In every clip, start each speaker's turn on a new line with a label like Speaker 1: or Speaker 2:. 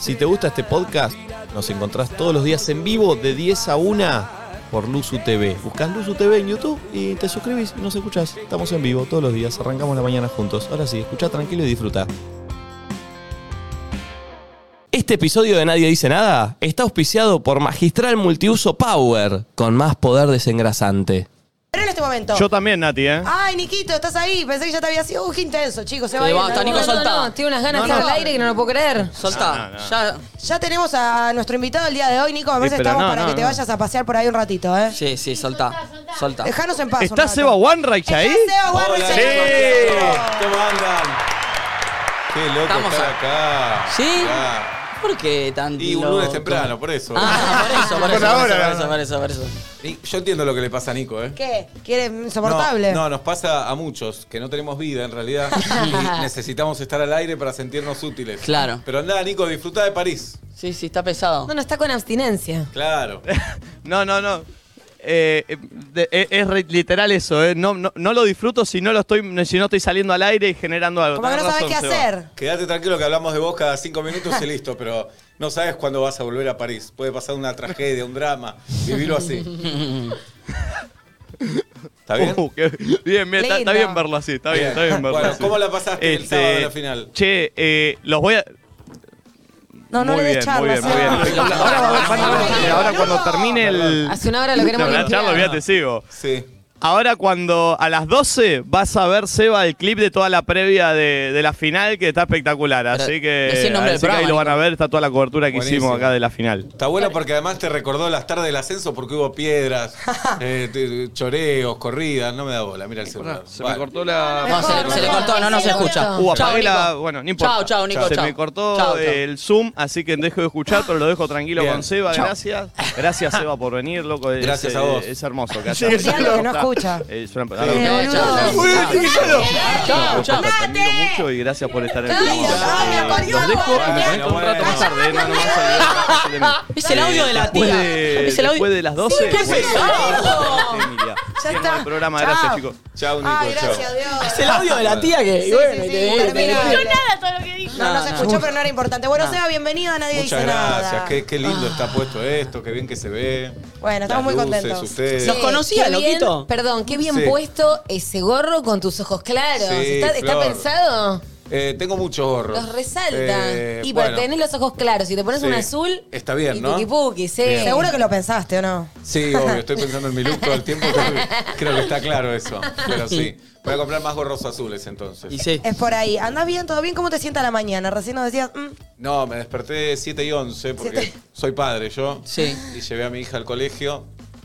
Speaker 1: Si te gusta este podcast, nos encontrás todos los días en vivo de 10 a 1 por Luzu TV. Buscás Luzu TV en YouTube y te suscribís y nos escuchás. Estamos en vivo todos los días, arrancamos la mañana juntos. Ahora sí, escucha tranquilo y disfruta. Este episodio de Nadie Dice Nada está auspiciado por Magistral Multiuso Power, con más poder desengrasante.
Speaker 2: Pero en este momento.
Speaker 3: Yo también, Nati, ¿eh?
Speaker 2: Ay, Niquito, estás ahí. Pensé que ya te había sido. Uy, qué intenso, chicos. Se va
Speaker 4: Ahí
Speaker 2: a ir,
Speaker 4: va,
Speaker 2: ¿no?
Speaker 4: está Nico
Speaker 2: Bueno,
Speaker 4: Sol- soltá.
Speaker 5: No, no, tengo unas ganas
Speaker 3: No,
Speaker 5: de
Speaker 3: no.
Speaker 5: estar al aire que no lo puedo creer.
Speaker 4: Soltá.
Speaker 3: No, no.
Speaker 4: Ya.
Speaker 2: Ya tenemos a nuestro invitado el día de hoy, Nico. Me parece que
Speaker 3: pero
Speaker 2: estamos
Speaker 3: no,
Speaker 2: para
Speaker 3: no,
Speaker 2: que te
Speaker 3: no.
Speaker 2: vayas a pasear por ahí un ratito, ¿eh?
Speaker 4: Sí, sí, soltá. Soltá.
Speaker 2: Dejanos en paz. un
Speaker 3: ¿Está
Speaker 2: rato.
Speaker 3: Seba Wanreich
Speaker 2: Está
Speaker 3: ahí?
Speaker 2: Seba Warren,
Speaker 3: Sí.
Speaker 2: señor.
Speaker 1: ¿Cómo andan? Qué loco
Speaker 4: Estamos
Speaker 1: estar acá.
Speaker 4: ¿Sí?
Speaker 1: Acá.
Speaker 4: ¿Por qué tan
Speaker 6: Y un
Speaker 4: loco?
Speaker 6: lunes temprano, por eso.
Speaker 4: Ah, por eso, por
Speaker 3: Por
Speaker 4: eso, por
Speaker 3: ahora,
Speaker 4: eso, por eso, por eso, por eso.
Speaker 6: Y Yo entiendo lo que le pasa a Nico, ¿eh?
Speaker 2: ¿Qué? ¿Quieres insoportable?
Speaker 6: No, no, nos pasa a muchos que no tenemos vida en realidad y necesitamos estar al aire para sentirnos útiles.
Speaker 4: Claro.
Speaker 6: Pero andá, Nico, disfruta de París.
Speaker 4: Sí, sí, está pesado.
Speaker 5: No, no, está con abstinencia.
Speaker 6: Claro.
Speaker 3: No, no, no. Eh, eh, de- eh, es re- literal eso, ¿eh? No, no, no lo disfruto si no, lo estoy, si no estoy saliendo al aire y generando algo.
Speaker 2: Como que no
Speaker 3: Tenés
Speaker 2: sabes qué
Speaker 3: razón, Seba.
Speaker 2: hacer.
Speaker 6: Quédate tranquilo que hablamos de vos cada cinco minutos y listo, pero no sabes cuándo vas a volver a París. Puede pasar una tragedia, un drama. Vivilo así. ¿Está bien?
Speaker 3: Uh, qué- bien, bien, está, está
Speaker 2: Lindo.
Speaker 3: bien verlo así, está bien, está bien verlo
Speaker 6: Bueno,
Speaker 3: así. Este,
Speaker 6: ¿cómo la pasaste el sábado de la final?
Speaker 3: Che, eh, los voy a...
Speaker 2: No, no
Speaker 3: muy
Speaker 2: le
Speaker 3: bien,
Speaker 2: des ¿eh? charla.
Speaker 3: muy bien, muy bien.
Speaker 2: Seba.
Speaker 3: Ahora, ahora- ahora- ahora cuando termine el...
Speaker 5: Hace una hora lo queremos
Speaker 3: la
Speaker 5: limpiar.
Speaker 3: charla, olvídate, sigo.
Speaker 6: Sí.
Speaker 3: Ahora cuando a las 12 vas a ver, Seba, el clip de toda la previa de, de la final, que está espectacular.
Speaker 4: Pero
Speaker 3: así que,
Speaker 4: decí el nombre del
Speaker 3: así que ahí
Speaker 4: programa,
Speaker 3: lo van a
Speaker 4: Nico.
Speaker 3: ver, está toda la cobertura que
Speaker 6: Buenísimo.
Speaker 3: hicimos acá de la final.
Speaker 6: Está bueno porque además te recordó las tardes del ascenso porque hubo piedras, eh, te- choreos, corridas, no me da bola, mira el celular. Vale.
Speaker 3: la...
Speaker 4: No, se, le- se le cortó, no, no se escucha.
Speaker 3: Uh,
Speaker 4: Ah. Chao,
Speaker 3: apagué la...
Speaker 4: Nico.
Speaker 3: Bueno, no importa.
Speaker 4: Chao, chao, Nico,
Speaker 3: Se
Speaker 4: chao.
Speaker 3: me cortó eh,
Speaker 4: Chao, chao.
Speaker 3: el Zoom, así que dejo de escuchar, pero lo dejo tranquilo
Speaker 6: Bien.
Speaker 3: con Seba. Gracias. Gracias, Seba, por venir, loco. Es,
Speaker 6: Gracias a
Speaker 3: eh,
Speaker 6: vos.
Speaker 3: Es, hermoso que haya-
Speaker 2: Sí, es algo que no escucha.
Speaker 3: Es una-
Speaker 2: Eh,
Speaker 3: algo
Speaker 2: boludo.
Speaker 4: chao,
Speaker 3: que-
Speaker 4: Chao, chao.
Speaker 3: Te admiro mucho y gracias por estar en el
Speaker 2: Gracias,
Speaker 3: programa.
Speaker 2: gracias,
Speaker 3: Eh, Los dejo y me conecto un rato más tarde. eh, No, no más tarde.
Speaker 4: Es el audio de la
Speaker 3: Después
Speaker 4: tía.
Speaker 3: de-
Speaker 4: Es el audio.
Speaker 3: Después de las 12.
Speaker 4: ¿Qué es eso?
Speaker 3: Emilia. Cierro
Speaker 2: está.
Speaker 3: el programa,
Speaker 2: Chao.
Speaker 3: gracias, chicos.
Speaker 6: Chao, Nico,
Speaker 2: Ay,
Speaker 6: chao.
Speaker 2: gracias, Dios.
Speaker 4: Es Ah, el audio de la tía que.
Speaker 2: Sí,
Speaker 4: bueno,
Speaker 2: sí,
Speaker 4: te-
Speaker 2: sí,
Speaker 4: te-
Speaker 2: terminable.
Speaker 7: todo lo que dije.
Speaker 2: No, no se
Speaker 4: Nada.
Speaker 2: escuchó, pero no era importante. Bueno, Seba, bienvenido a Nadie
Speaker 6: Muchas
Speaker 2: Dice
Speaker 6: gracias,
Speaker 2: Nada.
Speaker 6: qué, qué lindo
Speaker 5: Ah.
Speaker 6: está puesto esto, qué bien que se ve.
Speaker 2: Bueno, estamos muy
Speaker 6: Las luces,
Speaker 2: contentos.
Speaker 6: ustedes.
Speaker 4: Los conocía,
Speaker 5: qué bien-
Speaker 4: loquito.
Speaker 5: Perdón, qué bien
Speaker 6: Sí.
Speaker 5: puesto ese gorro con tus ojos claros.
Speaker 6: Sí,
Speaker 5: ¿Está, está
Speaker 6: Flor.
Speaker 5: pensado?
Speaker 6: Eh, tengo muchos gorros.
Speaker 5: Los resaltan.
Speaker 6: Eh,
Speaker 5: y
Speaker 6: bueno,
Speaker 5: para tenés los ojos claros, si te pones
Speaker 6: Sí.
Speaker 5: un azul.
Speaker 6: Está bien,
Speaker 5: y
Speaker 6: ¿no?
Speaker 5: tiquipuqui, sí.
Speaker 6: Bien.
Speaker 2: Seguro que lo pensaste, ¿o no?
Speaker 6: Sí, obvio, estoy pensando en mi look todo el tiempo, creo que- creo que está claro eso, pero sí. Voy a comprar más gorros azules entonces.
Speaker 4: Y sí.
Speaker 2: Es por ahí. ¿Andás bien? ¿Todo bien? ¿Cómo te sienta la mañana? Recién nos decías, mm,
Speaker 6: No, me desperté 7 y 11 porque
Speaker 2: Siete.
Speaker 6: soy padre yo.
Speaker 4: Sí.
Speaker 6: Y llevé a mi hija al colegio.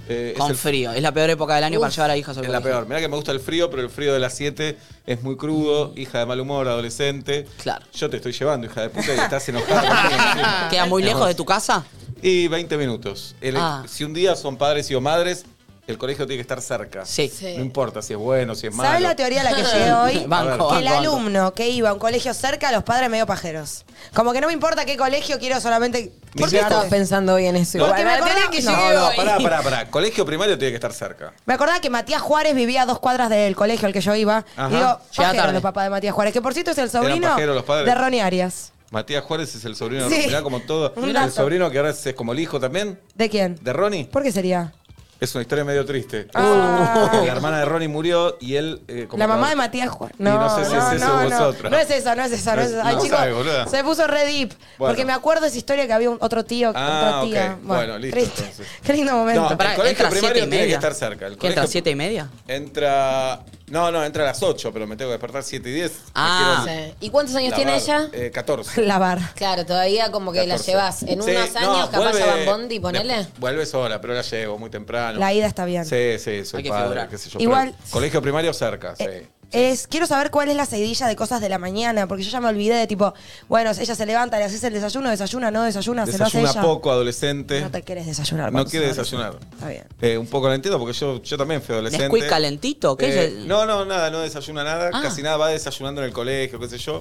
Speaker 6: Eh, es
Speaker 4: Con
Speaker 6: el-
Speaker 4: frío. Es la peor época del año para llevar a hijas al
Speaker 6: Es la
Speaker 4: colegio.
Speaker 6: peor. Mirá que me gusta el frío, pero el frío de las 7 es muy crudo, hija de mal humor, adolescente.
Speaker 4: Mm. Claro.
Speaker 6: Yo te estoy llevando, hija de puta, y estás enojada. conmigo.
Speaker 4: ¿Queda muy lejos de tu casa?
Speaker 6: y 20 minutos. El-
Speaker 4: Ah.
Speaker 6: Si un día son padres y o madres, el colegio tiene que estar cerca.
Speaker 4: Sí.
Speaker 6: No importa si es bueno, si es malo.
Speaker 2: ¿sabes la teoría a la que llegué hoy?
Speaker 4: Banco, banco,
Speaker 2: que el
Speaker 4: banco.
Speaker 2: alumno que iba a un colegio cerca, los padres medio pajeros. Como que no me importa qué colegio quiero solamente.
Speaker 5: ¿Por qué
Speaker 6: Mirá.
Speaker 5: estabas pensando hoy en eso?
Speaker 6: No,
Speaker 5: igual?
Speaker 2: porque me
Speaker 5: Para
Speaker 2: acordaba-
Speaker 5: tener que
Speaker 2: no,
Speaker 5: llegué
Speaker 6: No,
Speaker 5: hoy.
Speaker 6: pará, pará, pará. Colegio primario tiene que estar cerca.
Speaker 2: Me acordaba que Matías Juárez vivía a dos cuadras del colegio al que yo iba.
Speaker 6: Ajá.
Speaker 2: Y digo,
Speaker 4: Llega
Speaker 2: pajeros
Speaker 4: tarde.
Speaker 2: los papás de Matías Juárez, que por cierto es el sobrino
Speaker 6: pajeros los padres.
Speaker 2: de Ronnie Arias.
Speaker 6: Matías Juárez es el sobrino,
Speaker 2: Sí.
Speaker 6: mirá como todo.
Speaker 2: Un
Speaker 6: El
Speaker 2: dato.
Speaker 6: sobrino que ahora es como el hijo también,
Speaker 2: ¿De quién?
Speaker 6: de Ronnie.
Speaker 2: ¿Por qué sería?
Speaker 6: Es una historia medio triste.
Speaker 2: Ah.
Speaker 6: Porque La hermana de Ronnie murió y él... eh, como
Speaker 2: La
Speaker 6: que-
Speaker 2: mamá de Matías Juárez.
Speaker 6: Y no sé si es eso o
Speaker 2: no,
Speaker 6: es
Speaker 2: no.
Speaker 6: otra.
Speaker 2: No es eso, no es eso, no es eso. Ay,
Speaker 6: No
Speaker 2: chicos,
Speaker 6: sabe, boluda.
Speaker 2: se puso re deep. Porque me acuerdo esa historia que había un otro tío,
Speaker 6: Ah,
Speaker 2: otra tía.
Speaker 6: ok. Bueno, listo,
Speaker 2: triste.
Speaker 6: entonces.
Speaker 2: Qué lindo momento.
Speaker 6: No,
Speaker 4: Ah, Pará,
Speaker 6: el colegio
Speaker 4: entra a
Speaker 6: primario
Speaker 4: siete y
Speaker 6: tiene que
Speaker 4: media.
Speaker 6: estar cerca. El
Speaker 4: ¿Qué entra
Speaker 6: colegio-
Speaker 4: a siete y media?
Speaker 6: Entra... No, no, entra a las 8, pero me tengo que despertar 7 y 10.
Speaker 4: Ah.
Speaker 6: Me quiero
Speaker 5: Sí. ¿Y cuántos años tiene
Speaker 6: lavar,
Speaker 5: ella?
Speaker 6: eh, 14.
Speaker 2: La bar.
Speaker 5: Claro, todavía como que la
Speaker 6: 14.
Speaker 5: llevas. En
Speaker 6: Sí,
Speaker 5: unos
Speaker 6: no,
Speaker 5: años capaz
Speaker 6: vuelve-
Speaker 5: ya van Bondi, ponele.
Speaker 6: Después- Vuelve sola, pero la llevo muy temprano.
Speaker 2: La ida está bien.
Speaker 6: Sí, sí, soy
Speaker 4: Hay que
Speaker 6: padre,
Speaker 4: figurar.
Speaker 6: qué sé yo.
Speaker 2: Igual-
Speaker 6: pero colegio primario cerca, sí.
Speaker 2: Eh, Es, quiero saber cuál es la seguidilla de cosas de la mañana, porque yo ya me olvidé de tipo, bueno, ella se levanta, le haces el desayuno, desayuna, no desayuna, se lo hace
Speaker 6: Desayuna
Speaker 2: ella.
Speaker 6: poco, adolescente.
Speaker 2: No te quieres desayunar.
Speaker 6: No
Speaker 2: vamos,
Speaker 6: quiere
Speaker 2: ahora sí.
Speaker 6: desayunar.
Speaker 2: Está bien.
Speaker 6: Eh, un poco la entiendo porque yo, yo también fui adolescente.
Speaker 4: ¿Nesquik calentito? ¿Qué
Speaker 6: Eh,
Speaker 4: es el-
Speaker 6: No, no, nada, no desayuna nada,
Speaker 4: Ah.
Speaker 6: casi nada, va desayunando en el colegio, qué sé yo.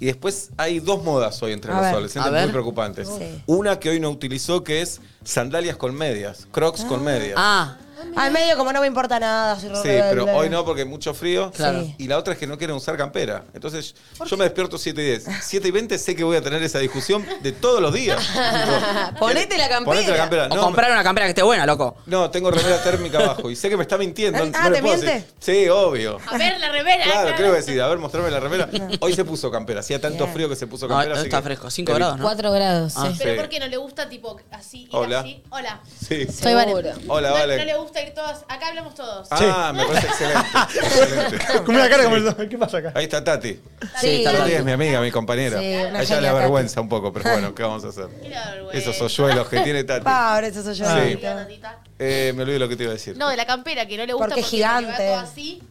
Speaker 6: Y después hay dos modas hoy entre
Speaker 2: A
Speaker 6: los
Speaker 2: ver.
Speaker 6: adolescentes
Speaker 4: A ver.
Speaker 6: muy preocupantes.
Speaker 2: Sí.
Speaker 6: Una que hoy no utilizó que es sandalias con medias, crocs con medias.
Speaker 4: Ah.
Speaker 2: Al medio como no me importa nada. soy re
Speaker 6: Sí,
Speaker 2: rebelde.
Speaker 6: pero hoy no porque mucho frío.
Speaker 4: Claro.
Speaker 2: Sí.
Speaker 6: Y la otra es que no quieren usar campera. Entonces yo me despierto 7 y 10. 7 y 20 sé que voy a tener esa discusión de todos los días. Digo,
Speaker 5: Ponete la campera.
Speaker 6: Ponete la campera.
Speaker 4: O
Speaker 6: No,
Speaker 4: comprar una campera que esté buena, loco.
Speaker 6: no, tengo remera térmica abajo y sé que me está mintiendo.
Speaker 2: Ah,
Speaker 6: no le
Speaker 2: ¿te
Speaker 6: puedo
Speaker 2: miente?
Speaker 6: decir. Sí, obvio.
Speaker 8: A ver, la remera.
Speaker 6: Claro,
Speaker 8: claro.
Speaker 6: creo que sí. A ver, mostrame la remera. Hoy se puso campera. Hacía tanto
Speaker 2: Bien.
Speaker 6: frío que se puso
Speaker 4: No,
Speaker 6: campera.
Speaker 4: no
Speaker 6: así
Speaker 4: está
Speaker 6: que-
Speaker 4: fresco. 5 grados, ¿no?
Speaker 5: 4 grados,
Speaker 4: Ah.
Speaker 5: sí.
Speaker 8: Pero
Speaker 6: Sí.
Speaker 8: porque no le gusta, tipo, así, ir
Speaker 6: Hola.
Speaker 8: así. Hola.
Speaker 6: Sí.
Speaker 5: Soy Vane.
Speaker 8: Seguro.
Speaker 6: Hola,
Speaker 8: no,
Speaker 6: vale.
Speaker 8: No le gusta ir todas. Acá hablamos todos.
Speaker 6: Ah, me parece excelente. excelente.
Speaker 9: Como una cara como. ¿Qué pasa acá?
Speaker 6: Ahí está Tati.
Speaker 4: Sí, está
Speaker 6: Tati es
Speaker 4: bien.
Speaker 6: mi amiga, mi compañera.
Speaker 5: Sí, una
Speaker 6: A ella
Speaker 5: genia,
Speaker 6: le
Speaker 5: Tati.
Speaker 6: avergüenza un poco, pero bueno, ¿qué vamos a hacer?
Speaker 8: Qué vergüenza.
Speaker 6: Esos hoyuelos que tiene Tati.
Speaker 2: Pobre, eso soy yo.
Speaker 6: Sí.
Speaker 2: ahorita.
Speaker 8: Tatita.
Speaker 6: Eh, me olvidé lo que te iba a decir.
Speaker 8: No, de la campera que no le gusta
Speaker 2: Porque es
Speaker 8: porque le va
Speaker 2: gigante.
Speaker 8: todo así.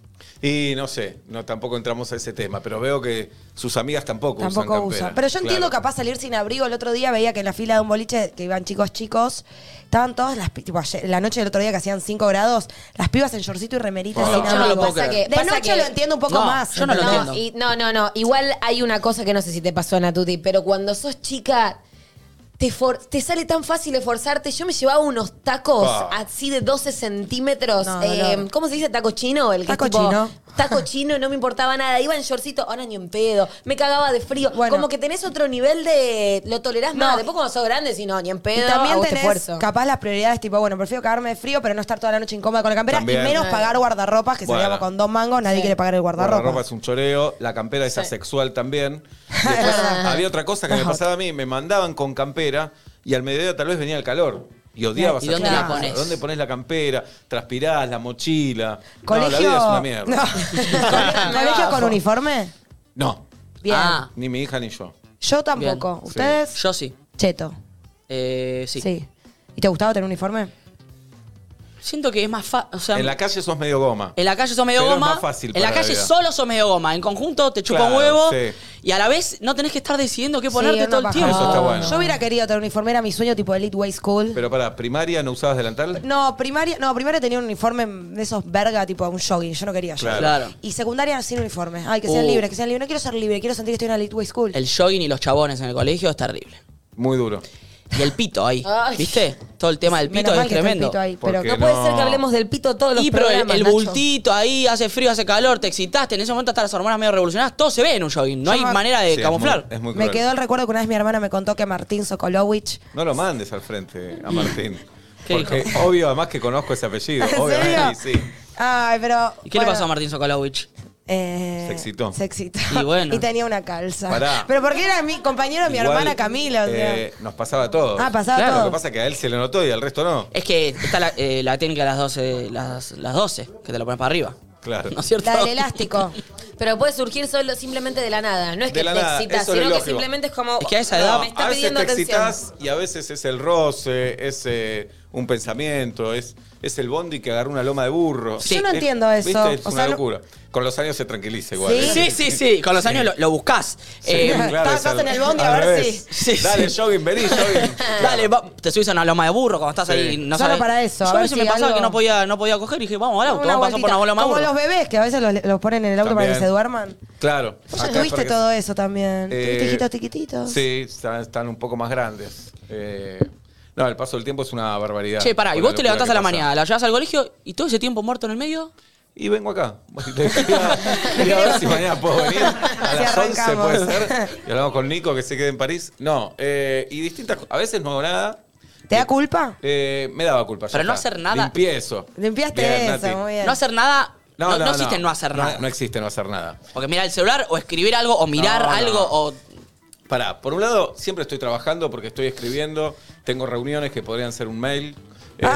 Speaker 6: Y no sé, no tampoco entramos a ese tema, pero veo que sus amigas tampoco,
Speaker 2: Tampoco
Speaker 6: usan campera.
Speaker 2: usa. Pero yo entiendo
Speaker 6: Claro.
Speaker 2: capaz salir sin abrigo. El otro día veía que en la fila de un boliche que iban chicos chicos, estaban todas las pi- tipo ayer- la noche del otro día que hacían 5 grados, las pibas en shortcito y remeritas
Speaker 6: Ah.
Speaker 2: sin
Speaker 4: Yo no lo
Speaker 2: abrigo.
Speaker 4: puedo
Speaker 5: Pasa
Speaker 4: creer.
Speaker 5: que-
Speaker 2: de
Speaker 5: pasa
Speaker 2: noche
Speaker 5: que-
Speaker 2: lo entiendo un poco
Speaker 4: No,
Speaker 2: más.
Speaker 4: yo no lo
Speaker 5: no,
Speaker 4: entiendo.
Speaker 5: y- no, no, no. Igual hay una cosa que no sé si te pasó, Natuti, pero cuando sos chica, te, for- te sale tan fácil esforzarte. Yo me llevaba unos tacos
Speaker 6: Ah.
Speaker 5: así de 12 centímetros.
Speaker 2: No,
Speaker 5: eh,
Speaker 2: dolor.
Speaker 5: ¿Cómo se dice taco chino? El que
Speaker 2: Taco
Speaker 5: es tipo-
Speaker 2: chino.
Speaker 5: Taco chino, no me importaba nada. Iba en shortcito, ahora ni en pedo. Me cagaba de frío.
Speaker 2: Bueno.
Speaker 5: Como que tenés otro nivel de. Lo tolerás
Speaker 2: No,
Speaker 5: más.
Speaker 2: y-
Speaker 5: Después cuando sos grande, si no, ni en
Speaker 2: Y
Speaker 5: pedo.
Speaker 2: también
Speaker 5: hago este
Speaker 2: tenés
Speaker 5: esfuerzo.
Speaker 2: capaz las prioridades tipo, bueno, prefiero cagarme de frío, pero no estar toda la noche incómoda con la campera
Speaker 6: También.
Speaker 2: y menos pagar guardarropas, que
Speaker 6: Bueno.
Speaker 2: salíamos con dos mangos, nadie quiere pagar el
Speaker 6: Guardarropa.
Speaker 2: guardarropa.
Speaker 6: es un choreo, la campera es asexual también. Después había otra cosa que me pasaba a mí, me mandaban con campera y al mediodía tal vez venía el calor. Y odiabas
Speaker 4: ¿Y
Speaker 6: hacer
Speaker 4: dónde
Speaker 6: las
Speaker 4: la
Speaker 6: cosas.
Speaker 4: pones?
Speaker 6: ¿Dónde pones la campera? Transpirás, la mochila. No, la
Speaker 2: Colegio.
Speaker 6: vida es una mierda.
Speaker 2: No. Colegio con uniforme.
Speaker 6: No.
Speaker 2: Bien.
Speaker 4: Ah,
Speaker 6: ni mi hija ni yo.
Speaker 2: Yo tampoco.
Speaker 6: Bien.
Speaker 2: ¿Ustedes?
Speaker 4: yo sí.
Speaker 2: Cheto.
Speaker 4: Eh, sí.
Speaker 2: Sí. ¿Y te gustaba tener uniforme?
Speaker 4: Siento que es más fácil. O sea,
Speaker 6: En la calle sos medio goma.
Speaker 4: En la calle sos medio
Speaker 6: Pero es
Speaker 4: goma.
Speaker 6: más fácil
Speaker 4: en la
Speaker 6: para la
Speaker 4: calle
Speaker 6: vida.
Speaker 4: solo sos medio goma. En conjunto te chupa
Speaker 6: Claro,
Speaker 4: un huevo.
Speaker 6: sí.
Speaker 4: Y a la vez no tenés que estar decidiendo qué
Speaker 2: Sí,
Speaker 4: ponerte
Speaker 2: una
Speaker 4: todo el
Speaker 2: paja.
Speaker 4: tiempo.
Speaker 6: Eso está bueno.
Speaker 2: Yo hubiera querido tener uniforme, era mi sueño tipo Elite Way School.
Speaker 6: Pero para, ¿primaria no usabas delantal?
Speaker 2: no, primaria, no, primaria tenía un uniforme de esos verga, tipo un jogging, yo no quería jogging.
Speaker 6: Claro.
Speaker 4: Claro.
Speaker 2: Y secundaria sin uniforme. Ay, que sean
Speaker 4: Uh.
Speaker 2: libres, que sean libres. No quiero ser libre, quiero sentir que estoy en la Elite Way School.
Speaker 4: El jogging y los chabones en el colegio es terrible.
Speaker 6: Muy duro.
Speaker 4: Y el pito ahí.
Speaker 5: Ay.
Speaker 4: ¿Viste? Todo el tema del
Speaker 2: Menos
Speaker 4: pito
Speaker 2: mal
Speaker 4: es
Speaker 2: que está el
Speaker 4: tremendo.
Speaker 2: pito ahí,
Speaker 6: Porque
Speaker 2: pero
Speaker 5: No
Speaker 6: Que
Speaker 5: puede
Speaker 6: no.
Speaker 5: ser que hablemos del pito todos los
Speaker 4: Y pero el,
Speaker 5: programas,
Speaker 4: el
Speaker 5: Nacho.
Speaker 4: bultito ahí, hace frío, hace calor, te excitaste. En ese momento están las hormonas medio revolucionadas. Todo se ve en un jogging. No
Speaker 2: Yo
Speaker 4: hay
Speaker 2: me-
Speaker 4: manera de
Speaker 6: Sí, es
Speaker 4: Eh, camuflar.
Speaker 6: muy- es muy
Speaker 2: me
Speaker 6: cruel.
Speaker 2: quedó el recuerdo que una vez mi hermana me contó que Martín Sokolowicz.
Speaker 6: No lo mandes al frente a Martín.
Speaker 4: ¿Qué
Speaker 6: Porque obvio, además que conozco ese apellido.
Speaker 2: ¿En
Speaker 6: Obviamente,
Speaker 2: serio?
Speaker 6: sí.
Speaker 2: Ay, pero.
Speaker 4: ¿Y qué le
Speaker 2: bueno,
Speaker 4: pasó a Martín Sokolowicz?
Speaker 2: eh,
Speaker 6: Se excitó.
Speaker 2: Se excitó.
Speaker 4: Y bueno.
Speaker 2: tenía una calza.
Speaker 6: Pará.
Speaker 2: Pero porque era mi compañero de mi
Speaker 6: Igual,
Speaker 2: hermana Camila. O sea.
Speaker 6: eh, nos pasaba a todos.
Speaker 2: Ah, pasaba a
Speaker 6: Lo
Speaker 2: todos.
Speaker 6: que pasa es que a él se le notó y al resto no.
Speaker 4: Es que está la, eh, la técnica de las 12, las, las 12, que te lo pones para arriba.
Speaker 6: Claro.
Speaker 4: ¿No es cierto?
Speaker 2: La del elástico.
Speaker 5: Pero puede surgir solo simplemente de la nada. No es
Speaker 6: De
Speaker 5: que
Speaker 6: la
Speaker 5: te
Speaker 6: nada,
Speaker 5: excitas,
Speaker 6: eso es lo
Speaker 5: sino que
Speaker 6: lógico.
Speaker 5: simplemente es como.
Speaker 4: Es que a esa
Speaker 5: "Ah,
Speaker 4: edad-
Speaker 5: Me
Speaker 6: a
Speaker 5: está
Speaker 6: veces
Speaker 5: pidiendo
Speaker 6: te
Speaker 5: atención.
Speaker 6: excitas y a veces es el roce, es eh, un pensamiento, es, es el bondi que agarra una loma de burro.
Speaker 4: Sí.
Speaker 2: Yo no
Speaker 6: Es-
Speaker 2: entiendo eso.
Speaker 6: ¿viste? Es
Speaker 2: O
Speaker 6: una
Speaker 2: sea, no-
Speaker 6: locura. Con los años se tranquiliza igual. ¿eh?
Speaker 4: Sí, sí, sí. Con los años lo, lo buscás. Eh,
Speaker 2: estás-
Speaker 6: es
Speaker 2: estás
Speaker 6: al-
Speaker 2: en el bondi,
Speaker 6: al
Speaker 2: a ver
Speaker 6: revés.
Speaker 4: si- Sí,
Speaker 6: Dale,
Speaker 4: sí.
Speaker 6: jogging, vení, jogging.
Speaker 4: Dale, va- te subís a una loma de burro cuando estás
Speaker 6: Sí.
Speaker 4: ahí. No
Speaker 2: Solo
Speaker 4: sabes.
Speaker 2: para eso, a
Speaker 4: Yo a
Speaker 2: ver
Speaker 4: veces
Speaker 2: si
Speaker 4: me pasaba
Speaker 2: algo-
Speaker 4: que no podía, no podía coger y dije, vamos al auto,
Speaker 2: Una
Speaker 4: vamos a pasar por
Speaker 2: vueltita.
Speaker 4: una loma de
Speaker 2: Como
Speaker 4: burro.
Speaker 2: los bebés que a veces los, los ponen en el auto para que
Speaker 6: También.
Speaker 2: se duerman.
Speaker 6: Claro.
Speaker 2: Vos
Speaker 6: Acá
Speaker 2: ya
Speaker 6: es
Speaker 2: tuviste
Speaker 6: para que-
Speaker 2: todo eso también.
Speaker 6: Eh,
Speaker 2: tuviste hijitos chiquititos.
Speaker 6: Sí, están, están un poco más grandes. Eh, no, el paso del tiempo es una barbaridad.
Speaker 4: Che, pará, y
Speaker 6: Con
Speaker 4: vos te
Speaker 6: locura
Speaker 4: levantás
Speaker 6: que
Speaker 4: a la
Speaker 6: pasa.
Speaker 4: mañana, la llevas al colegio y todo ese tiempo muerto en el medio.
Speaker 6: Y vengo acá. Quería, quería ver si mañana puedo venir. A
Speaker 2: Si
Speaker 6: las 11
Speaker 2: arrancamos.
Speaker 6: puede ser. Y hablamos con Nico, que se quede en París. No, eh, y distintas co- A veces no hago nada.
Speaker 2: ¿Te da culpa?
Speaker 6: Eh, me daba culpa. ya
Speaker 4: Pero no
Speaker 6: está.
Speaker 4: hacer nada.
Speaker 6: Limpié eso.
Speaker 2: Limpiaste
Speaker 6: Bien,
Speaker 2: eso,
Speaker 6: Nati.
Speaker 2: muy bien.
Speaker 4: No hacer nada. No, no existe no hacer nada.
Speaker 6: No, existe no hacer nada.
Speaker 4: Porque mirar el celular o escribir algo o mirar
Speaker 6: No, no.
Speaker 4: algo o.
Speaker 6: Pará, por un lado, siempre estoy trabajando porque estoy escribiendo. Tengo reuniones que podrían ser un mail. eh,
Speaker 2: Ah,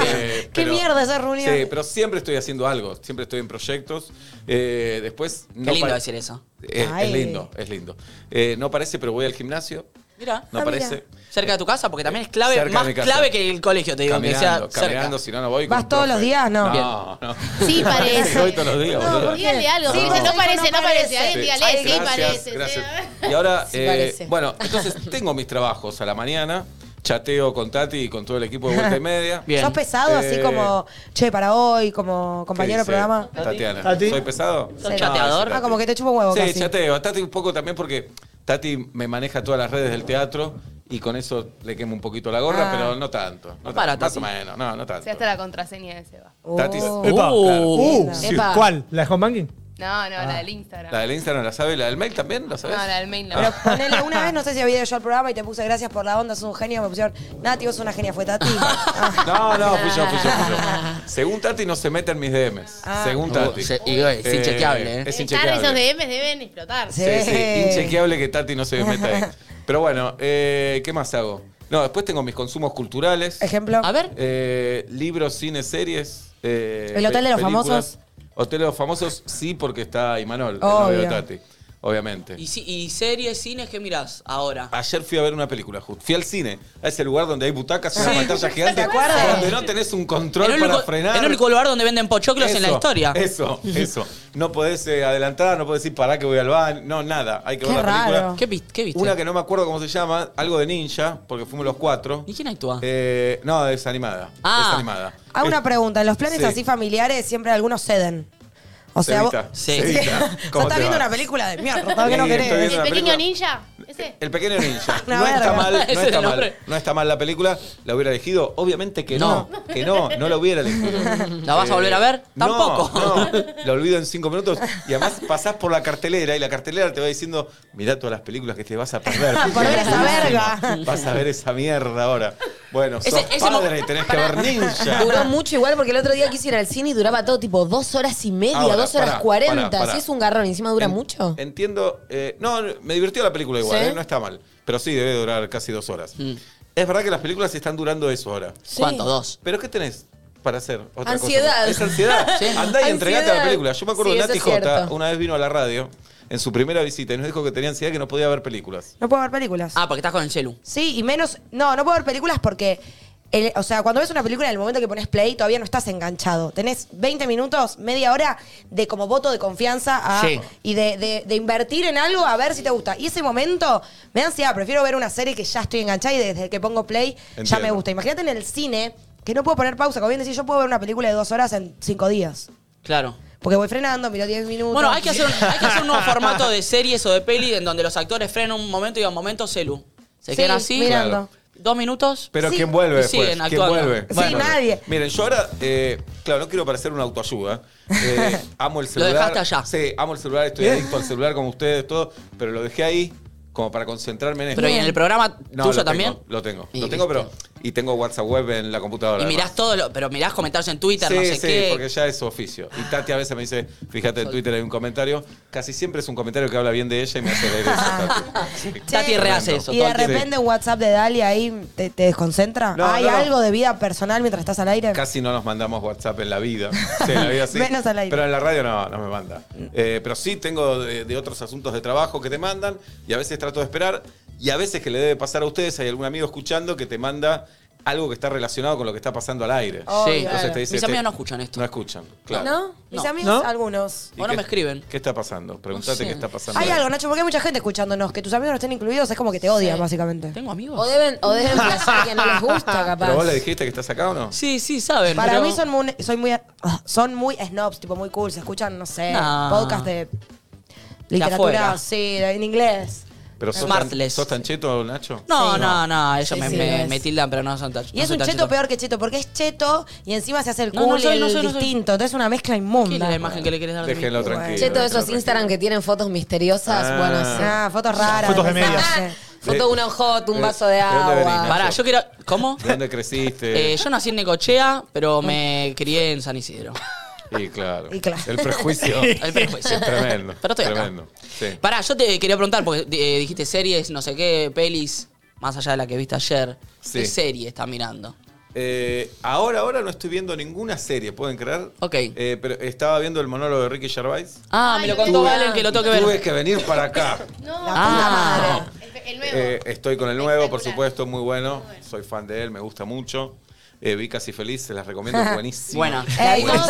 Speaker 2: qué mierda esas reuniones.
Speaker 6: Sí, pero siempre estoy haciendo algo. Siempre estoy en proyectos. Eh, después.
Speaker 4: Qué lindo decir eso.
Speaker 6: Eh,
Speaker 2: Ay.
Speaker 6: es lindo, es lindo. Eh, no parece, pero voy al gimnasio.
Speaker 4: Mira.
Speaker 6: No
Speaker 2: Ah,
Speaker 6: parece.
Speaker 2: mira.
Speaker 4: Cerca de tu casa, porque también es clave,
Speaker 6: Cerca de
Speaker 4: más
Speaker 6: mi casa.
Speaker 4: clave que el colegio, te digo. que sea
Speaker 6: Caminando,
Speaker 4: cerca.
Speaker 6: caminando, si no, no voy. con
Speaker 2: ¿Vas
Speaker 6: un
Speaker 2: todos
Speaker 6: profe.
Speaker 2: los días? No.
Speaker 6: No, no.
Speaker 8: Sí, parece.
Speaker 6: Sí, voy todos los días, boludo.
Speaker 2: ¿por qué?
Speaker 8: Díganle algo.
Speaker 2: Sí,
Speaker 8: dice,
Speaker 2: vos
Speaker 8: no
Speaker 2: dijo,
Speaker 8: parece,
Speaker 2: no
Speaker 8: no parece.
Speaker 2: parece.
Speaker 8: Ahí, dígale,
Speaker 6: Ay,
Speaker 8: Este, sí parece. sí.
Speaker 6: Y ahora,
Speaker 5: Sí
Speaker 6: eh,
Speaker 5: parece.
Speaker 6: bueno, entonces tengo mis trabajos a la mañana. Chateo con Tati y con todo el equipo de vuelta y media.
Speaker 4: Bien.
Speaker 2: ¿Sos pesado así
Speaker 6: Eh,
Speaker 2: como, che, para hoy, como
Speaker 6: ¿Qué
Speaker 2: compañero de
Speaker 6: dice
Speaker 2: programa?
Speaker 6: Tatiana.
Speaker 9: Tati.
Speaker 6: ¿Soy pesado?
Speaker 4: ¿Sos chateador?
Speaker 2: Ah, como que te chupa un huevo
Speaker 6: Sí,
Speaker 2: casi.
Speaker 6: chateo. Tati un poco también porque Tati me maneja todas las redes del teatro y con eso le quemo un poquito la gorra,
Speaker 2: Ah.
Speaker 6: pero no tanto. No, tanto,
Speaker 4: para,
Speaker 6: Más
Speaker 4: Tati.
Speaker 6: o menos, no, no
Speaker 8: O
Speaker 6: tanto.
Speaker 8: sea, hasta la contraseña de Seba.
Speaker 6: Tati- Eh,
Speaker 2: Oh.
Speaker 9: Epa.
Speaker 4: Uh.
Speaker 9: Uh,
Speaker 5: Epa.
Speaker 9: ¿Cuál? ¿La de home banking?
Speaker 8: No, no, la del Instagram.
Speaker 6: Ah. La del Ah. Instagram la sabe, la del mail también, ¿la sabes?
Speaker 8: No, la del mail no.
Speaker 2: Pero ponele una vez, no sé si había ido yo al programa y te puse gracias por la onda, sos un genio. Me pusieron, Nati, vos sos una genia, fue Tati. Ah.
Speaker 6: No, no, fui yo, fui yo, fui yo. Según Tati no se mete en mis DMs. Según Tati.
Speaker 4: Se- y, eh, es inchequeable, ¿eh?
Speaker 6: Es
Speaker 8: Tarde, esos
Speaker 6: inchequeable.
Speaker 8: DMs deben explotar.
Speaker 2: Sí.
Speaker 6: Sí, sí, inchequeable que Tati no se meta ahí. Pero bueno, eh, ¿qué más hago? No, después tengo mis consumos culturales.
Speaker 2: Ejemplo.
Speaker 4: A ver.
Speaker 6: Eh, libros, cine, series. eh,
Speaker 2: ¿El Hotel de los
Speaker 6: películas.
Speaker 2: Famosos?
Speaker 6: Hotel de los Famosos sí, porque está Imanol, el
Speaker 2: Obvio.
Speaker 6: novio de Tati. Obviamente.
Speaker 4: ¿Y, si- y series, cines que mirás ahora?
Speaker 6: Ayer fui a ver una película, ju- fui al cine, a ese lugar donde hay butacas y una
Speaker 4: Sí.
Speaker 6: pantalla gigante,
Speaker 2: ¿Te acuerdas?
Speaker 6: donde no tenés un control
Speaker 4: el
Speaker 6: para
Speaker 4: único-
Speaker 6: frenar.
Speaker 4: el único lugar donde venden pochoclos en la
Speaker 6: Eso,
Speaker 4: historia.
Speaker 6: Eso, eso. No podés eh, adelantar, no podés decir pará que voy al baño, no, nada. Hay que
Speaker 2: Qué
Speaker 6: ver la película.
Speaker 2: raro.
Speaker 4: ¿Qué, vis- qué viste?
Speaker 6: Una que no me acuerdo cómo se llama, algo de ninja, porque fuimos los cuatro.
Speaker 4: ¿Y quién actúa?
Speaker 6: Eh, no, es animada.
Speaker 4: Ah.
Speaker 6: Es animada.
Speaker 2: Hago una pregunta. En los planes
Speaker 6: Sí.
Speaker 2: así familiares siempre algunos ceden. O sea, vos,
Speaker 6: Cevita,
Speaker 4: Sí.
Speaker 6: Cevita,
Speaker 2: vos
Speaker 6: ¿cómo
Speaker 2: estás
Speaker 6: te
Speaker 2: viendo
Speaker 6: va?
Speaker 2: una película de mierda. ¿Por qué no
Speaker 6: Sí, estoy
Speaker 2: querés?
Speaker 6: viendo
Speaker 8: ¿El
Speaker 6: una
Speaker 8: pequeño
Speaker 6: película- Eh,
Speaker 8: ninja? ¿Ese?
Speaker 6: El pequeño ninja.
Speaker 2: Una
Speaker 6: No está
Speaker 2: verga.
Speaker 6: mal,
Speaker 4: Ese
Speaker 6: no
Speaker 4: es
Speaker 6: está
Speaker 4: el
Speaker 6: mal.
Speaker 4: nombre.
Speaker 6: No está mal la película. ¿La hubiera elegido? Obviamente que no. Que no, no la hubiera elegido.
Speaker 4: ¿La vas a volver a ver?
Speaker 6: no,
Speaker 4: Tampoco.
Speaker 6: No, la olvido en cinco minutos. Y además pasás por la cartelera y la cartelera te va diciendo, mirá todas las películas que te vas a perder.
Speaker 2: Por ver esa
Speaker 6: Buenísima.
Speaker 2: verga.
Speaker 6: Vas a ver esa mierda ahora. Bueno,
Speaker 4: Ese-
Speaker 6: sos
Speaker 4: ese
Speaker 6: padre
Speaker 4: mo-
Speaker 6: y tenés que ver ninja.
Speaker 5: Duró mucho igual porque el otro día quise ir al cine y duraba todo tipo dos horas y media,
Speaker 6: Ahora,
Speaker 5: dos horas
Speaker 6: pará,
Speaker 5: cuarenta.
Speaker 6: pará, pará.
Speaker 5: Si es un garrón, encima dura
Speaker 6: En-
Speaker 5: mucho.
Speaker 6: Entiendo. eh, no, me divirtió la película igual,
Speaker 5: ¿Sí?
Speaker 6: eh, no está mal. Pero sí, debe durar casi dos horas.
Speaker 4: Mm.
Speaker 6: Es verdad que las películas están durando eso ahora.
Speaker 4: ¿Cuánto? Dos.
Speaker 6: ¿Pero qué tenés para hacer? Otra
Speaker 5: Ansiedad.
Speaker 6: Cosa? Es ansiedad.
Speaker 4: Sí.
Speaker 6: Andá y entregate a la
Speaker 5: Ansiedad.
Speaker 6: película. Yo me acuerdo
Speaker 5: Sí,
Speaker 6: que
Speaker 5: eso
Speaker 6: Nati
Speaker 5: es
Speaker 6: Jota
Speaker 5: cierto.
Speaker 6: una vez vino a la radio en su primera visita y nos dijo que tenía ansiedad que no podía ver películas.
Speaker 2: No puedo ver películas.
Speaker 4: Ah, porque estás con el celu.
Speaker 2: Sí, y menos. No, no puedo ver películas porque. el- o sea, cuando ves una película, en el momento que pones play, todavía no estás enganchado. Tenés 20 minutos, media hora de como voto de confianza a-
Speaker 4: Sí.
Speaker 2: y de, de- de invertir en algo a ver si te gusta. Y ese momento me da ansiedad. Prefiero ver una serie que ya estoy enganchada y desde que pongo play ya
Speaker 6: Entiendo.
Speaker 2: me gusta. Imagínate en el cine que no puedo poner pausa. Como bien decís, yo puedo ver una película de dos horas en cinco días.
Speaker 4: Claro.
Speaker 2: Porque voy frenando, miro 10 minutos.
Speaker 4: Bueno, hay que, hacer un, hay que hacer un nuevo formato de series o de peli en donde los actores frenan un momento y a un momento celu. Se
Speaker 2: Sí,
Speaker 4: quedan así.
Speaker 2: mirando.
Speaker 4: Dos minutos.
Speaker 6: Pero
Speaker 2: Sí.
Speaker 6: ¿quién vuelve
Speaker 4: Y
Speaker 6: después?
Speaker 4: siguen
Speaker 6: ¿Quién
Speaker 4: actuando.
Speaker 6: vuelve?
Speaker 2: Sí, nadie.
Speaker 6: Miren, yo ahora, eh, claro, no quiero parecer una autoayuda. Eh, amo el celular.
Speaker 4: dejaste allá.
Speaker 6: Sí, amo el celular, estoy adicto al celular como ustedes, todo, pero lo dejé ahí como para concentrarme en esto.
Speaker 4: Pero ¿y en el programa tuyo
Speaker 6: No, lo tengo,
Speaker 4: también.
Speaker 6: Lo tengo,
Speaker 4: Y
Speaker 6: lo tengo, pero.
Speaker 4: listo.
Speaker 6: Y tengo WhatsApp web en la computadora.
Speaker 4: Y
Speaker 6: además.
Speaker 4: mirás todo lo, pero mirás comentarios en Twitter,
Speaker 6: sí,
Speaker 4: no sé
Speaker 6: sí,
Speaker 4: qué.
Speaker 6: porque ya es su oficio. Y Tati a veces me dice, fíjate en Twitter hay un comentario, casi siempre es un comentario que habla bien de ella y me hace leer eso, Tati. Sí.
Speaker 4: Tati rehace
Speaker 6: Tremendo.
Speaker 4: eso.
Speaker 2: Y de
Speaker 4: todo el tiempo.
Speaker 2: repente un WhatsApp de Dali ahí te, te desconcentra.
Speaker 6: No,
Speaker 2: ¿Hay
Speaker 6: no, no.
Speaker 2: algo de vida personal mientras estás al aire?
Speaker 6: Casi no nos mandamos WhatsApp en la vida. Sí, en la vida sí.
Speaker 2: Menos al aire.
Speaker 6: Pero en la radio no, no me manda. Eh, pero sí tengo de, de otros asuntos de trabajo que te mandan y a veces trato de esperar y a veces que le debe pasar a ustedes, hay algún amigo escuchando que te manda algo que está relacionado con lo que está pasando al aire.
Speaker 2: Oh, claro.
Speaker 4: Sí.
Speaker 6: Entonces te dice,
Speaker 4: Mis
Speaker 6: te-
Speaker 4: amigos no escuchan esto.
Speaker 6: No escuchan, claro.
Speaker 2: ¿No? Mis
Speaker 4: No.
Speaker 2: amigos,
Speaker 9: ¿No?
Speaker 2: algunos.
Speaker 6: ¿Y
Speaker 4: O no
Speaker 6: qué-
Speaker 4: me escriben.
Speaker 6: ¿Qué está pasando? Preguntate
Speaker 4: No sé.
Speaker 6: qué está pasando.
Speaker 2: Hay algo, Nacho, porque hay mucha gente escuchándonos. Que tus amigos no estén incluidos es como que te odian,
Speaker 5: Sí.
Speaker 2: básicamente.
Speaker 4: ¿Tengo amigos?
Speaker 5: O deben, o deben pensar que no les gusta, capaz.
Speaker 6: ¿Pero vos le dijiste que estás acá o no?
Speaker 4: Sí, sí, saben.
Speaker 2: Para
Speaker 4: pero-
Speaker 2: mí son muy, soy muy, ah, son muy snobs, tipo muy cool. Se escuchan, no sé,
Speaker 4: No.
Speaker 2: podcast de literatura,
Speaker 4: afuera.
Speaker 2: sí, de- en inglés.
Speaker 6: Pero sos tan,
Speaker 4: Smartless.
Speaker 6: sos tan cheto, Nacho.
Speaker 4: No,
Speaker 2: Sí.
Speaker 4: no, no, ellos
Speaker 5: Sí,
Speaker 4: me,
Speaker 5: sí,
Speaker 4: me-
Speaker 5: es.
Speaker 4: me tildan, pero no son tan
Speaker 2: Y
Speaker 4: no
Speaker 2: es
Speaker 4: soy
Speaker 2: un
Speaker 4: tan
Speaker 2: cheto peor que cheto, porque es cheto y encima se hace el
Speaker 4: No, no
Speaker 2: cool y
Speaker 4: soy,
Speaker 2: el
Speaker 4: no soy, no soy.
Speaker 2: distinto. Entonces es una mezcla
Speaker 4: ¿Qué es
Speaker 2: inmunda.
Speaker 4: la imagen que le querés dar de mí?
Speaker 6: Déjenlo tranquilo.
Speaker 5: Che, todos esos
Speaker 6: déjenlo
Speaker 5: Instagram que tienen fotos misteriosas,
Speaker 6: Ah.
Speaker 5: bueno, sí.
Speaker 2: Ah, fotos raras.
Speaker 9: Fotos de medias.
Speaker 2: mensajes.
Speaker 5: Foto de un ojote, un vaso de
Speaker 6: ¿De dónde venís,
Speaker 5: agua.
Speaker 6: Nacho?
Speaker 4: Pará, yo quiero... ¿Cómo?
Speaker 6: tranquilo. ¿De dónde creciste?
Speaker 4: Eh, yo nací en Necochea, pero me crié en San Isidro.
Speaker 6: y, claro.
Speaker 2: y claro.
Speaker 6: El prejuicio.
Speaker 4: El prejuicio.
Speaker 6: Es tremendo.
Speaker 4: Pero estoy acá.
Speaker 6: tremendo. Sí.
Speaker 4: Pará, yo te quería preguntar, porque eh, dijiste series, no sé qué, pelis, más allá de la que viste ayer.
Speaker 6: Sí.
Speaker 4: ¿Qué serie estás mirando?
Speaker 6: Eh, ahora, ahora no estoy viendo ninguna serie, ¿pueden creer?
Speaker 4: Ok.
Speaker 6: Eh, pero estaba viendo el monólogo de Ricky Gervais.
Speaker 4: Ah, me
Speaker 8: Ay,
Speaker 4: lo
Speaker 8: lo
Speaker 4: contó
Speaker 8: vi.
Speaker 4: Valen que lo tengo que
Speaker 6: Tuve
Speaker 4: ver.
Speaker 6: que venir para acá.
Speaker 8: No.
Speaker 2: La
Speaker 4: Ah.
Speaker 2: puta madre.
Speaker 8: El, el nuevo.
Speaker 6: Eh, estoy con el nuevo, por
Speaker 8: Espectacular.
Speaker 6: supuesto, muy bueno. Soy fan de él, me gusta mucho. Eh, vi Casi Feliz, se las recomiendo, buenísimo.
Speaker 4: Buena.
Speaker 2: Eh,
Speaker 5: Buenísimo.
Speaker 2: todos,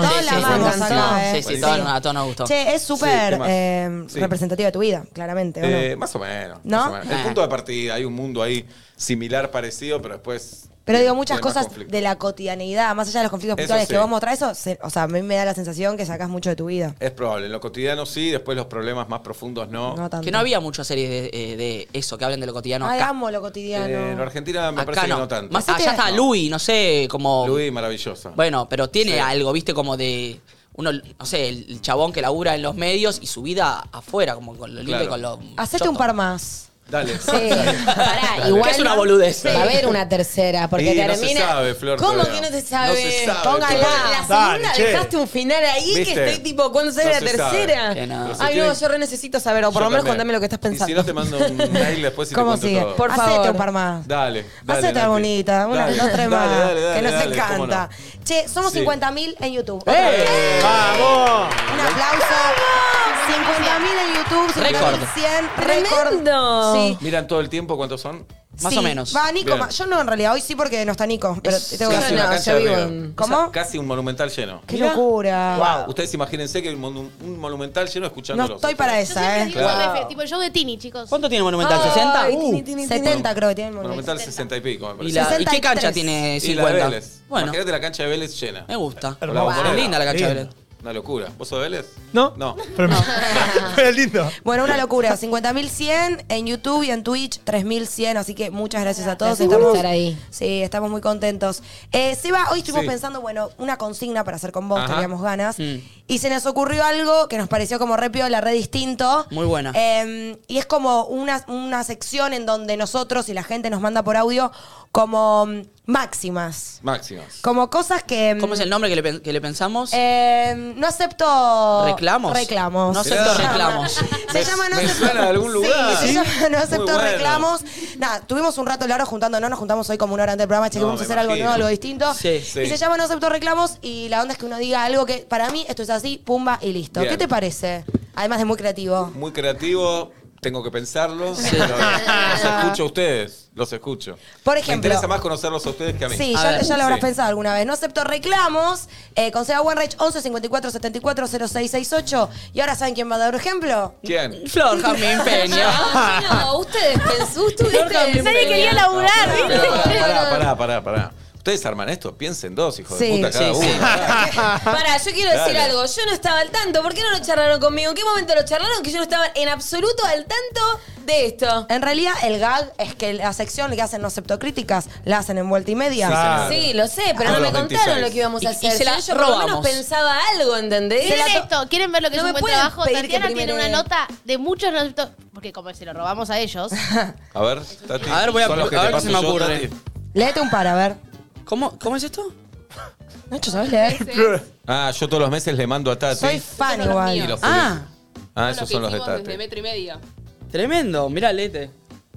Speaker 2: todos
Speaker 4: Sí,
Speaker 2: la
Speaker 4: sí,
Speaker 2: amamos
Speaker 6: buenísimo.
Speaker 2: acá,
Speaker 4: Sí,
Speaker 2: eh.
Speaker 4: sí, todos nos- a todos nos gustó.
Speaker 2: Che, es súper
Speaker 6: ¿qué más?
Speaker 2: eh,
Speaker 6: Sí.
Speaker 2: representativa de tu vida, claramente, ¿o no?
Speaker 6: Eh, más o menos.
Speaker 2: ¿No?
Speaker 6: más o menos. El
Speaker 4: Ah.
Speaker 6: punto de partida, hay un mundo ahí similar, parecido, pero después
Speaker 2: Pero digo, muchas
Speaker 6: Tiene más
Speaker 2: cosas
Speaker 6: conflicto.
Speaker 2: de la cotidianeidad, más allá de los conflictos
Speaker 6: Eso
Speaker 2: puntuales
Speaker 6: sí.
Speaker 2: que vos mostrás, eso, se- o sea, a mí me da la sensación que sacás mucho de tu vida.
Speaker 6: Es probable. En lo cotidiano sí, después los problemas más profundos no.
Speaker 2: No tanto.
Speaker 4: Que no había muchas series de, eh, de eso, que hablan de lo cotidiano
Speaker 2: Ay,
Speaker 4: acá.
Speaker 2: amo Ah, lo cotidiano.
Speaker 6: Eh, en Argentina me
Speaker 4: Acá
Speaker 6: parece que no tanto.
Speaker 4: Más
Speaker 2: Así
Speaker 4: allá
Speaker 2: que-
Speaker 4: está Louis, no sé, como...
Speaker 6: Luis, maravillosa.
Speaker 4: Bueno, pero tiene
Speaker 6: Sí.
Speaker 4: algo, viste, como de... Uno, no sé, el el chabón que labura en los medios y su vida afuera, como con lo lindo y
Speaker 6: Claro.
Speaker 4: con lo...
Speaker 2: Hacete
Speaker 4: choto.
Speaker 2: un par más.
Speaker 5: Sí,
Speaker 6: Dale.
Speaker 5: pará, igual.
Speaker 4: Que es una boludez.
Speaker 5: Va a haber una tercera, porque
Speaker 6: Y no
Speaker 5: termina.
Speaker 6: se sabe, Flor,
Speaker 5: ¿Cómo que
Speaker 6: todavía.
Speaker 5: no se sabe?
Speaker 6: No se sabe
Speaker 5: Póngala.
Speaker 6: todavía.
Speaker 5: La segunda
Speaker 9: Dale, che.
Speaker 5: dejaste un final ahí que
Speaker 6: ¿Viste?
Speaker 5: estoy tipo, ¿cuándo sale
Speaker 6: No
Speaker 5: la
Speaker 6: se sabe.
Speaker 5: tercera?
Speaker 4: Que no.
Speaker 6: Pero si
Speaker 5: Ay, no,
Speaker 6: quieren-
Speaker 5: yo re necesito saber, o por
Speaker 6: Yo
Speaker 5: lo menos
Speaker 6: también.
Speaker 5: contame lo que estás pensando.
Speaker 6: Y si no te mando un mail después y te
Speaker 2: ¿Cómo
Speaker 6: cuento
Speaker 2: sigue?
Speaker 6: todo.
Speaker 5: Por
Speaker 2: Hacete
Speaker 5: favor.
Speaker 2: un par más.
Speaker 6: Dale, dale.
Speaker 2: Hacete
Speaker 6: Nati.
Speaker 2: bonita, una,
Speaker 6: Dale,
Speaker 2: dos, tres
Speaker 6: dale,
Speaker 2: más.
Speaker 6: dale, dale,
Speaker 2: que nos
Speaker 6: dale, cómo
Speaker 2: encanta. ¡Eh! Che, somos
Speaker 6: Sí.
Speaker 2: 50.000 en YouTube.
Speaker 9: ¡Vamos!
Speaker 2: Un aplauso. 50.000 en YouTube,
Speaker 4: Récord.
Speaker 2: 100, récord.
Speaker 5: Tremendo.
Speaker 2: Sí.
Speaker 6: ¿Miran todo el tiempo cuántos son?
Speaker 4: Más
Speaker 2: Sí.
Speaker 4: o menos.
Speaker 2: Va, Nico,
Speaker 6: Bien.
Speaker 2: ma- yo no en realidad, hoy sí porque no está Nico, pero te tengo que
Speaker 5: Yo
Speaker 6: Casi
Speaker 2: hacer
Speaker 6: una
Speaker 5: no,
Speaker 6: cancha
Speaker 5: yo
Speaker 6: de
Speaker 5: vivo
Speaker 6: River.
Speaker 5: en-
Speaker 2: ¿Cómo?
Speaker 6: O sea, Casi un monumental lleno.
Speaker 2: ¡Qué locura!
Speaker 6: Wow. Ustedes imagínense que hay un, monu- un monumental lleno escuchando
Speaker 2: No estoy para
Speaker 8: Yo siempre
Speaker 2: esa,
Speaker 8: les
Speaker 2: ¿eh?
Speaker 8: digo
Speaker 6: Claro.
Speaker 8: refe- tipo el show de Tini, chicos.
Speaker 4: ¿Cuánto tiene Monumental? ¿60?
Speaker 5: Ay,
Speaker 4: Uh,
Speaker 5: tini, tini, tini.
Speaker 2: 70 creo que tiene el Monumental.
Speaker 6: Monumental 60 y pico, me
Speaker 4: ¿Y,
Speaker 6: parece.
Speaker 4: la, ¿y qué
Speaker 2: 63.
Speaker 4: cancha tiene
Speaker 6: Y la de
Speaker 4: 50?
Speaker 6: Vélez.
Speaker 4: Bueno,
Speaker 6: Imagínate la cancha de Vélez llena.
Speaker 4: me gusta.
Speaker 9: Hermoso.
Speaker 4: Es linda la cancha de Vélez.
Speaker 6: Una locura. ¿Vos sos de Vélez?
Speaker 9: ¿No?
Speaker 6: No.
Speaker 9: Pero, pero es lindo.
Speaker 2: Bueno, una locura. 50.100 en YouTube y en Twitch, 3.100. Así que muchas gracias a todos.
Speaker 5: Gracias por estar ahí.
Speaker 2: Sí, estamos muy contentos. Eh, Seba, hoy estuvimos
Speaker 6: Sí.
Speaker 2: pensando, bueno, una consigna para hacer con vos,
Speaker 6: Ajá.
Speaker 2: teníamos ganas.
Speaker 4: Mm.
Speaker 2: Y se nos ocurrió algo que nos pareció como re la red distinto.
Speaker 4: Muy buena.
Speaker 2: Eh, y es como una, una sección en donde nosotros y la gente nos manda por audio como mm, máximas.
Speaker 6: Máximos.
Speaker 2: Como cosas que. mm,
Speaker 4: ¿Cómo es el nombre que le, pen- que le pensamos?
Speaker 2: eh, no acepto.
Speaker 4: ¿Reclamos?
Speaker 2: Reclamos.
Speaker 4: No acepto reclamos.
Speaker 2: Se llama No
Speaker 6: me
Speaker 2: acepto.
Speaker 6: suena de algún
Speaker 2: Sí,
Speaker 6: lugar.
Speaker 2: se
Speaker 6: ¿Sí?
Speaker 2: llama No
Speaker 6: Muy
Speaker 2: acepto
Speaker 6: bueno.
Speaker 2: reclamos. Nada, tuvimos un rato largo juntándonos, nos juntamos hoy como una hora antes del programa, che, que
Speaker 6: No,
Speaker 2: vamos a
Speaker 6: me
Speaker 2: hacer algo
Speaker 6: imagino.
Speaker 2: nuevo, algo distinto.
Speaker 4: Sí,
Speaker 6: sí.
Speaker 2: Y se llama No acepto reclamos y la onda es que uno diga algo que para mí esto es así, pumba y listo.
Speaker 6: Bien.
Speaker 2: ¿Qué te parece? Además de muy creativo.
Speaker 6: Muy creativo. Tengo que pensarlo. Pero Los escucho a ustedes. Los escucho.
Speaker 2: Por ejemplo.
Speaker 6: Me interesa más conocerlos a ustedes que a mí.
Speaker 2: Sí,
Speaker 4: A
Speaker 2: ya,
Speaker 4: ver.
Speaker 2: ya lo habrás
Speaker 6: Sí.
Speaker 2: pensado alguna vez. No acepto reclamos. Eh, con Seba Wenreich, 11 54 74 0668. Y ahora, ¿saben quién va a dar un ejemplo?
Speaker 6: ¿Quién?
Speaker 4: Flor Jamín Peña.
Speaker 5: Ah, no, ustedes pensó, estuviste.
Speaker 8: Nadie quería
Speaker 6: No,
Speaker 8: laburar, ¿viste?
Speaker 6: pero pará, pará, pará, pará, pará. Ustedes arman esto, piensen dos, hijos
Speaker 2: Sí.
Speaker 6: de puta, cada
Speaker 4: Sí,
Speaker 6: uno.
Speaker 4: sí.
Speaker 6: pará.
Speaker 5: Pará, yo quiero decir
Speaker 6: Ah. Dale.
Speaker 5: algo. Yo no estaba al tanto. ¿Por qué no lo charlaron conmigo? ¿En qué momento lo charlaron? Que yo no estaba en absoluto al tanto de esto.
Speaker 2: En realidad, el gag es que la sección que hacen No acepto críticas la hacen en vuelta y media.
Speaker 9: Claro.
Speaker 5: Sí, lo sé, pero
Speaker 6: Ah,
Speaker 5: no me
Speaker 6: los
Speaker 5: contaron
Speaker 6: 26.
Speaker 5: lo que íbamos a
Speaker 4: Y- y
Speaker 5: hacer.
Speaker 4: se la
Speaker 5: yo, yo por lo menos
Speaker 4: robamos.
Speaker 5: pensaba algo, ¿entendés?
Speaker 8: ¿Quieren
Speaker 5: Era to-
Speaker 8: esto? ¿Quieren ver lo que
Speaker 5: No
Speaker 8: es
Speaker 5: me
Speaker 8: un buen
Speaker 5: pueden
Speaker 8: trabajo?
Speaker 5: pedir que
Speaker 8: Tatiana tiene
Speaker 5: primero-
Speaker 8: una nota de muchos resultados. Porque como se lo robamos a ellos.
Speaker 6: A ver, Tati.
Speaker 4: A ver, voy a-
Speaker 6: son los que
Speaker 4: a
Speaker 6: te
Speaker 4: ver qué
Speaker 6: paso
Speaker 4: se me
Speaker 6: yo,
Speaker 4: ocurre.
Speaker 6: Tati.
Speaker 2: Léete un par, a ver.
Speaker 4: ¿Cómo, ¿Cómo es esto?
Speaker 2: Nacho, ¿sabes leer?
Speaker 6: Ah, yo todos los meses le mando a Tati.
Speaker 2: Soy fan
Speaker 8: Son los
Speaker 2: igual.
Speaker 6: Y los
Speaker 4: Ah,
Speaker 6: publico. Ah, esos son los de Tati.
Speaker 8: metro y media.
Speaker 4: tremendo. Mirá, lete.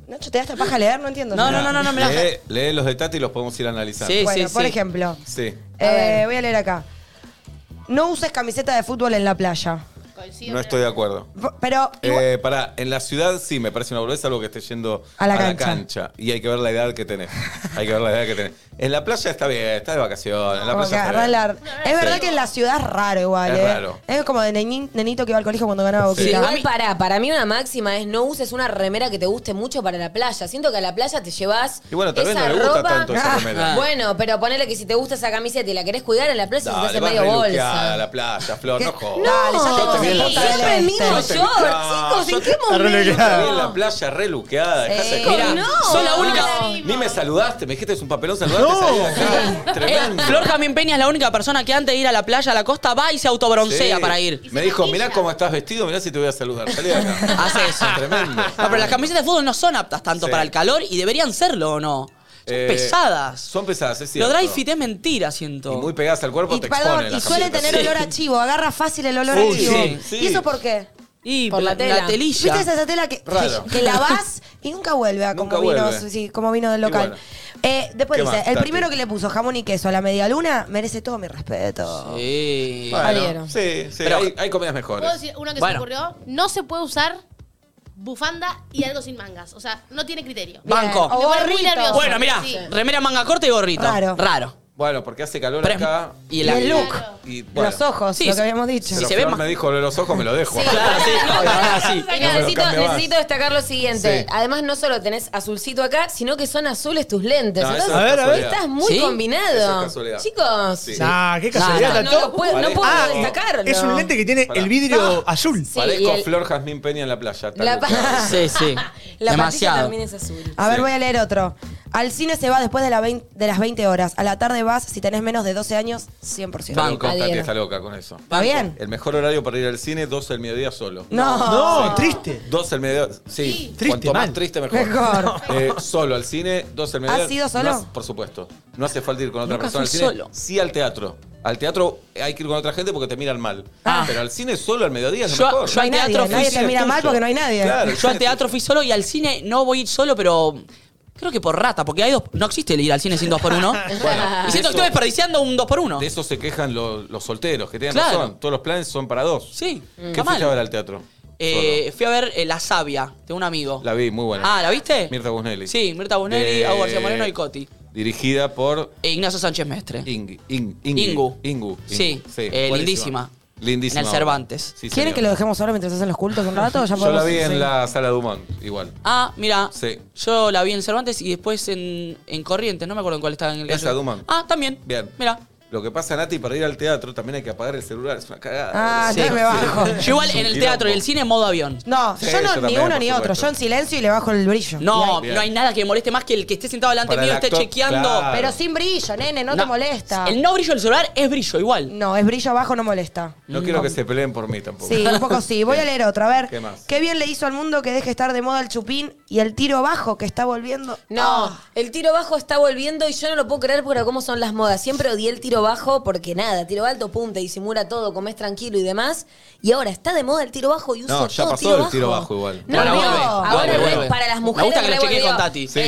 Speaker 2: Nacho, ¿te das paja a leer? No entiendo.
Speaker 4: No,
Speaker 2: nada.
Speaker 4: no, no, no, mirá.
Speaker 6: Lee, lee los de Tati y los podemos ir analizando.
Speaker 4: Sí.
Speaker 2: Bueno, por
Speaker 4: sí.
Speaker 2: ejemplo,
Speaker 6: Sí.
Speaker 2: eh, voy a leer acá. No uses camiseta de fútbol en la playa.
Speaker 8: Coincido.
Speaker 6: No estoy de acuerdo.
Speaker 2: P- Pero igual-
Speaker 6: Eh, pará, en la ciudad sí me parece una boludez algo que esté yendo
Speaker 2: A la cancha.
Speaker 6: Y hay que ver la edad que tenés. Hay que ver la edad que tenés. En la playa está bien, está de vacaciones. En la
Speaker 2: como que
Speaker 6: playa está
Speaker 2: agarrar
Speaker 6: bien.
Speaker 2: la- Es verdad
Speaker 6: Sí.
Speaker 2: que en la ciudad es raro igual,
Speaker 6: Es
Speaker 2: ¿eh?
Speaker 6: raro.
Speaker 2: Es como de nenin- nenito que iba al colegio cuando ganaba
Speaker 6: Sí.
Speaker 2: boquita.
Speaker 5: Igual para, para mí una máxima es no uses una remera que te guste mucho para la playa. Siento que a la playa te llevas
Speaker 6: Y bueno, tal vez
Speaker 5: esa
Speaker 6: no le gusta
Speaker 5: ropa.
Speaker 6: tanto esa
Speaker 2: Ah.
Speaker 6: remera.
Speaker 5: Bueno, pero ponele que si te gusta esa camiseta y la querés cuidar en la playa se te hace
Speaker 6: vas
Speaker 5: medio
Speaker 6: reluqueada
Speaker 5: bolsa.
Speaker 6: a la playa, Flor, no jodas.
Speaker 2: Dale, ya
Speaker 6: Yo te vi en la
Speaker 2: tenemos
Speaker 6: playa.
Speaker 5: Siempre el mismo
Speaker 6: Yo
Speaker 5: short,
Speaker 6: te vi- No,
Speaker 5: chicos,
Speaker 6: yo
Speaker 5: ¿en qué
Speaker 9: Está re
Speaker 5: momento?
Speaker 6: Te vi en la
Speaker 9: negada.
Speaker 6: playa reluqueada, dejás de
Speaker 2: Sí.
Speaker 4: Mirá,
Speaker 5: No.
Speaker 4: sos la única.
Speaker 6: Ni me saludaste, me dijiste es un papelón, saludaste, salí de acá. Tremendo.
Speaker 4: Eh, Flor Jamín Peña es la única persona que antes de ir a la playa, a la costa, va y se autobroncea
Speaker 6: Sí.
Speaker 4: para ir.
Speaker 6: Me dijo, mirá cómo estás vestido, mirá si te voy a saludar. Salí de acá.
Speaker 4: Hace eso.
Speaker 6: Tremendo.
Speaker 4: No, pero las camisetas de fútbol no son aptas tanto
Speaker 6: Sí.
Speaker 4: para el calor y deberían serlo o no. Son
Speaker 6: Eh,
Speaker 4: pesadas.
Speaker 6: Son pesadas, es
Speaker 4: Lo
Speaker 6: cierto.
Speaker 4: dry fit es mentira,
Speaker 6: Y
Speaker 4: siento.
Speaker 6: muy pegadas al cuerpo,
Speaker 2: Y
Speaker 6: te
Speaker 2: perdón,
Speaker 6: exponen
Speaker 2: y
Speaker 6: las
Speaker 2: suele
Speaker 6: camisetas.
Speaker 2: tener olor a chivo, agarra fácil el olor a
Speaker 4: Uy,
Speaker 2: chivo.
Speaker 4: sí,
Speaker 6: sí.
Speaker 2: ¿Y eso por qué?
Speaker 4: y
Speaker 5: Por la tela.
Speaker 4: telilla.
Speaker 2: ¿Viste esa tela que,
Speaker 6: Raro.
Speaker 2: que, que lavás y nunca vuelve a como
Speaker 6: Nunca
Speaker 2: vino,
Speaker 6: vuelve.
Speaker 2: sí, como vino del
Speaker 6: Y
Speaker 2: local?
Speaker 6: bueno.
Speaker 2: Eh, después
Speaker 6: ¿Qué
Speaker 2: dice,
Speaker 6: más,
Speaker 2: el
Speaker 6: Tati?
Speaker 2: primero que le puso jamón y queso a la media luna merece todo mi respeto.
Speaker 4: Sí.
Speaker 6: Bueno,
Speaker 5: Valieron.
Speaker 6: sí, sí,
Speaker 4: Pero-
Speaker 6: hay, hay comidas mejores.
Speaker 8: ¿Puedo decir uno que
Speaker 4: Bueno.
Speaker 8: se me ocurrió? No se puede usar bufanda y algo sin mangas. O sea, no tiene criterio.
Speaker 4: Banco.
Speaker 2: O
Speaker 8: Me pone muy
Speaker 2: gorrito.
Speaker 8: nervioso.
Speaker 4: Bueno, mirá,
Speaker 8: Sí.
Speaker 4: remera manga corta y gorrito.
Speaker 2: Raro.
Speaker 4: Raro.
Speaker 6: Bueno, porque hace calor
Speaker 4: Pero es-
Speaker 6: acá.
Speaker 4: y la- Y el
Speaker 2: look.
Speaker 6: Y, bueno,
Speaker 2: Los ojos,
Speaker 4: Sí,
Speaker 2: lo
Speaker 4: sí.
Speaker 2: que habíamos dicho.
Speaker 6: pero
Speaker 4: se ve
Speaker 6: Flor
Speaker 4: más-
Speaker 6: me dijo lo de los ojos, me lo dejo.
Speaker 4: Claro, sí. No, la
Speaker 6: Ah,
Speaker 4: verdad, sí.
Speaker 5: Acá
Speaker 6: No me lo
Speaker 5: necesito,
Speaker 6: cambie más.
Speaker 5: necesito destacar lo siguiente.
Speaker 6: Sí.
Speaker 5: Además, no solo tenés azulcito acá, sino que son azules tus lentes.
Speaker 6: No, eso
Speaker 5: Entonces,
Speaker 6: es
Speaker 9: A ver, a ver.
Speaker 6: casualidad.
Speaker 5: estás muy
Speaker 4: ¿Sí?
Speaker 6: Eso es
Speaker 5: combinado.
Speaker 6: casualidad.
Speaker 5: Chicos,
Speaker 6: Sí.
Speaker 9: Nah, qué casualidad.
Speaker 5: no,
Speaker 9: está
Speaker 5: no
Speaker 9: todo-
Speaker 5: lo puedo, no
Speaker 6: Parece-
Speaker 5: puedo
Speaker 6: Ah,
Speaker 5: destacarlo.
Speaker 9: Es un lente que tiene
Speaker 6: Pará.
Speaker 9: el vidrio azul.
Speaker 5: Sí,
Speaker 6: Parezco
Speaker 5: y el-
Speaker 6: Flor Jazmín Peña en la playa. tal
Speaker 5: La
Speaker 6: vez.
Speaker 5: pa-
Speaker 4: Sí, sí.
Speaker 5: La pantalla
Speaker 4: Demasiado.
Speaker 5: también es azul.
Speaker 2: A ver,
Speaker 6: Sí.
Speaker 2: voy a leer otro. Al cine se va después de, la 20 de las 20 horas. A la tarde vas, si tenés menos de 12 años, 100%.
Speaker 6: Está
Speaker 4: Banco.
Speaker 6: loca, Tati
Speaker 5: Adhiero.
Speaker 6: está loca con eso.
Speaker 2: ¿Está bien?
Speaker 6: El mejor horario para ir al cine, 12 del mediodía solo.
Speaker 2: No.
Speaker 9: No, triste.
Speaker 6: 12 del mediodía. Sí,
Speaker 9: Triste,
Speaker 6: cuanto más
Speaker 9: mal.
Speaker 6: triste mejor.
Speaker 2: Mejor.
Speaker 6: Eh, solo al cine, 12 del mediodía.
Speaker 2: ¿Has ido
Speaker 6: No
Speaker 2: solo?
Speaker 6: hace- por supuesto. No hace falta ir con otra
Speaker 4: Nunca
Speaker 6: persona al
Speaker 4: fui
Speaker 6: cine.
Speaker 4: solo.
Speaker 6: Sí al teatro. Al teatro hay que ir con otra gente porque te miran mal.
Speaker 4: Ah.
Speaker 6: Pero al cine solo al mediodía es lo
Speaker 4: Yo-
Speaker 6: mejor.
Speaker 4: yo al
Speaker 2: No hay
Speaker 4: teatro
Speaker 2: nadie,
Speaker 4: fui
Speaker 2: nadie
Speaker 6: cine
Speaker 2: te mira
Speaker 6: tuyo.
Speaker 2: mal porque no hay nadie.
Speaker 6: Claro.
Speaker 4: Yo al teatro fui solo y al cine no voy a ir solo, pero creo que por rata, porque hay dos, no existe el ir al cine sin dos por uno. y siento que estoy desperdiciando un dos por uno.
Speaker 6: De eso se quejan los, los solteros, que tienen
Speaker 4: Claro.
Speaker 6: razón. Todos los planes son para dos.
Speaker 4: Sí,
Speaker 6: ¿Qué
Speaker 4: está
Speaker 6: fuiste a ver
Speaker 4: mal.
Speaker 6: al teatro?
Speaker 4: Eh, fui a ver eh, La Sabia de un amigo.
Speaker 6: Solo. La vi, muy buena.
Speaker 4: Ah, ¿la viste?
Speaker 6: Mirta Busnelli. Eh,
Speaker 4: Sí, Mirta Busnelli,
Speaker 6: De-
Speaker 4: Agus García Moreno y Coti.
Speaker 6: Dirigida por
Speaker 4: E Ignacio Sánchez Mestre.
Speaker 6: Ing- Ing- Ingu.
Speaker 4: Ingu.
Speaker 6: Ingu.
Speaker 4: Sí, eh,
Speaker 6: buenísima.
Speaker 4: lindísima.
Speaker 6: Lindísima.
Speaker 4: En el
Speaker 6: obra.
Speaker 4: Cervantes.
Speaker 6: Sí,
Speaker 2: ¿Quieren
Speaker 6: señor.
Speaker 2: que lo dejemos ahora mientras hacen los cultos un rato? Ya
Speaker 6: Yo la
Speaker 2: podemos-
Speaker 6: vi en
Speaker 2: sí.
Speaker 6: la sala Dumont, igual.
Speaker 4: Ah, mira,
Speaker 6: Sí.
Speaker 4: yo la vi en Cervantes y después en, en Corrientes, no me acuerdo en cuál estaba en el
Speaker 6: Esa,
Speaker 4: gallo.
Speaker 6: Duman.
Speaker 4: Ah, también.
Speaker 6: Bien.
Speaker 4: Mira.
Speaker 6: Lo que pasa, Nati, para ir al teatro también hay que apagar el celular. Es una cagada.
Speaker 2: Ah,
Speaker 4: Sí.
Speaker 2: entonces me bajo.
Speaker 4: Yo igual en
Speaker 6: Es
Speaker 4: el
Speaker 6: un
Speaker 4: teatro y el
Speaker 6: quilombo.
Speaker 4: cine en modo avión.
Speaker 2: No,
Speaker 6: Sí,
Speaker 2: yo no,
Speaker 6: yo
Speaker 2: ni
Speaker 6: también,
Speaker 2: uno
Speaker 6: por
Speaker 2: ni otro.
Speaker 6: supuesto.
Speaker 2: Yo en silencio y le bajo el brillo. Y
Speaker 4: No,
Speaker 2: ahí-
Speaker 6: Bien.
Speaker 4: no hay nada que me moleste más que el que esté sentado delante
Speaker 6: Para
Speaker 4: mío y
Speaker 6: el
Speaker 4: esté
Speaker 6: actor,
Speaker 4: chequeando.
Speaker 6: claro.
Speaker 2: Pero sin brillo, nene, no, te
Speaker 4: No,
Speaker 2: molesta.
Speaker 4: El no brillo del celular es brillo igual.
Speaker 2: No, es brillo abajo, no molesta.
Speaker 6: No
Speaker 4: Mm.
Speaker 6: quiero que se peleen por mí tampoco.
Speaker 2: Sí, un poco sí. Voy a leer otro. A ver,
Speaker 6: ¿Qué más?
Speaker 2: qué bien le hizo al mundo que deje estar de moda el chupín y el tiro bajo que está volviendo.
Speaker 5: No,
Speaker 2: Ah.
Speaker 5: el tiro bajo está volviendo y yo no lo puedo creer porque cómo son las modas. Siempre odié el tiro bajo porque nada, tiro alto, pum, te disimula todo, comes tranquilo y demás. Y ahora está de moda el tiro bajo y uso
Speaker 6: No, ya
Speaker 5: todo
Speaker 6: pasó
Speaker 5: tiro
Speaker 6: el
Speaker 5: bajo.
Speaker 6: tiro bajo igual.
Speaker 5: No,
Speaker 4: Bueno,
Speaker 5: no,
Speaker 4: vuelve,
Speaker 5: ahora
Speaker 6: vuelve,
Speaker 5: re-
Speaker 6: vuelve.
Speaker 5: para las mujeres
Speaker 4: Me gusta que lo chequeen
Speaker 5: revolvió.
Speaker 4: con Tati.
Speaker 6: Sí.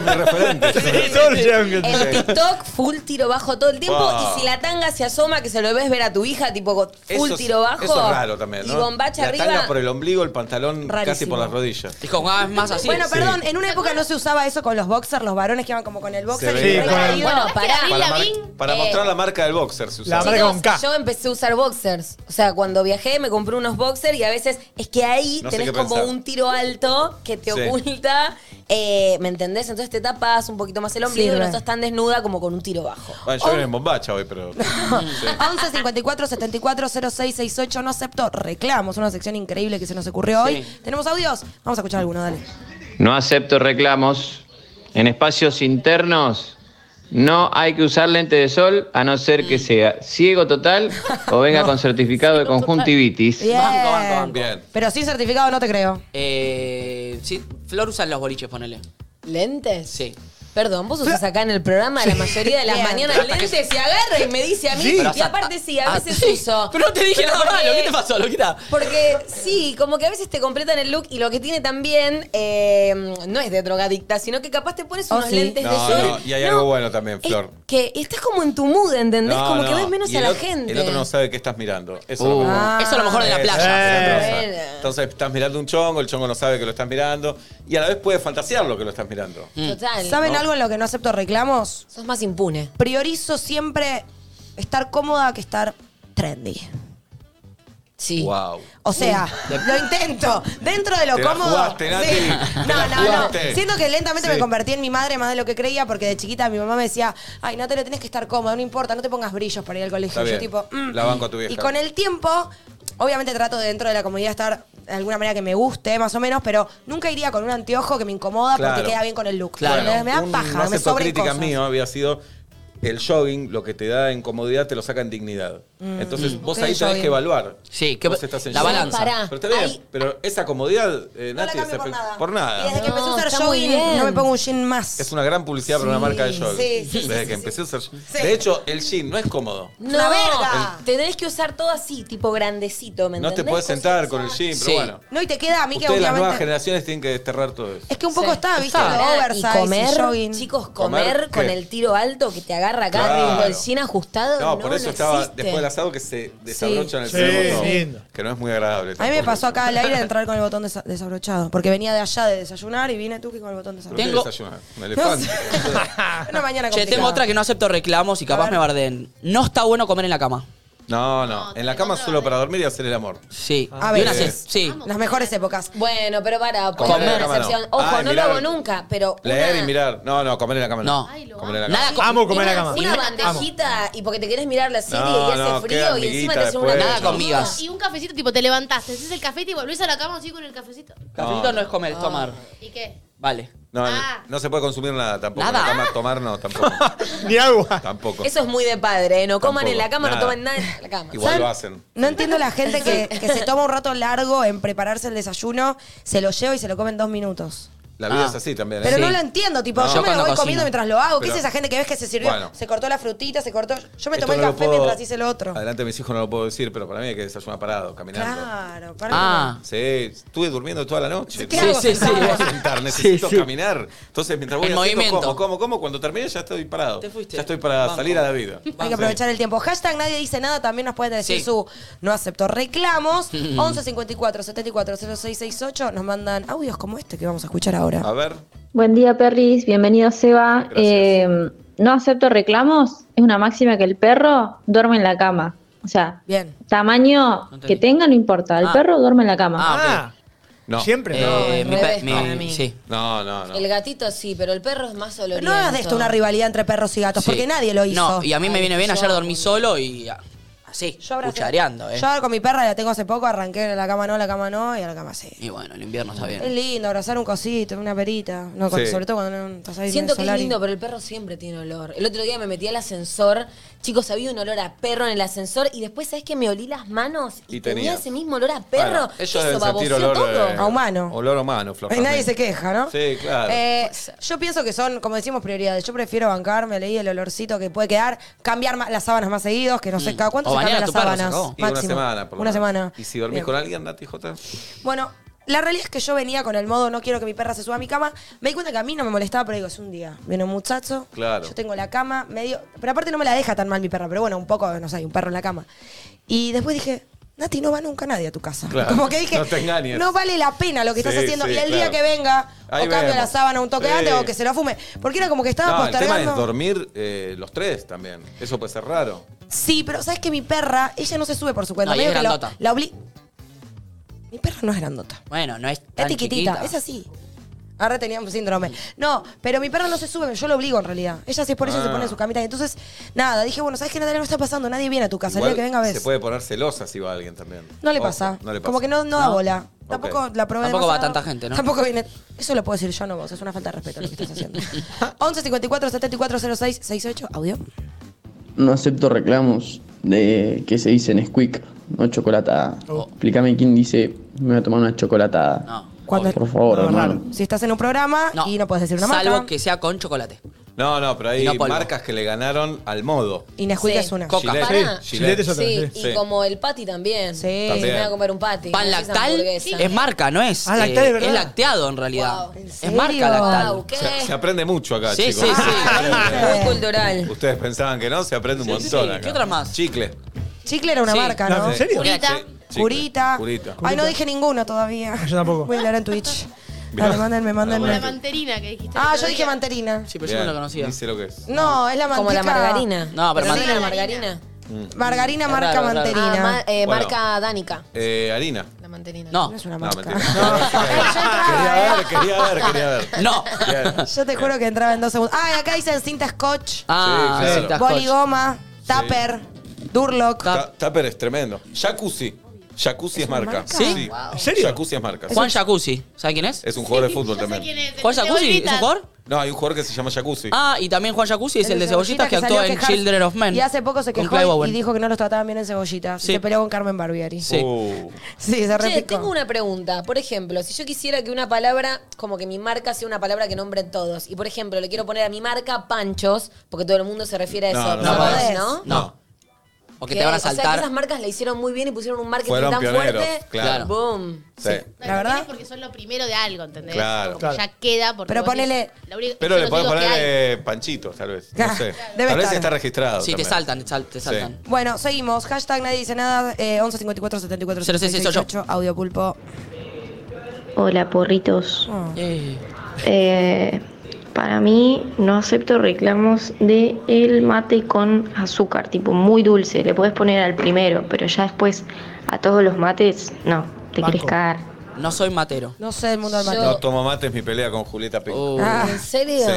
Speaker 6: Mi referente.
Speaker 9: Todos lo llevan con-
Speaker 5: En TikTok, full tiro bajo todo el tiempo.
Speaker 6: Wow.
Speaker 5: Y si la tanga se asoma, que se lo ves ver a tu hija, tipo con full
Speaker 6: Eso es-
Speaker 5: tiro bajo.
Speaker 6: Eso es raro también, ¿no?
Speaker 5: Y bombacha
Speaker 6: La
Speaker 5: arriba.
Speaker 6: tanga por el ombligo, el pantalón casi
Speaker 2: Rarísimo.
Speaker 6: por las rodillas.
Speaker 4: Y con cada vez "Ah, más así.
Speaker 2: bueno, perdón, en una época no se usaba eso con los boxers, los varones que iban como con el boxer.
Speaker 6: Se
Speaker 2: y
Speaker 6: veía.
Speaker 2: el
Speaker 9: Sí, con el-
Speaker 2: caído.
Speaker 5: Bueno,
Speaker 8: ¿Sabés que
Speaker 5: pará.
Speaker 8: Avril
Speaker 6: Para, mar-
Speaker 8: Lavigne,
Speaker 6: para
Speaker 5: eh,
Speaker 6: mostrar la marca del boxer, se
Speaker 9: La
Speaker 6: usaba.
Speaker 9: marca- con K.
Speaker 5: Yo empecé a usar boxers. O sea, cuando viajé me compré unos boxers y a veces es que ahí
Speaker 6: No sé
Speaker 5: tenés
Speaker 6: qué
Speaker 5: como
Speaker 6: pensar.
Speaker 5: un tiro alto que te
Speaker 6: Sí.
Speaker 5: oculta. eh, ¿Me entendés? Entonces te tapas un poquito más el ombligo y
Speaker 2: Sirve.
Speaker 5: no estás tan desnuda como con un tiro bajo.
Speaker 6: Bueno, yo vine en bombacha hoy, pero. Sí.
Speaker 2: 11 54 74 06 68 no acepto reclamos, una sección increíble que se nos ocurrió hoy.
Speaker 4: Sí.
Speaker 2: ¿Tenemos audios? Vamos a escuchar alguno, dale.
Speaker 10: No acepto reclamos. En espacios internos no hay que usar lente de sol a no ser que sea ciego total o venga con certificado de conjuntivitis.
Speaker 2: Bien.
Speaker 4: Banco, banco, banco.
Speaker 6: Bien.
Speaker 2: Pero sin certificado no te creo.
Speaker 4: Eh, sí, Flor usa los boliches, ponele.
Speaker 5: ¿Lentes?
Speaker 4: Sí.
Speaker 5: Perdón, vos usás acá en el programa la mayoría de las
Speaker 2: Bien.
Speaker 5: mañanas lentes y agarra y me dice a mí. Y aparte sí, a
Speaker 4: Ah,
Speaker 5: veces
Speaker 4: sí.
Speaker 5: uso.
Speaker 4: Pero no te dije nada
Speaker 5: porque-
Speaker 4: malo. ¿Qué te pasó, loquita?
Speaker 5: Porque sí, como que a veces te completan el look y lo que tiene también eh, no es de drogadicta, sino que capaz te pones
Speaker 2: Oh,
Speaker 5: unos
Speaker 2: sí.
Speaker 5: lentes de
Speaker 6: No,
Speaker 5: sol.
Speaker 6: no, y hay algo bueno también,
Speaker 5: es
Speaker 6: Flor.
Speaker 5: que estás como en tu mood, ¿entendés?
Speaker 6: No,
Speaker 5: como
Speaker 6: no.
Speaker 5: que ves menos
Speaker 6: Y
Speaker 5: a
Speaker 6: el
Speaker 5: la
Speaker 6: ot-
Speaker 5: gente. Ah,
Speaker 6: El otro no sabe qué estás mirando. Eso es lo
Speaker 4: Uh,
Speaker 6: mejor.
Speaker 2: Ah.
Speaker 4: Eso es lo mejor de la
Speaker 6: Eh,
Speaker 4: playa.
Speaker 6: esa es la
Speaker 5: Eh.
Speaker 6: cosa. Entonces estás mirando un chongo, el chongo no sabe que lo estás mirando y a la vez puede fantasear lo que lo estás mirando.
Speaker 5: Total.
Speaker 2: ¿Saben algo en lo que no acepto reclamos?
Speaker 5: Sos más impune.
Speaker 2: Priorizo siempre estar cómoda que estar trendy.
Speaker 5: Sí.
Speaker 6: Wow.
Speaker 2: O sea, lo intento. Dentro de lo
Speaker 6: Te la
Speaker 2: cómodo.
Speaker 6: jugaste, Nati.
Speaker 2: Sí. No,
Speaker 6: Te la
Speaker 2: no, no.
Speaker 6: jugaste.
Speaker 2: Siento que lentamente
Speaker 6: Sí.
Speaker 2: me convertí en mi madre más de lo que creía, porque de chiquita mi mamá me decía, ay, no te lo tenés que estar cómoda, no importa, no te pongas brillos para ir al colegio.
Speaker 6: Está
Speaker 2: Yo
Speaker 6: bien.
Speaker 2: tipo, mm.
Speaker 6: La banco a tu vieja.
Speaker 2: Y con el tiempo, obviamente trato de dentro de la comodidad estar de alguna manera que me guste, más o menos, pero nunca iría con un anteojo que me incomoda
Speaker 6: Claro.
Speaker 2: porque queda bien con el look.
Speaker 4: Claro.
Speaker 2: ¿Entendés? Me da
Speaker 6: Un
Speaker 2: paja, me
Speaker 6: acepto
Speaker 2: sobran
Speaker 6: crítica
Speaker 2: cosas.
Speaker 6: mío había sido el jogging, lo que te da en comodidad te lo saca en dignidad.
Speaker 2: Mm.
Speaker 6: Entonces
Speaker 4: Mm.
Speaker 6: vos
Speaker 2: Sí,
Speaker 6: ahí tenés
Speaker 2: jogging.
Speaker 6: que evaluar.
Speaker 4: Sí, que-
Speaker 6: Vos estás en
Speaker 4: la
Speaker 6: jogging.
Speaker 4: balanza.
Speaker 5: Pará,
Speaker 6: Pero está bien,
Speaker 5: ahí-
Speaker 6: pero esa comodidad, eh,
Speaker 2: No la
Speaker 6: Nati,
Speaker 2: cambio
Speaker 6: esa-
Speaker 2: por nada.
Speaker 6: por
Speaker 2: Y desde
Speaker 6: nada.
Speaker 2: que empecé a
Speaker 5: No,
Speaker 2: usar
Speaker 5: está muy
Speaker 2: jogging, no
Speaker 5: bien.
Speaker 2: me pongo un jean más.
Speaker 6: Es una gran publicidad para una marca de jogging.
Speaker 2: sí, sí,
Speaker 6: Desde
Speaker 2: sí,
Speaker 6: que
Speaker 2: sí.
Speaker 6: empecé a usar.
Speaker 2: Sí.
Speaker 6: De hecho, el jean no es cómodo.
Speaker 5: No,
Speaker 2: una verga.
Speaker 5: Te tenés que usar todo así, tipo grandecito, ¿me
Speaker 6: No te
Speaker 5: entendés?
Speaker 6: puedes
Speaker 5: Cosas
Speaker 6: sentar
Speaker 5: así.
Speaker 6: con el jean,
Speaker 4: Sí.
Speaker 6: pero bueno.
Speaker 2: No, y te queda a mí que
Speaker 6: Ustedes, las nuevas
Speaker 2: obviamente.
Speaker 6: generaciones, tienen que desterrar todo eso.
Speaker 2: Es que un poco
Speaker 5: Sí.
Speaker 2: está, ¿viste?
Speaker 5: Pará,
Speaker 2: Lo
Speaker 5: y
Speaker 2: oversize, y
Speaker 5: comer,
Speaker 2: jogging.
Speaker 5: chicos,
Speaker 6: ¿Comer
Speaker 5: comer
Speaker 6: qué?
Speaker 5: con el tiro alto que te agarra acá
Speaker 6: Claro.
Speaker 5: tipo, el cine ajustado.
Speaker 6: No,
Speaker 5: No,
Speaker 6: por eso estaba
Speaker 5: existe.
Speaker 6: después del asado que se desabrochan
Speaker 9: Sí,
Speaker 6: el primer
Speaker 9: sí,
Speaker 6: botón,
Speaker 9: lindo.
Speaker 6: Que no es muy agradable.
Speaker 2: A mí me
Speaker 6: tampoco.
Speaker 2: pasó acá al aire de entrar con el botón desa- desabrochado. Porque venía de allá de desayunar y vine tú que con el botón
Speaker 6: ¿Pero
Speaker 2: desabrochado.
Speaker 6: qué
Speaker 4: Tengo-
Speaker 6: desayunar? Un elefante.
Speaker 2: Una mañana
Speaker 4: Che, tengo otra que no acepto reclamos y capaz me barden. No está bueno comer en la cama.
Speaker 6: No, no. En la cama solo para dormir y hacer el amor.
Speaker 4: Sí.
Speaker 2: Ah. A
Speaker 4: Y
Speaker 2: ver.
Speaker 4: una se- sí.
Speaker 6: Ah.
Speaker 2: Las mejores épocas.
Speaker 5: Bueno, pero para, puedo hacer
Speaker 6: Comer en
Speaker 5: una
Speaker 6: la cama no.
Speaker 5: excepción. Ojo,
Speaker 6: Ah,
Speaker 5: no
Speaker 6: mirar.
Speaker 5: lo hago nunca, pero.
Speaker 6: Leer
Speaker 5: una-
Speaker 6: y mirar. No, no, comer en la cama no.
Speaker 4: No.
Speaker 8: Ay, lo
Speaker 6: Comer en la cama.
Speaker 4: Nada, co-
Speaker 9: Amo comer en la
Speaker 5: una,
Speaker 9: cama.
Speaker 5: Una
Speaker 9: Amo.
Speaker 5: bandejita, y porque te querés mirar la serie
Speaker 6: No,
Speaker 5: y hace
Speaker 6: no, queda
Speaker 5: frío y encima
Speaker 6: amiguita
Speaker 5: te haces una
Speaker 6: después.
Speaker 4: Nada con migas.
Speaker 8: Y un cafecito, tipo, te levantaste, haces el café y te volvés a la cama así con el cafecito.
Speaker 4: Cafecito no es comer, es tomar.
Speaker 2: Ah.
Speaker 8: ¿Y qué?
Speaker 4: Vale.
Speaker 6: No,
Speaker 8: Ah.
Speaker 6: no se puede consumir nada tampoco. En
Speaker 4: Nada.
Speaker 6: la cama, tomar no, tampoco.
Speaker 9: Ni agua.
Speaker 6: tampoco.
Speaker 5: Eso es muy de padre, ¿eh? No coman
Speaker 6: Tampoco,
Speaker 5: en la cama,
Speaker 6: nada.
Speaker 5: no tomen nada en la cama.
Speaker 6: Igual lo
Speaker 2: ¿Saben?
Speaker 6: hacen.
Speaker 2: No entiendo la gente que, que se toma un rato largo en prepararse el desayuno, se lo lleva y se lo come en dos minutos.
Speaker 6: La vida
Speaker 4: Ah.
Speaker 6: es así también. ¿eh?
Speaker 2: Pero
Speaker 4: Sí.
Speaker 2: no lo entiendo, tipo,
Speaker 4: No. Yo
Speaker 2: yo me lo
Speaker 4: cuando
Speaker 2: voy
Speaker 4: cocino.
Speaker 2: comiendo mientras lo hago. ¿Qué
Speaker 6: Pero-
Speaker 2: es esa gente que ves que se sirvió?
Speaker 6: Bueno.
Speaker 2: Se cortó la frutita, se cortó. Yo me
Speaker 6: Esto
Speaker 2: tomé el
Speaker 6: no lo
Speaker 2: café
Speaker 6: puedo-
Speaker 2: mientras hice el otro.
Speaker 6: Adelante, mis hijos no lo puedo decir, pero para mí hay que desayunar parado, caminando.
Speaker 2: Claro, para
Speaker 4: Ah.
Speaker 6: Sí, estuve durmiendo toda la noche.
Speaker 2: ¿Qué
Speaker 6: No
Speaker 2: hago
Speaker 6: puedo
Speaker 4: sentado?
Speaker 6: sentar, necesito
Speaker 4: Sí, sí.
Speaker 6: caminar. Entonces, mientras voy
Speaker 4: El
Speaker 6: haciendo,
Speaker 4: movimiento.
Speaker 6: como, como, como, cuando termine ya estoy parado.
Speaker 4: Te fuiste.
Speaker 6: Ya estoy para
Speaker 4: Banco.
Speaker 6: salir a la vida.
Speaker 2: Hay que aprovechar el tiempo. Hashtag nadie dice nada. También nos pueden decir
Speaker 4: Sí.
Speaker 2: su no acepto reclamos. 11 54 74 0668. Nos mandan audios como este que vamos a escuchar ahora.
Speaker 4: Ah.
Speaker 6: A ver,
Speaker 11: Buen día, Perris. Bienvenido, Seba.
Speaker 6: Gracias.
Speaker 11: Eh, no acepto reclamos. Es una máxima que el perro duerme en la cama. O sea,
Speaker 2: Bien.
Speaker 11: tamaño
Speaker 4: entendí.
Speaker 11: que tenga no importa. El
Speaker 4: Ah.
Speaker 11: perro duerme en la cama.
Speaker 4: Ah,
Speaker 9: Ah,
Speaker 6: no.
Speaker 9: siempre.
Speaker 4: Eh,
Speaker 5: al
Speaker 4: mi pa-
Speaker 5: revés
Speaker 4: mi-
Speaker 5: para mí.
Speaker 4: Sí.
Speaker 6: No, no, no.
Speaker 5: El gatito sí, pero el perro es más oloroso.
Speaker 2: No hagas de esto una rivalidad entre perros y gatos,
Speaker 4: Sí.
Speaker 2: porque nadie lo hizo.
Speaker 4: No, y a mí me
Speaker 5: Ay,
Speaker 4: viene bien.
Speaker 5: yo-
Speaker 4: Ayer dormí solo y ah, así,
Speaker 2: Yo abracé-
Speaker 4: cuchareando, eh.
Speaker 2: Yo ahora con mi perra la tengo hace poco, arranqué a la cama no, a la cama no y a la cama sí.
Speaker 4: Y bueno, el invierno está
Speaker 2: Es
Speaker 4: bien.
Speaker 2: lindo abrazar un cosito, una perita, no, cuando-
Speaker 6: Sí.
Speaker 2: sobre todo cuando no estás ahí en
Speaker 5: Siento
Speaker 2: el
Speaker 5: que es
Speaker 2: solar y-
Speaker 5: lindo, pero el perro siempre tiene olor. El otro día me metí al ascensor, chicos, había un olor a perro en el ascensor y después, ¿sabes que Me olí las manos y,
Speaker 6: Y
Speaker 5: tenía.
Speaker 6: tenía.
Speaker 5: ese mismo olor a perro.
Speaker 6: Bueno,
Speaker 5: ¿Qué
Speaker 6: ellos
Speaker 5: eso
Speaker 6: deben sentir
Speaker 5: baboseó
Speaker 6: olor
Speaker 5: todo.
Speaker 6: de-
Speaker 2: A humano.
Speaker 6: Olor humano, Flor.
Speaker 2: Y nadie
Speaker 6: Fernández.
Speaker 2: se queja, ¿no?
Speaker 6: Sí, claro.
Speaker 2: Eh, yo pienso que son, como decimos, prioridades. Yo prefiero bancarme, leí el olorcito que puede quedar, cambiar ma- las sábanas más seguidos, que no sé cada cuánto
Speaker 4: O
Speaker 2: se
Speaker 4: bañar
Speaker 2: cambian
Speaker 4: a
Speaker 2: las
Speaker 4: tu perro,
Speaker 2: sábanas.
Speaker 4: se acabó.
Speaker 6: Mm. y una semana, por lo
Speaker 2: Una
Speaker 6: menos.
Speaker 2: semana.
Speaker 6: ¿Y si dormís
Speaker 2: Bien.
Speaker 6: con alguien, Nati J?
Speaker 2: Bueno, la realidad es que yo venía con el modo no quiero que mi perra se suba a mi cama. Me di cuenta que a mí no me molestaba, pero digo, es un día. Viene un muchacho,
Speaker 6: Claro.
Speaker 2: yo tengo la cama, medio. Pero aparte no me la deja tan mal mi perra, pero bueno, un poco, no sé, hay un perro en la cama. Y después dije. Nati, no va nunca nadie a tu casa.
Speaker 6: Claro.
Speaker 2: Como que dije,
Speaker 6: No te engañes.
Speaker 2: no vale la pena lo que
Speaker 6: Sí,
Speaker 2: estás haciendo.
Speaker 6: sí,
Speaker 2: y el día
Speaker 6: claro.
Speaker 2: que venga,
Speaker 6: Ahí
Speaker 2: o cambia
Speaker 6: vemos.
Speaker 2: la sábana un toque
Speaker 6: Sí.
Speaker 2: antes o que se lo fume. Porque era como que estaba
Speaker 6: No, el
Speaker 2: postergando.
Speaker 6: tema es dormir eh, los tres también. Eso puede ser raro.
Speaker 2: Sí, pero sabes que mi perra, ella no se sube por su cuenta.
Speaker 4: No, y
Speaker 2: Medio
Speaker 4: es
Speaker 2: que lo-
Speaker 4: grandota.
Speaker 2: la obli- Mi perra no es grandota.
Speaker 4: Bueno, no es
Speaker 2: Es
Speaker 4: tan
Speaker 2: tiquitita, es así. Ahora tenía un síndrome. No, pero mi perra no se sube, yo lo obligo en realidad. Ella sí, por eso se
Speaker 4: Ah.
Speaker 2: pone en su camita. Entonces, nada, dije, bueno, ¿sabes qué, Natalia? No está pasando, nadie viene a tu casa. El día
Speaker 6: Igual
Speaker 2: que venga,
Speaker 6: Se
Speaker 2: ves.
Speaker 6: puede poner celosa si va alguien también.
Speaker 2: No le
Speaker 4: Oh,
Speaker 6: Ojo,
Speaker 2: pasa.
Speaker 6: No le pasa.
Speaker 2: Como que no, no da bola. Tampoco la probé
Speaker 4: Tampoco va
Speaker 2: demasiado.
Speaker 4: tanta gente, ¿no?
Speaker 2: Tampoco viene. Eso lo puedo decir yo, no vos. Es una falta de respeto lo que estás haciendo. 11 54 74 06 68. Audio.
Speaker 10: No acepto reclamos de que se dicen squeak, no chocolatada.
Speaker 4: Oh.
Speaker 10: Explícame quién dice me voy a tomar una chocolatada.
Speaker 4: No.
Speaker 2: Cuando-
Speaker 4: obvio.
Speaker 10: Por favor,
Speaker 9: No,
Speaker 10: hermano.
Speaker 9: raro.
Speaker 2: Si estás en un programa
Speaker 4: No,
Speaker 2: y no puedes decir una marca.
Speaker 4: Salvo que sea con chocolate.
Speaker 6: No, no, pero
Speaker 4: Y
Speaker 6: hay
Speaker 4: no polvo.
Speaker 6: marcas que le ganaron al modo.
Speaker 2: Y Nesquik
Speaker 5: Sí.
Speaker 2: es una.
Speaker 4: Coca.
Speaker 6: Gillette.
Speaker 5: Pará.
Speaker 6: Gillette.
Speaker 9: Gillette es otra.
Speaker 5: Sí,
Speaker 9: Sí.
Speaker 5: y
Speaker 6: Sí.
Speaker 5: como el patty también.
Speaker 2: Sí.
Speaker 5: Me
Speaker 6: También.
Speaker 5: voy a comer un patty.
Speaker 4: Pan
Speaker 5: no sé, esa
Speaker 4: lactal
Speaker 5: hamburguesa.
Speaker 4: es marca, no es. eh,
Speaker 9: Ah, lactal es verdad.
Speaker 4: es lacteado en realidad.
Speaker 5: Wow.
Speaker 4: Es
Speaker 2: serio?
Speaker 4: marca lactal.
Speaker 5: Wow, ¿qué?
Speaker 6: Se,
Speaker 2: Eh.
Speaker 6: se aprende mucho acá,
Speaker 4: Sí,
Speaker 6: Ah, chicos.
Speaker 4: sí, sí.
Speaker 5: Muy cultural.
Speaker 6: Ustedes pensaban que no, se aprende un
Speaker 4: Sí,
Speaker 6: montón
Speaker 4: sí.
Speaker 6: acá.
Speaker 4: ¿Qué otra más?
Speaker 6: Chicle.
Speaker 2: Chicle era una
Speaker 4: Sí.
Speaker 2: marca,
Speaker 9: No,
Speaker 2: ¿no?
Speaker 9: ¿En serio?
Speaker 8: Curita.
Speaker 6: Sí, chicle.
Speaker 2: Curita.
Speaker 6: Curita.
Speaker 2: Ay, no dije ninguno todavía.
Speaker 9: Yo tampoco.
Speaker 2: Voy a hablar en Twitch.
Speaker 6: Mirá.
Speaker 2: Dale, mándenme,
Speaker 8: Como la
Speaker 2: mándenme.
Speaker 8: manterina que dijiste. el
Speaker 2: Ah,
Speaker 8: otro
Speaker 2: yo
Speaker 8: día.
Speaker 2: dije manterina.
Speaker 4: Sí, pero yo no la conocía.
Speaker 6: Dice lo que es.
Speaker 2: No, es la manteca.
Speaker 5: Como la margarina.
Speaker 4: No, pero
Speaker 5: ¿No
Speaker 4: mant-
Speaker 5: era la margarina.
Speaker 2: Margarina
Speaker 4: Es
Speaker 2: marca
Speaker 4: raro, es raro.
Speaker 5: Ah,
Speaker 2: manterina.
Speaker 5: ma- eh,
Speaker 6: Bueno.
Speaker 5: marca dánica.
Speaker 6: Eh, harina.
Speaker 5: La manterina.
Speaker 4: No,
Speaker 2: No es una
Speaker 6: No,
Speaker 2: marca. eh,
Speaker 6: mentira. quería ver, quería ver, quería ver.
Speaker 4: no.
Speaker 6: Bien.
Speaker 2: Yo te juro que entraba en dos segundos. Ah, y acá dicen cinta scotch,
Speaker 4: Ah,
Speaker 6: Sí, claro.
Speaker 4: cintas scotch.
Speaker 2: boligoma, tupper, durlock.
Speaker 4: Ta-
Speaker 6: Ta- Tupper es tremendo. Jacuzzi. Jacuzzi es marca.
Speaker 2: marca?
Speaker 4: ¿Sí?
Speaker 9: ¿En serio?
Speaker 6: Jacuzzi es marca.
Speaker 4: Juan Jacuzzi, ¿sabe quién es?
Speaker 6: Es un jugador de
Speaker 8: Yo
Speaker 6: fútbol
Speaker 8: sé quién
Speaker 6: también.
Speaker 8: es, el
Speaker 4: Juan
Speaker 8: de
Speaker 4: Jacuzzi, ¿es
Speaker 8: cebollitas.
Speaker 4: un jugador?
Speaker 6: No, hay un jugador que se llama Jacuzzi.
Speaker 4: Ah, y también Juan Jacuzzi es el de Cebollitas que
Speaker 2: salió
Speaker 4: actuó
Speaker 2: a
Speaker 4: en
Speaker 2: quejarse.
Speaker 4: Children of Men.
Speaker 2: Y hace poco se
Speaker 4: con Clive
Speaker 2: quejó y-
Speaker 4: Owen.
Speaker 2: y dijo que no los trataban bien en cebollitas.
Speaker 4: Sí.
Speaker 2: Y se peleó con Carmen Barbieri.
Speaker 4: Sí.
Speaker 6: Uh.
Speaker 2: Sí, se
Speaker 5: Che,
Speaker 2: repicó.
Speaker 5: tengo una pregunta. Por ejemplo, si yo quisiera que una palabra, como que mi marca sea una palabra que nombren todos. Y por ejemplo, le quiero poner a mi marca Panchos, porque todo el mundo se refiere a
Speaker 6: No,
Speaker 5: eso.
Speaker 6: no,
Speaker 5: No,
Speaker 2: no
Speaker 5: podés,
Speaker 2: podés.
Speaker 5: ¿no?
Speaker 4: No. O que te van a
Speaker 5: O sea, que
Speaker 4: saltar.
Speaker 5: esas marcas le hicieron muy bien y pusieron un marketing
Speaker 4: Fueron
Speaker 5: tan
Speaker 4: pioneros,
Speaker 5: fuerte.
Speaker 4: claro.
Speaker 5: Boom.
Speaker 6: Sí.
Speaker 2: La verdad.
Speaker 8: Porque son lo primero de algo, ¿entendés?
Speaker 6: Claro.
Speaker 8: Como que Ya queda porque.
Speaker 2: Pero
Speaker 8: vos decís,
Speaker 2: ponele-
Speaker 8: la única-
Speaker 6: Pero
Speaker 8: son
Speaker 6: le
Speaker 8: los
Speaker 6: podés
Speaker 8: únicos que hay.
Speaker 6: poner eh, panchito panchitos, tal vez. No sé.
Speaker 2: Debe
Speaker 6: tal vez
Speaker 2: estar.
Speaker 6: está registrado.
Speaker 4: Sí, te
Speaker 6: también.
Speaker 4: saltan, te sal- te saltan.
Speaker 2: Bueno, seguimos. Hashtag nadie dice nada. Eh, 11 54 74
Speaker 4: 0668.
Speaker 2: 68. Audio pulpo.
Speaker 11: Hola, porritos.
Speaker 4: Eh.
Speaker 11: Eh, para mí no acepto reclamos de el mate con azúcar, tipo muy dulce. Le puedes poner al primero, pero ya después a todos los mates, no, te querés cagar.
Speaker 4: No soy matero.
Speaker 2: No sé del mundo del
Speaker 5: Yo- uh,
Speaker 2: mate.
Speaker 6: No tomo mate, es mi pelea con Julieta Pink.
Speaker 2: Ah,
Speaker 5: ¿En serio?
Speaker 6: Sí.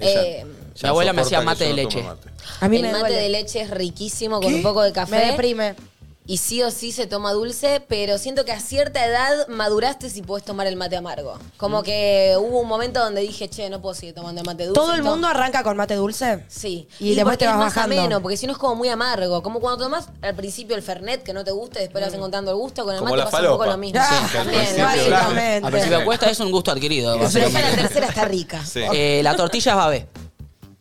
Speaker 6: Ella-
Speaker 5: Eh,
Speaker 4: Oh. Mi abuela me
Speaker 6: soporta
Speaker 4: hacía
Speaker 6: que
Speaker 4: mate
Speaker 6: yo
Speaker 4: de
Speaker 6: no tome
Speaker 4: leche.
Speaker 6: mate.
Speaker 2: a mí
Speaker 5: el
Speaker 2: me
Speaker 5: mate
Speaker 2: duele.
Speaker 5: de leche es riquísimo con un poco de café.
Speaker 2: Me deprime.
Speaker 5: Y sí o sí se toma dulce, pero siento que a cierta edad maduraste si puedes tomar el mate amargo.
Speaker 2: Mm.
Speaker 5: Como que hubo un momento donde dije, che, no puedo seguir tomando mate dulce.
Speaker 2: ¿Todo el mundo arranca con mate dulce?
Speaker 5: Sí.
Speaker 2: Y después
Speaker 5: porque
Speaker 2: te
Speaker 5: es
Speaker 2: vas
Speaker 5: más
Speaker 2: bajando.
Speaker 5: ameno, porque si no es como muy amargo. Como cuando tomás al principio el Fernet, que no te gusta, y después
Speaker 2: Mm.
Speaker 5: le vas encontrando el gusto, con el
Speaker 6: Como
Speaker 5: mate
Speaker 6: la
Speaker 5: pasa un poco
Speaker 6: falopa.
Speaker 5: lo mismo.
Speaker 2: Ah,
Speaker 6: que al
Speaker 5: También,
Speaker 6: principio-
Speaker 2: básicamente.
Speaker 4: Al principio cuesta, es un gusto adquirido.
Speaker 5: Pero ya
Speaker 4: básicamente.
Speaker 5: la tercera está rica.
Speaker 6: Sí.
Speaker 4: Eh, la tortilla es babé.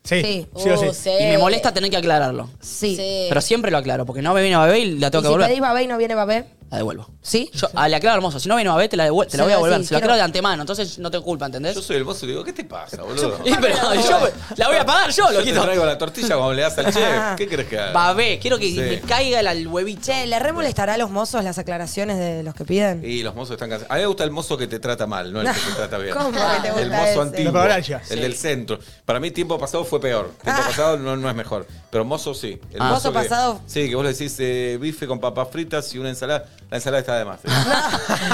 Speaker 9: Sí, sí,
Speaker 2: Sí.
Speaker 9: o sí.
Speaker 5: Uh, sí.
Speaker 4: Y me molesta tener que aclararlo.
Speaker 2: Sí.
Speaker 5: Sí.
Speaker 4: Pero siempre lo aclaro, porque no me viene babé y la
Speaker 2: ¿Y
Speaker 4: tengo que
Speaker 2: si
Speaker 4: volver.
Speaker 2: pedís babé y no viene babé?
Speaker 4: La devuelvo.
Speaker 2: ¿Sí?
Speaker 4: Yo ah, le aclaro hermoso, si no viene babé te la, devuel- te
Speaker 2: Se
Speaker 4: la voy
Speaker 2: lo
Speaker 4: a devolver.
Speaker 2: decís,
Speaker 4: Se lo
Speaker 2: quiero-
Speaker 4: aclaro de antemano, entonces no tengo culpa, ¿entendés?
Speaker 6: Yo soy el mozo y digo, ¿qué te pasa, boludo?
Speaker 4: Y, pero yo la voy a pagar yo,
Speaker 6: Yo te
Speaker 4: loquito.
Speaker 6: traigo la tortilla cuando le das al chef. ¿Qué crees que haga?
Speaker 4: Babé, quiero que
Speaker 6: Sí.
Speaker 4: me caiga el al huevito.
Speaker 2: Che, ¿le re molestará a los mozos las aclaraciones de los que piden?
Speaker 6: Y los mozos están cansados. A mí me gusta el mozo que te trata mal, no el que te trata bien.
Speaker 2: ¿Cómo que te gusta
Speaker 6: El mozo
Speaker 2: ese?
Speaker 9: La
Speaker 6: antiguo.
Speaker 9: paralla.
Speaker 6: El del centro. Para mí, tiempo pasado fue peor. Tiempo pasado no, no es mejor. Pero mozo sí. El
Speaker 4: Ah.
Speaker 2: Ah. Mozo
Speaker 6: que-
Speaker 2: pasado.
Speaker 6: Sí, que vos le decís eh, bife con papas fritas y una ensalada. La ensalada está de más. ¿eh?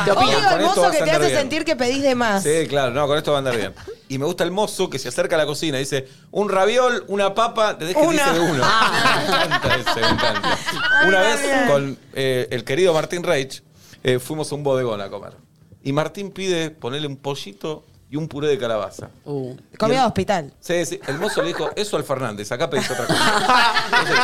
Speaker 4: Te opino.
Speaker 2: Odio
Speaker 6: Con
Speaker 2: el
Speaker 6: esto
Speaker 2: mozo
Speaker 6: vas
Speaker 2: que
Speaker 6: a
Speaker 2: te
Speaker 6: andar
Speaker 2: hace
Speaker 6: bien.
Speaker 2: sentir que pedís de más.
Speaker 6: Sí, claro, no, con esto va a andar bien. Y me gusta el mozo que se acerca a la cocina y dice, un raviol, una papa, desde que
Speaker 2: Una. Ah.
Speaker 6: dice de uno. Me encanta ese, me encanta. Una vez con eh, el querido Martín Reich eh, fuimos a un bodegón a comer. Y Martín pide ponerle un pollito y un puré de calabaza.
Speaker 4: Uh.
Speaker 2: Comida
Speaker 6: Y
Speaker 2: de
Speaker 6: el-
Speaker 2: hospital.
Speaker 6: Sí, sí, el mozo le dijo, eso al Fernández, acá pedís otra cosa. Entonces,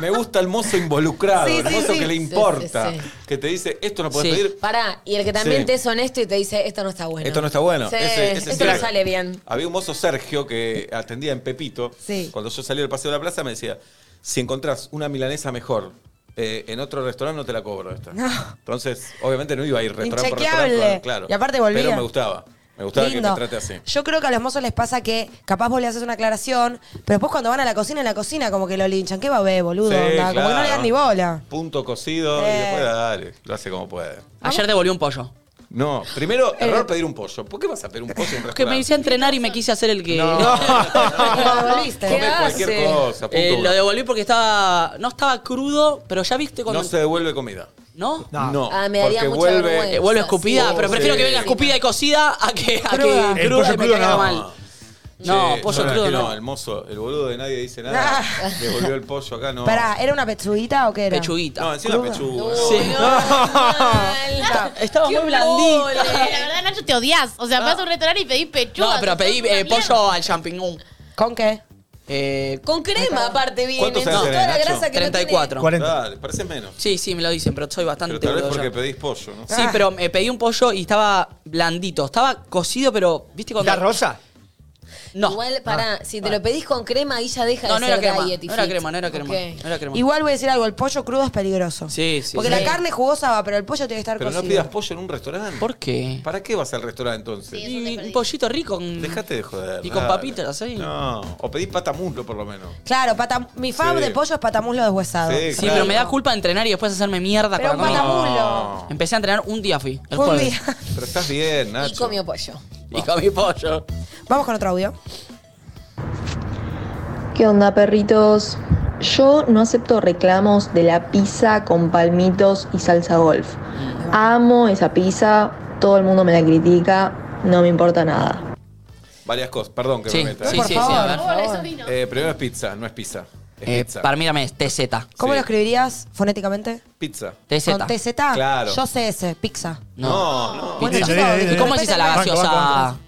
Speaker 6: me gusta el mozo involucrado,
Speaker 2: Sí,
Speaker 6: el
Speaker 2: sí,
Speaker 6: mozo
Speaker 2: sí.
Speaker 6: que le
Speaker 5: Sí, sí,
Speaker 6: importa,
Speaker 5: sí.
Speaker 6: que te dice, esto no podés
Speaker 4: Sí.
Speaker 6: pedir,
Speaker 5: Pará, y el que también
Speaker 6: Sí.
Speaker 5: te es honesto y te dice, esto no está bueno.
Speaker 6: Esto no está bueno.
Speaker 5: Sí,
Speaker 6: Ese- ese
Speaker 5: esto no
Speaker 6: sirve.
Speaker 5: sale bien.
Speaker 6: Había un mozo Sergio que atendía en Pepito.
Speaker 2: Sí.
Speaker 6: Cuando yo salí del paseo de la plaza me decía, si encontrás una milanesa mejor eh, en otro restaurante no te la cobro esta.
Speaker 2: No.
Speaker 6: Entonces, obviamente no iba a ir restaurante por
Speaker 2: Inchequeable.
Speaker 6: restaurante. Claro.
Speaker 2: Y aparte volvía.
Speaker 6: Pero me gustaba. Me gustaba que
Speaker 2: Lindo.
Speaker 6: me trate así.
Speaker 2: Yo creo que a los mozos les pasa que capaz vos le haces una aclaración, pero después cuando van a la cocina, en la cocina como que lo linchan. ¿Qué babé, boludo?
Speaker 6: Sí,
Speaker 2: Onda, Como que no
Speaker 6: claro.
Speaker 2: le dan ni bola.
Speaker 6: Punto cocido y
Speaker 2: Eh.
Speaker 6: después dale, lo hace como puede.
Speaker 4: Ayer devolví un pollo.
Speaker 6: No, primero,
Speaker 2: Eh.
Speaker 6: error pedir un pollo. ¿Por qué vas a pedir un pollo en un restaurante?
Speaker 4: Porque me hice entrenar y me quise hacer el que.
Speaker 2: Lo devolviste.
Speaker 5: ¿Qué
Speaker 6: Comés cualquier
Speaker 5: hace?
Speaker 6: cosa, punto
Speaker 4: Eh,
Speaker 6: uno.
Speaker 4: lo devolví porque estaba. No estaba crudo, pero ya viste cuando.
Speaker 6: No se devuelve comida.
Speaker 4: ¿No?
Speaker 9: No.
Speaker 6: No,
Speaker 5: Ah, me daría
Speaker 6: porque
Speaker 5: mucha
Speaker 6: vuelve...
Speaker 5: vergüenza.
Speaker 4: Eh, vuelve
Speaker 5: Sí,
Speaker 4: escupida,
Speaker 6: sí.
Speaker 4: pero prefiero que venga
Speaker 6: Sí.
Speaker 4: escupida y cocida a que, a
Speaker 2: Cruda.
Speaker 4: que
Speaker 9: El
Speaker 4: cruda
Speaker 9: pollo
Speaker 4: y me
Speaker 9: crudo
Speaker 4: caiga
Speaker 9: no.
Speaker 4: mal. No,
Speaker 6: Che,
Speaker 4: pollo
Speaker 6: no,
Speaker 4: crudo
Speaker 6: que
Speaker 4: no.
Speaker 6: El mozo, el boludo de nadie dice nada.
Speaker 2: Ah.
Speaker 6: Devolvió el pollo acá, no.
Speaker 2: Pará, ¿era una pechuguita o qué era? Ah,
Speaker 4: Pechuguita.
Speaker 6: No, encima
Speaker 2: Cruda.
Speaker 6: pechuga.
Speaker 4: Sí.
Speaker 5: Mal.
Speaker 4: Estaba
Speaker 5: ¡Qué
Speaker 4: muy blandita.
Speaker 5: mole!
Speaker 8: La verdad, Nacho, te odias. O sea, vas a un restaurante y pedís pechuga.
Speaker 4: No, pero pedí eh, pollo al champiñón.
Speaker 2: ¿Con qué?
Speaker 4: Eh,
Speaker 5: Con crema aparte viene.
Speaker 6: ¿Cuántos años
Speaker 5: toda
Speaker 6: tenés,
Speaker 5: la
Speaker 6: Nacho?
Speaker 5: grasa que no
Speaker 4: 34.
Speaker 9: 40.
Speaker 6: Dale, parece menos.
Speaker 4: Sí, sí, me lo dicen, pero soy bastante
Speaker 6: Pero tal vez
Speaker 4: boludo
Speaker 6: porque
Speaker 4: yo.
Speaker 6: pedís pollo, ¿no?
Speaker 2: Ah.
Speaker 4: Sí, pero me pedí un pollo y estaba blandito. Estaba cocido, pero ¿viste cuando
Speaker 9: ¿La rosa?
Speaker 4: No. Ah,
Speaker 5: Igual, pará, si te lo pedís con crema, ahí ya deja
Speaker 4: no,
Speaker 5: de
Speaker 4: no
Speaker 5: ser
Speaker 4: era crema.
Speaker 5: diet y
Speaker 4: No era
Speaker 5: fit.
Speaker 4: crema, no era crema.
Speaker 5: Ok.
Speaker 4: No era crema.
Speaker 2: Igual voy a decir algo, el pollo crudo es peligroso.
Speaker 4: Sí, sí.
Speaker 2: Porque
Speaker 4: sí.
Speaker 2: la carne jugosa va, pero el pollo tiene que estar
Speaker 6: Pero no
Speaker 2: cocido.
Speaker 6: pidas pollo en un restaurante.
Speaker 4: ¿Por qué?
Speaker 6: ¿Para qué vas al restaurante entonces?
Speaker 8: Sí.
Speaker 4: Y un pollito rico. con-
Speaker 6: Dejate de joder.
Speaker 4: Y con
Speaker 6: dale.
Speaker 4: papitas, ¿sí?
Speaker 6: No, o pedís pata muslo por lo menos.
Speaker 2: Claro, pata- mi fab
Speaker 6: Sí.
Speaker 2: de pollo es patamuslo deshuesado.
Speaker 6: Sí,
Speaker 4: Sí,
Speaker 6: claro.
Speaker 4: pero me da culpa entrenar y después hacerme mierda
Speaker 2: Pero
Speaker 4: con
Speaker 2: un
Speaker 4: la comida.
Speaker 2: patamuslo.
Speaker 4: Empecé a entrenar un día fui,
Speaker 2: Fue
Speaker 4: el
Speaker 2: un
Speaker 4: jueves.
Speaker 2: día.
Speaker 6: Pero estás bien, Nacho.
Speaker 5: Y comió pollo.
Speaker 4: Y comí pollo.
Speaker 2: Vamos con otro audio.
Speaker 11: ¿Qué onda, perritos? Yo no acepto reclamos de la pizza con palmitos y salsa golf.
Speaker 4: Mm.
Speaker 11: Amo esa pizza, todo el mundo me la critica, no me importa nada.
Speaker 6: Varias cosas, perdón que
Speaker 4: Sí,
Speaker 6: me meta.
Speaker 4: sí,
Speaker 2: Por
Speaker 4: sí,
Speaker 2: favor.
Speaker 4: sí, a ver.
Speaker 8: Hola, eso vino.
Speaker 6: Eh, primero es pizza, no es pizza. Es
Speaker 4: Eh,
Speaker 6: pizza.
Speaker 4: para mí dame es TZ.
Speaker 2: ¿Cómo
Speaker 6: Sí.
Speaker 2: lo escribirías fonéticamente?
Speaker 6: Pizza.
Speaker 2: ¿Con
Speaker 4: TZ.
Speaker 2: TZ?
Speaker 6: Claro.
Speaker 2: Yo sé ese, pizza.
Speaker 4: No.
Speaker 6: no.
Speaker 2: Bueno,
Speaker 4: Pizza.
Speaker 2: yo lo
Speaker 4: ¿Y
Speaker 2: dije.
Speaker 4: cómo decís a la
Speaker 9: Banco, banco,
Speaker 4: gaseosa
Speaker 9: banco.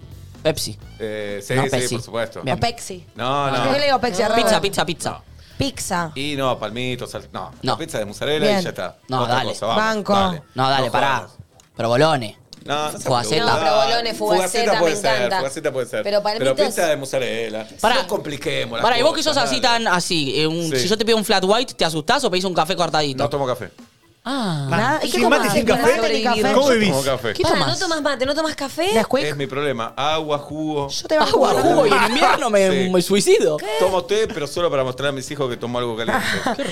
Speaker 4: Pepsi?
Speaker 6: Eh, sí,
Speaker 4: No,
Speaker 6: sí,
Speaker 4: Pepsi.
Speaker 6: por supuesto.
Speaker 4: Bien.
Speaker 2: O Pexi.
Speaker 6: No, no.
Speaker 2: ¿Por qué le digo Pexi? Al
Speaker 4: Pizza,
Speaker 2: revés.
Speaker 4: pizza, pizza.
Speaker 2: Pizza.
Speaker 6: Y no, palmitos, sal- no,
Speaker 4: No.
Speaker 6: pizza de mozzarella
Speaker 2: Bien.
Speaker 6: y ya está.
Speaker 4: No, dale.
Speaker 6: vamos,
Speaker 2: Banco.
Speaker 4: No, dale,
Speaker 6: No
Speaker 4: pará.
Speaker 6: jodamos.
Speaker 4: Provolone.
Speaker 6: No, no,
Speaker 4: Fugaceta.
Speaker 5: No, provolone, fugaceta,
Speaker 6: puede
Speaker 5: me
Speaker 6: ser,
Speaker 5: encanta.
Speaker 6: Fugaceta puede ser.
Speaker 5: Pero palmitos-
Speaker 6: pizza de mozzarella.
Speaker 4: Pará.
Speaker 6: No compliquemos. las
Speaker 4: Para, y vos que
Speaker 6: cosas,
Speaker 4: sos así
Speaker 6: dale.
Speaker 4: tan así, eh, un-
Speaker 6: Sí.
Speaker 4: si yo te pido un flat white, ¿te asustás o pedís un café cortadito?
Speaker 6: No tomo café.
Speaker 4: Ah,
Speaker 2: Nada, ¿y qué
Speaker 5: Sin
Speaker 2: tomás?
Speaker 5: mate, sin café,
Speaker 2: Mate ni café.
Speaker 9: ¿Cómo
Speaker 6: No
Speaker 9: vivís?
Speaker 6: tomo café.
Speaker 4: ¿Qué
Speaker 5: Pará,
Speaker 4: tomás?
Speaker 5: ¿No tomas mate? ¿No tomas café?
Speaker 2: Nesquik.
Speaker 6: Es mi problema. Agua, jugo.
Speaker 2: Yo te bajo
Speaker 4: Agua,
Speaker 2: a
Speaker 4: jugo y en invierno me,
Speaker 6: Sí.
Speaker 4: me suicido. Qué,
Speaker 6: Tomo té, pero solo para mostrar a mis hijos que tomo algo caliente.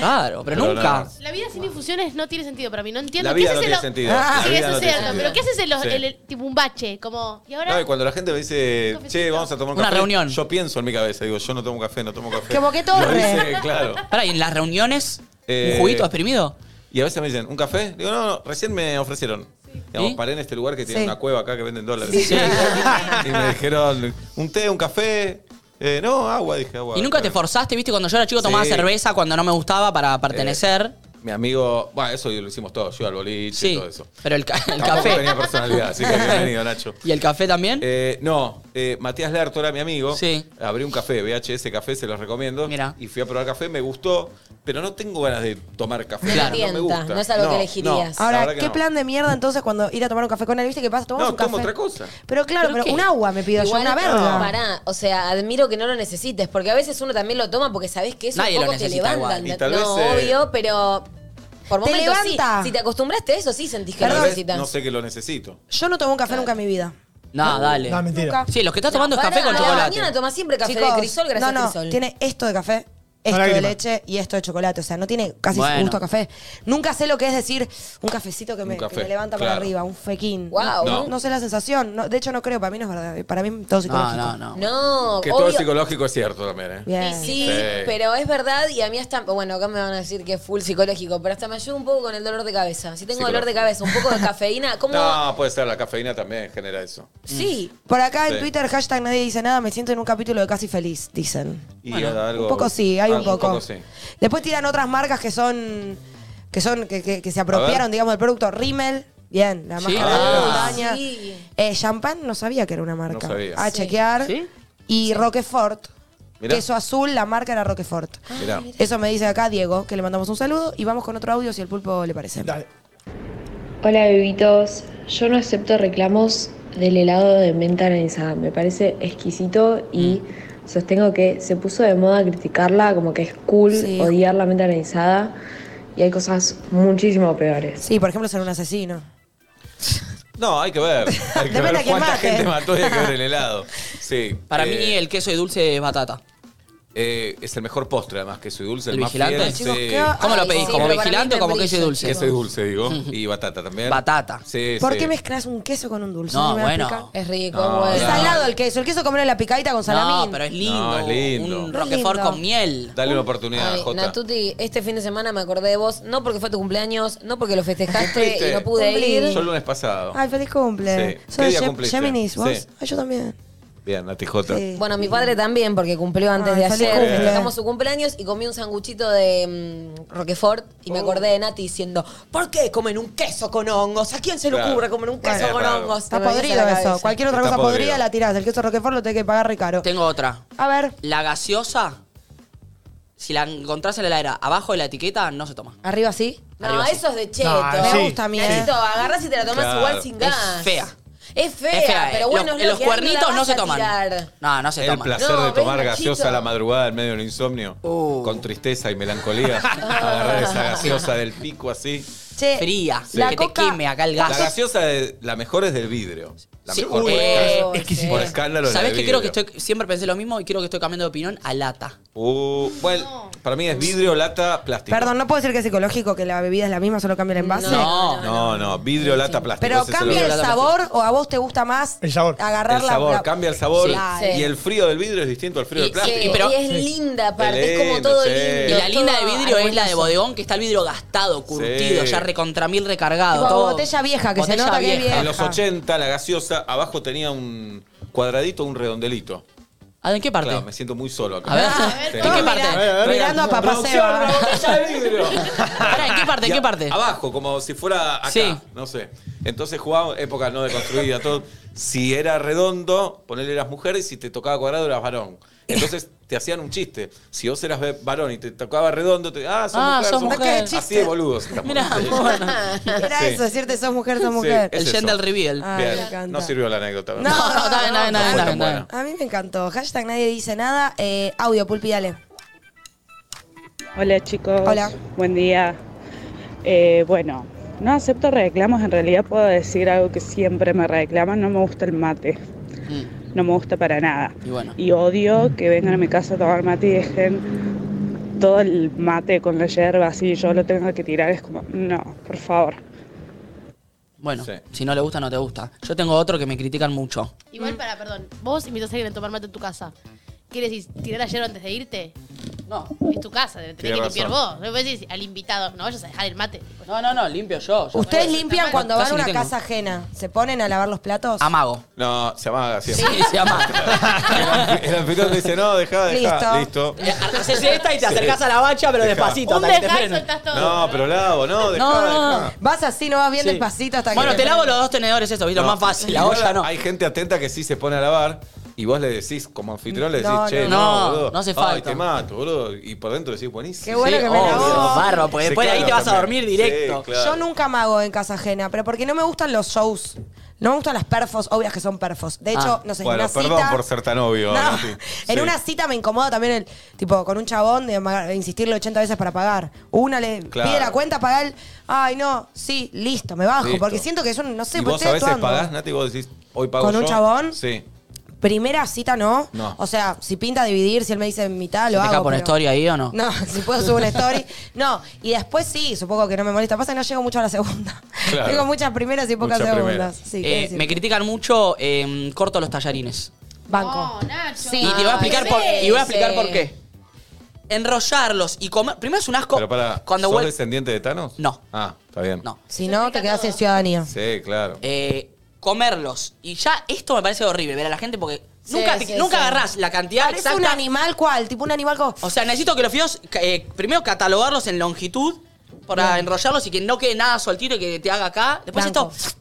Speaker 4: raro, pero,
Speaker 6: Pero
Speaker 4: nunca.
Speaker 6: no,
Speaker 8: La vida sin infusiones no tiene sentido para mí. No entiendo.
Speaker 6: La
Speaker 8: ¿Qué
Speaker 6: vida
Speaker 8: haces
Speaker 6: no
Speaker 8: en
Speaker 6: tiene sentido.
Speaker 8: lo-
Speaker 2: Ah,
Speaker 6: La
Speaker 8: Sí,
Speaker 6: vida
Speaker 8: eso
Speaker 6: no tiene
Speaker 8: es cierto.
Speaker 6: sentido.
Speaker 8: Pero ¿qué haces en los,
Speaker 6: Sí.
Speaker 8: en el- tipo un bache? Como, y ahora.
Speaker 6: No, y cuando la gente me dice, che, vamos a tomar un
Speaker 4: Una
Speaker 6: café",
Speaker 4: reunión.
Speaker 6: Yo pienso en mi cabeza, digo, yo no tomo café, no tomo café.
Speaker 2: Que boquetorre.
Speaker 6: Lo dice, claro.
Speaker 4: Pará, ¿y en las reuniones?
Speaker 6: Eh,
Speaker 4: ¿Un juguito exprimido?
Speaker 6: Y a veces me dicen, ¿un café? Digo, no, no, recién me ofrecieron. Digamos,
Speaker 4: ¿Y?
Speaker 6: paré en este lugar que tiene
Speaker 2: Sí.
Speaker 6: una cueva acá que venden dólares. y me dijeron, ¿un té, un café? Eh, no, agua, dije, agua.
Speaker 4: ¿Y nunca te
Speaker 6: Claro.
Speaker 4: forzaste, viste? Cuando yo era chico tomaba
Speaker 6: Sí. Eh,
Speaker 4: cerveza cuando no me gustaba para pertenecer.
Speaker 6: Mi amigo, bueno, eso lo hicimos todos, yo al boliche y
Speaker 4: sí,
Speaker 6: todo eso.
Speaker 4: pero el, ca- el
Speaker 6: Tampoco
Speaker 4: café.
Speaker 6: tenía personalidad, así que bienvenido, Nacho.
Speaker 4: ¿Y el café también?
Speaker 6: Eh, no, eh, Matías Lerto era mi amigo.
Speaker 4: Sí.
Speaker 6: Abrí un café, VHS Café, se los recomiendo.
Speaker 4: Mirá.
Speaker 6: Y fui a probar café, me gustó, pero no tengo ganas de tomar café.
Speaker 4: No te
Speaker 6: me
Speaker 5: tienta,
Speaker 6: gusta.
Speaker 5: no es algo que elegirías.
Speaker 6: la verdad
Speaker 2: Ahora,
Speaker 6: que
Speaker 2: ¿qué
Speaker 6: no.
Speaker 2: plan de mierda entonces cuando ir a tomar un café con él? ¿Viste qué pasa? Tomamos
Speaker 6: No,
Speaker 2: un café.
Speaker 6: tomo otra cosa.
Speaker 2: Pero claro,
Speaker 4: ¿Pero
Speaker 2: pero,
Speaker 4: qué?
Speaker 2: un agua me pido yo, una verga.
Speaker 5: Pará, o sea, admiro que no lo necesites, porque a veces uno también lo toma porque sabés que es
Speaker 4: Nadie lo
Speaker 5: un poco te
Speaker 4: necesita
Speaker 5: levanta.
Speaker 6: igual. Y tal
Speaker 5: no,
Speaker 6: vez, eh,
Speaker 5: obvio, pero por
Speaker 2: Te
Speaker 5: momentos sí.
Speaker 2: levanta.
Speaker 5: Si te acostumbraste a eso, sí sentís que
Speaker 6: Tal
Speaker 5: lo
Speaker 6: vez
Speaker 5: necesitas.
Speaker 6: no sé que lo necesito.
Speaker 2: Yo no tomo un café nunca en mi vida.
Speaker 4: no, dale.
Speaker 9: No, mentira.
Speaker 4: sí, lo que estás tomando es café
Speaker 5: Pará,
Speaker 4: con
Speaker 5: a la
Speaker 4: chocolate.
Speaker 5: mañana tomás siempre ¿Este café
Speaker 2: Chicos,
Speaker 5: de crisol, gracias
Speaker 2: no, no,
Speaker 5: crisol.
Speaker 2: tiene esto de café, esto de
Speaker 9: lágrima.
Speaker 2: leche y esto de chocolate. O sea, no tiene casi
Speaker 4: Bueno.
Speaker 2: gusto a café. Nunca sé lo que es decir un cafecito que me,
Speaker 6: Un café,
Speaker 2: que me levanta para
Speaker 6: claro.
Speaker 2: arriba, un fequín.
Speaker 5: Guau.
Speaker 2: No,
Speaker 6: No.
Speaker 2: no sé la sensación. No, de hecho, no creo. Para mí no es verdad. Para mí todo
Speaker 4: No,
Speaker 2: psicológico.
Speaker 4: no, no.
Speaker 5: No,
Speaker 6: Que todo
Speaker 5: obvio.
Speaker 6: psicológico es cierto también, ¿eh?
Speaker 2: Bien.
Speaker 5: Sí,
Speaker 6: Sí.
Speaker 5: pero es verdad y a mí hasta, bueno, acá me van a decir que es full psicológico, pero hasta me ayuda un poco con el dolor de cabeza. Si tengo dolor de cabeza, un poco de cafeína, ¿cómo?
Speaker 6: No, puede ser, la cafeína también genera eso.
Speaker 5: Sí.
Speaker 2: Por acá en
Speaker 6: Sí.
Speaker 2: Twitter, hashtag nadie dice nada, me siento en un capítulo de casi feliz, dicen.
Speaker 6: Y algo-
Speaker 2: Un poco sí, hay un
Speaker 6: algo-
Speaker 2: poco.
Speaker 6: sí.
Speaker 2: Después tiran otras marcas que son. que son. que, que- que se apropiaron,
Speaker 6: ver.
Speaker 2: digamos, del producto. Rimmel, bien, la
Speaker 4: Sí.
Speaker 2: máscara de
Speaker 4: Ah.
Speaker 2: montaña.
Speaker 5: Sí.
Speaker 2: Eh, champán no sabía que era una marca.
Speaker 6: No sabía.
Speaker 2: A
Speaker 5: Sí.
Speaker 2: chequear.
Speaker 4: Sí.
Speaker 2: Y Roquefort.
Speaker 6: Mirá.
Speaker 2: Queso azul, la marca era Roquefort.
Speaker 5: Ah,
Speaker 6: Mirá.
Speaker 2: Eso me dice acá Diego, que le mandamos un saludo y vamos con otro audio si el pulpo le parece.
Speaker 9: Dale.
Speaker 11: Hola bebitos, yo no acepto reclamos del helado de menta granizada, me parece exquisito y
Speaker 4: Mm.
Speaker 11: sostengo que se puso de moda criticarla, como que es cool
Speaker 2: Sí.
Speaker 11: odiar la menta granizada y hay cosas muchísimo peores.
Speaker 2: Sí, por ejemplo, ser un asesino.
Speaker 6: No, hay que ver. Hay que
Speaker 2: Depende
Speaker 6: ver
Speaker 2: a quién
Speaker 6: cuánta
Speaker 2: mate.
Speaker 6: gente mató y hay que ver el helado. Sí.
Speaker 4: Para
Speaker 6: eh,
Speaker 4: mí el queso de dulce es batata.
Speaker 6: eh, es el mejor postre, además, que soy dulce. El,
Speaker 4: ¿El
Speaker 6: más
Speaker 4: vigilante?
Speaker 6: fiel,
Speaker 2: Chicos,
Speaker 6: sí.
Speaker 2: qué va-
Speaker 4: ¿Cómo lo
Speaker 5: Ay,
Speaker 4: pedís?
Speaker 5: sí,
Speaker 4: ¿Como
Speaker 5: pero para
Speaker 4: vigilante
Speaker 5: mí
Speaker 4: o como
Speaker 5: te
Speaker 4: queso de
Speaker 5: brillo,
Speaker 4: dulce?
Speaker 5: chicos.
Speaker 6: Queso y dulce, digo. Y batata también.
Speaker 4: Batata.
Speaker 6: Sí,
Speaker 2: ¿Por
Speaker 6: sí.
Speaker 2: qué mezclas un queso con un dulce?
Speaker 4: No,
Speaker 2: me
Speaker 4: bueno.
Speaker 2: explica.
Speaker 5: Es rico,
Speaker 6: No,
Speaker 5: bueno.
Speaker 2: Es
Speaker 6: Claro.
Speaker 2: salado el queso. El queso comerlo en la picadita con salamín.
Speaker 4: No, pero es lindo.
Speaker 6: No, es lindo.
Speaker 4: Un roquefort
Speaker 2: Lindo.
Speaker 4: con miel.
Speaker 6: Dale una oportunidad,
Speaker 5: Ay,
Speaker 6: Jota.
Speaker 5: Natuti, este fin de semana me acordé de vos, no porque fue tu cumpleaños, no porque lo festejaste
Speaker 6: ¿Cumpliste?
Speaker 5: y no pude
Speaker 2: Cumplí.
Speaker 5: ir.
Speaker 6: Yo el lunes pasado.
Speaker 2: Ay, feliz cumple.
Speaker 6: Sí.
Speaker 2: Soy
Speaker 6: ¿Qué día
Speaker 2: Gem-
Speaker 6: cumpliste?
Speaker 2: Géminis, ¿vos?
Speaker 6: Sí.
Speaker 2: Ay, yo también.
Speaker 6: Bien, Nati Jota.
Speaker 2: Sí.
Speaker 5: Bueno, mi padre también, porque cumplió antes
Speaker 2: Ay,
Speaker 5: de
Speaker 2: feliz
Speaker 5: ayer.
Speaker 2: cumple.
Speaker 5: Festejamos su cumpleaños y comí un sanguchito de mm, Roquefort y me acordé de Nati diciendo, ¿por qué comen un queso con hongos? ¿A quién se le
Speaker 6: Claro.
Speaker 5: ocurre comer un
Speaker 6: Bueno,
Speaker 5: queso
Speaker 6: es
Speaker 5: con
Speaker 6: raro.
Speaker 5: hongos?
Speaker 2: Está
Speaker 5: Me venís a
Speaker 2: podrido
Speaker 5: la
Speaker 2: eso.
Speaker 5: cabeza.
Speaker 2: Cualquier otra
Speaker 6: Está
Speaker 2: cosa
Speaker 6: podrido.
Speaker 2: podrida la tirás. El queso Roquefort lo tenés que pagar re caro.
Speaker 4: Tengo otra.
Speaker 2: A ver,
Speaker 4: La gaseosa, si la encontrás en la heladera abajo de la etiqueta, no se toma.
Speaker 2: arriba sí.
Speaker 5: No,
Speaker 4: Arriba, sí.
Speaker 5: eso es de cheto.
Speaker 9: No,
Speaker 2: Me
Speaker 9: sí,
Speaker 2: gusta a mí, eh.
Speaker 5: Cheto, agarrás y te la tomás
Speaker 6: Claro.
Speaker 5: igual sin
Speaker 4: Es
Speaker 5: gas.
Speaker 4: fea.
Speaker 5: Es fea,
Speaker 4: Es fea, eh.
Speaker 5: pero bueno,
Speaker 4: los,
Speaker 5: es lo
Speaker 4: los
Speaker 5: que hay, la
Speaker 4: cuernitos no
Speaker 5: vas
Speaker 4: se
Speaker 5: a
Speaker 4: toman.
Speaker 5: tirar.
Speaker 4: No, no se
Speaker 6: El
Speaker 4: toman.
Speaker 6: placer
Speaker 5: No,
Speaker 6: de
Speaker 5: ven,
Speaker 6: tomar
Speaker 5: Nachito.
Speaker 6: gaseosa a la madrugada en medio del insomnio,
Speaker 4: Uh.
Speaker 6: con tristeza y melancolía, agarrar esa gaseosa del pico así.
Speaker 2: Che,
Speaker 4: Fría,
Speaker 2: la
Speaker 4: que
Speaker 2: coca-
Speaker 4: te queme acá el
Speaker 6: La
Speaker 4: gas.
Speaker 6: gaseosa, de, la mejor es del vidrio. La
Speaker 4: Sí,
Speaker 6: mejor
Speaker 4: uy,
Speaker 6: por,
Speaker 4: eh,
Speaker 6: escándalo.
Speaker 9: exquisito.
Speaker 6: Por escándalo. es la
Speaker 4: ¿Sabés
Speaker 6: de
Speaker 4: que creo que
Speaker 6: vidrio.
Speaker 4: estoy, siempre pensé lo mismo y creo que estoy cambiando de opinión a lata?
Speaker 6: Uh, bueno, para mí es vidrio, lata, plástico.
Speaker 2: Perdón, no puedo decir que es psicológico que la bebida es la misma, solo cambia el envase.
Speaker 4: No.
Speaker 6: No, no, vidrio, lata, plástico.
Speaker 2: Pero
Speaker 6: ese es
Speaker 2: cambia el
Speaker 6: olor.
Speaker 4: la-
Speaker 2: sabor o a vos te gusta más
Speaker 9: El sabor.
Speaker 2: agarrar
Speaker 6: El
Speaker 2: la-
Speaker 6: sabor,
Speaker 2: la-
Speaker 6: cambia el sabor.
Speaker 4: Sí.
Speaker 5: Sí.
Speaker 6: Y el frío del vidrio es distinto al frío
Speaker 4: Y-
Speaker 5: Sí,
Speaker 6: del
Speaker 4: Y
Speaker 6: plástico.
Speaker 4: pero-
Speaker 5: y es linda aparte, es como
Speaker 6: lindo,
Speaker 5: todo
Speaker 6: sí.
Speaker 5: lindo.
Speaker 4: Y la
Speaker 5: todo
Speaker 4: linda de vidrio es la de
Speaker 5: armonioso.
Speaker 4: bodegón, que está el vidrio gastado, curtido,
Speaker 6: Sí.
Speaker 4: ya recontra mil recargado.
Speaker 2: Tipo
Speaker 4: todo.
Speaker 2: botella vieja, que se nota que es vieja.
Speaker 6: En los 80, la gaseosa, abajo tenía un cuadradito, un redondelito.
Speaker 4: Ah, ¿En qué parte?
Speaker 6: Claro, me siento muy solo acá.
Speaker 4: A ver,
Speaker 6: Sí.
Speaker 4: ¿en qué parte?
Speaker 2: Mira- mirando a papá Seba.
Speaker 6: Producción, la botella de vidrio.
Speaker 4: Pará, ¿en qué parte? ¿En
Speaker 6: Y
Speaker 4: qué
Speaker 6: a-
Speaker 4: parte?
Speaker 6: Abajo, como si fuera acá.
Speaker 4: Sí.
Speaker 6: No sé. Entonces jugábamos, época no deconstruida, todo. Si era redondo, ponerle eras mujer y si te tocaba cuadrado eras varón. Entonces te hacían un chiste. Si vos eras ve- varón y te tocaba redondo, te ah, sos
Speaker 4: Ah,
Speaker 6: mujer,
Speaker 4: sos
Speaker 6: sos
Speaker 4: mujer.
Speaker 6: mujer. Así de boludos. estamos.
Speaker 4: Mirá,
Speaker 6: Sí.
Speaker 4: bueno.
Speaker 2: Era
Speaker 6: Sí.
Speaker 2: eso, decirte sos mujer, sos
Speaker 6: Sí,
Speaker 2: mujer.
Speaker 6: es
Speaker 4: El
Speaker 6: eso.
Speaker 4: gender reveal.
Speaker 2: Ay, me
Speaker 6: Bien,
Speaker 2: encanta.
Speaker 6: no sirvió la anécdota.
Speaker 2: No, no, no,
Speaker 4: está bien, está bien,
Speaker 2: no,
Speaker 4: está bien,
Speaker 6: tan
Speaker 4: está bien.
Speaker 6: buena.
Speaker 2: A mí me encantó. Hashtag nadie dice nada. Eh, audio, Pulpi, dale.
Speaker 12: Hola chicos.
Speaker 2: Hola.
Speaker 12: Buen día. Eh, bueno, no acepto reclamos. En realidad puedo decir algo que siempre me reclaman. No me gusta el mate.
Speaker 4: Mm,
Speaker 12: No me gusta para nada.
Speaker 4: Y bueno.
Speaker 12: Y odio que vengan a mi casa a tomar mate y dejen todo el mate con la hierba así y yo lo tenga que tirar. Es como, no, por favor.
Speaker 4: Bueno,
Speaker 6: Sí.
Speaker 4: si no le gusta, no te gusta. Yo tengo otro que me critican mucho.
Speaker 8: Igual para, perdón, vos invitas a alguien a tomar mate en tu casa. ¿Qué decís? ¿Tirar la yerba antes de irte?
Speaker 4: No.
Speaker 8: Es tu casa, tenés
Speaker 6: Tiene
Speaker 8: que limpiar
Speaker 6: razón.
Speaker 8: vos. No puedes decir al invitado, no vayas a dejar el mate.
Speaker 4: No, no, no, limpio yo. yo-
Speaker 2: ¿Ustedes limpian cuando van
Speaker 4: Casi
Speaker 2: a
Speaker 4: ni
Speaker 2: una
Speaker 4: tengo.
Speaker 2: casa ajena? ¿Se ponen a lavar los platos?
Speaker 4: Amago.
Speaker 6: No, se llamaba así.
Speaker 4: Sí, se ama.
Speaker 6: El anfi- El anfitrión te dice, no, dejá, dejá.
Speaker 2: Listo.
Speaker 6: Listo.
Speaker 4: Haces esta y te acercás a la bacha, pero
Speaker 6: Dejá.
Speaker 4: despacito.
Speaker 8: Un
Speaker 4: hasta que te
Speaker 8: dejá y
Speaker 4: frenen.
Speaker 8: soltás todo.
Speaker 6: No, pero lavo, no, dejá,
Speaker 4: No, no, no.
Speaker 6: dejá.
Speaker 2: Vas así, no vas bien
Speaker 4: Sí.
Speaker 2: despacito hasta que.
Speaker 4: Bueno, te lavo
Speaker 2: prenden.
Speaker 4: los dos tenedores, eso, ¿viste? Lo
Speaker 6: No.
Speaker 4: más fácil. La
Speaker 6: Igual
Speaker 4: olla no.
Speaker 6: Hay gente atenta que sí se pone a lavar y vos le decís, como anfitrión, le decís,
Speaker 2: No,
Speaker 6: che,
Speaker 4: no.
Speaker 6: no,
Speaker 4: No,
Speaker 6: boludo.
Speaker 4: no hace
Speaker 6: Ay,
Speaker 4: falta.
Speaker 6: te mato, boludo. Y por dentro decís, buenísimo.
Speaker 2: Qué bueno
Speaker 4: Sí,
Speaker 2: que me
Speaker 4: obvio,
Speaker 2: lavó.
Speaker 4: barro, porque
Speaker 6: Se
Speaker 4: después ahí
Speaker 6: clava
Speaker 4: te vas a
Speaker 6: también.
Speaker 4: dormir directo.
Speaker 6: Sí, claro.
Speaker 2: Yo nunca mago en casa ajena, pero porque no me gustan los shows. No me gustan las perfos, obvias que son perfos. De hecho,
Speaker 4: Ah.
Speaker 2: no sé, en
Speaker 6: Bueno,
Speaker 2: una
Speaker 6: perdón
Speaker 2: cita.
Speaker 6: por ser tan
Speaker 2: No,
Speaker 6: obvio. Nati.
Speaker 2: en
Speaker 6: Sí.
Speaker 2: una cita me incomoda también el tipo con un chabón de amagar- insistirle 80 veces para pagar. Una le
Speaker 6: Claro.
Speaker 2: pide la cuenta, paga el. Ay, no, sí, listo, me bajo.
Speaker 6: Listo.
Speaker 2: Porque siento que yo no sé pues
Speaker 6: ¿Y
Speaker 2: por
Speaker 6: vos a
Speaker 2: qué
Speaker 6: veces pagás, Nati, vos decís, hoy pago
Speaker 2: ¿Con un
Speaker 6: yo?
Speaker 2: chabón?
Speaker 6: Sí.
Speaker 2: Primera cita no.
Speaker 6: No.
Speaker 2: O sea, si pinta dividir, si él me dice mitad, lo
Speaker 4: ¿Se te
Speaker 2: hago.
Speaker 4: escapa una
Speaker 2: pero-
Speaker 4: historia ahí o no?
Speaker 2: No, si puedo subir una story. No, y después sí, supongo que no me molesta. Pasa que no llego mucho a la segunda.
Speaker 6: Claro.
Speaker 2: Tengo muchas primeras y pocas
Speaker 6: Muchas
Speaker 2: segundas.
Speaker 6: primeras.
Speaker 2: Sí,
Speaker 4: Eh,
Speaker 2: ¿qué decir?
Speaker 4: me critican mucho, eh, corto los tallarines.
Speaker 2: Banco.
Speaker 8: No, Oh, Nacho.
Speaker 2: Sí.
Speaker 4: Y te voy a explicar, por,
Speaker 5: sí,
Speaker 4: y voy a explicar
Speaker 5: sí.
Speaker 4: por qué. Enrollarlos y comer. Primero es un asco.
Speaker 6: Pero para,
Speaker 4: cuando
Speaker 6: ¿sos
Speaker 4: vuel-
Speaker 6: descendiente de Thanos?
Speaker 4: No.
Speaker 6: Ah, está bien.
Speaker 4: No.
Speaker 2: Si no, te quedas sin ciudadanía.
Speaker 6: Sí, claro.
Speaker 4: Eh, comerlos. Y ya esto me parece horrible ver a la gente porque nunca, te-
Speaker 5: sí,
Speaker 4: nunca
Speaker 5: sí.
Speaker 4: agarrás la cantidad
Speaker 2: Parece
Speaker 4: exacta.
Speaker 2: un animal cual, tipo un animal como.
Speaker 4: O sea, necesito que los fideos, ca- eh, primero catalogarlos en longitud para enrollarlos y que no quede nada soltito y que te haga acá. Después
Speaker 2: Blanco.
Speaker 4: esto,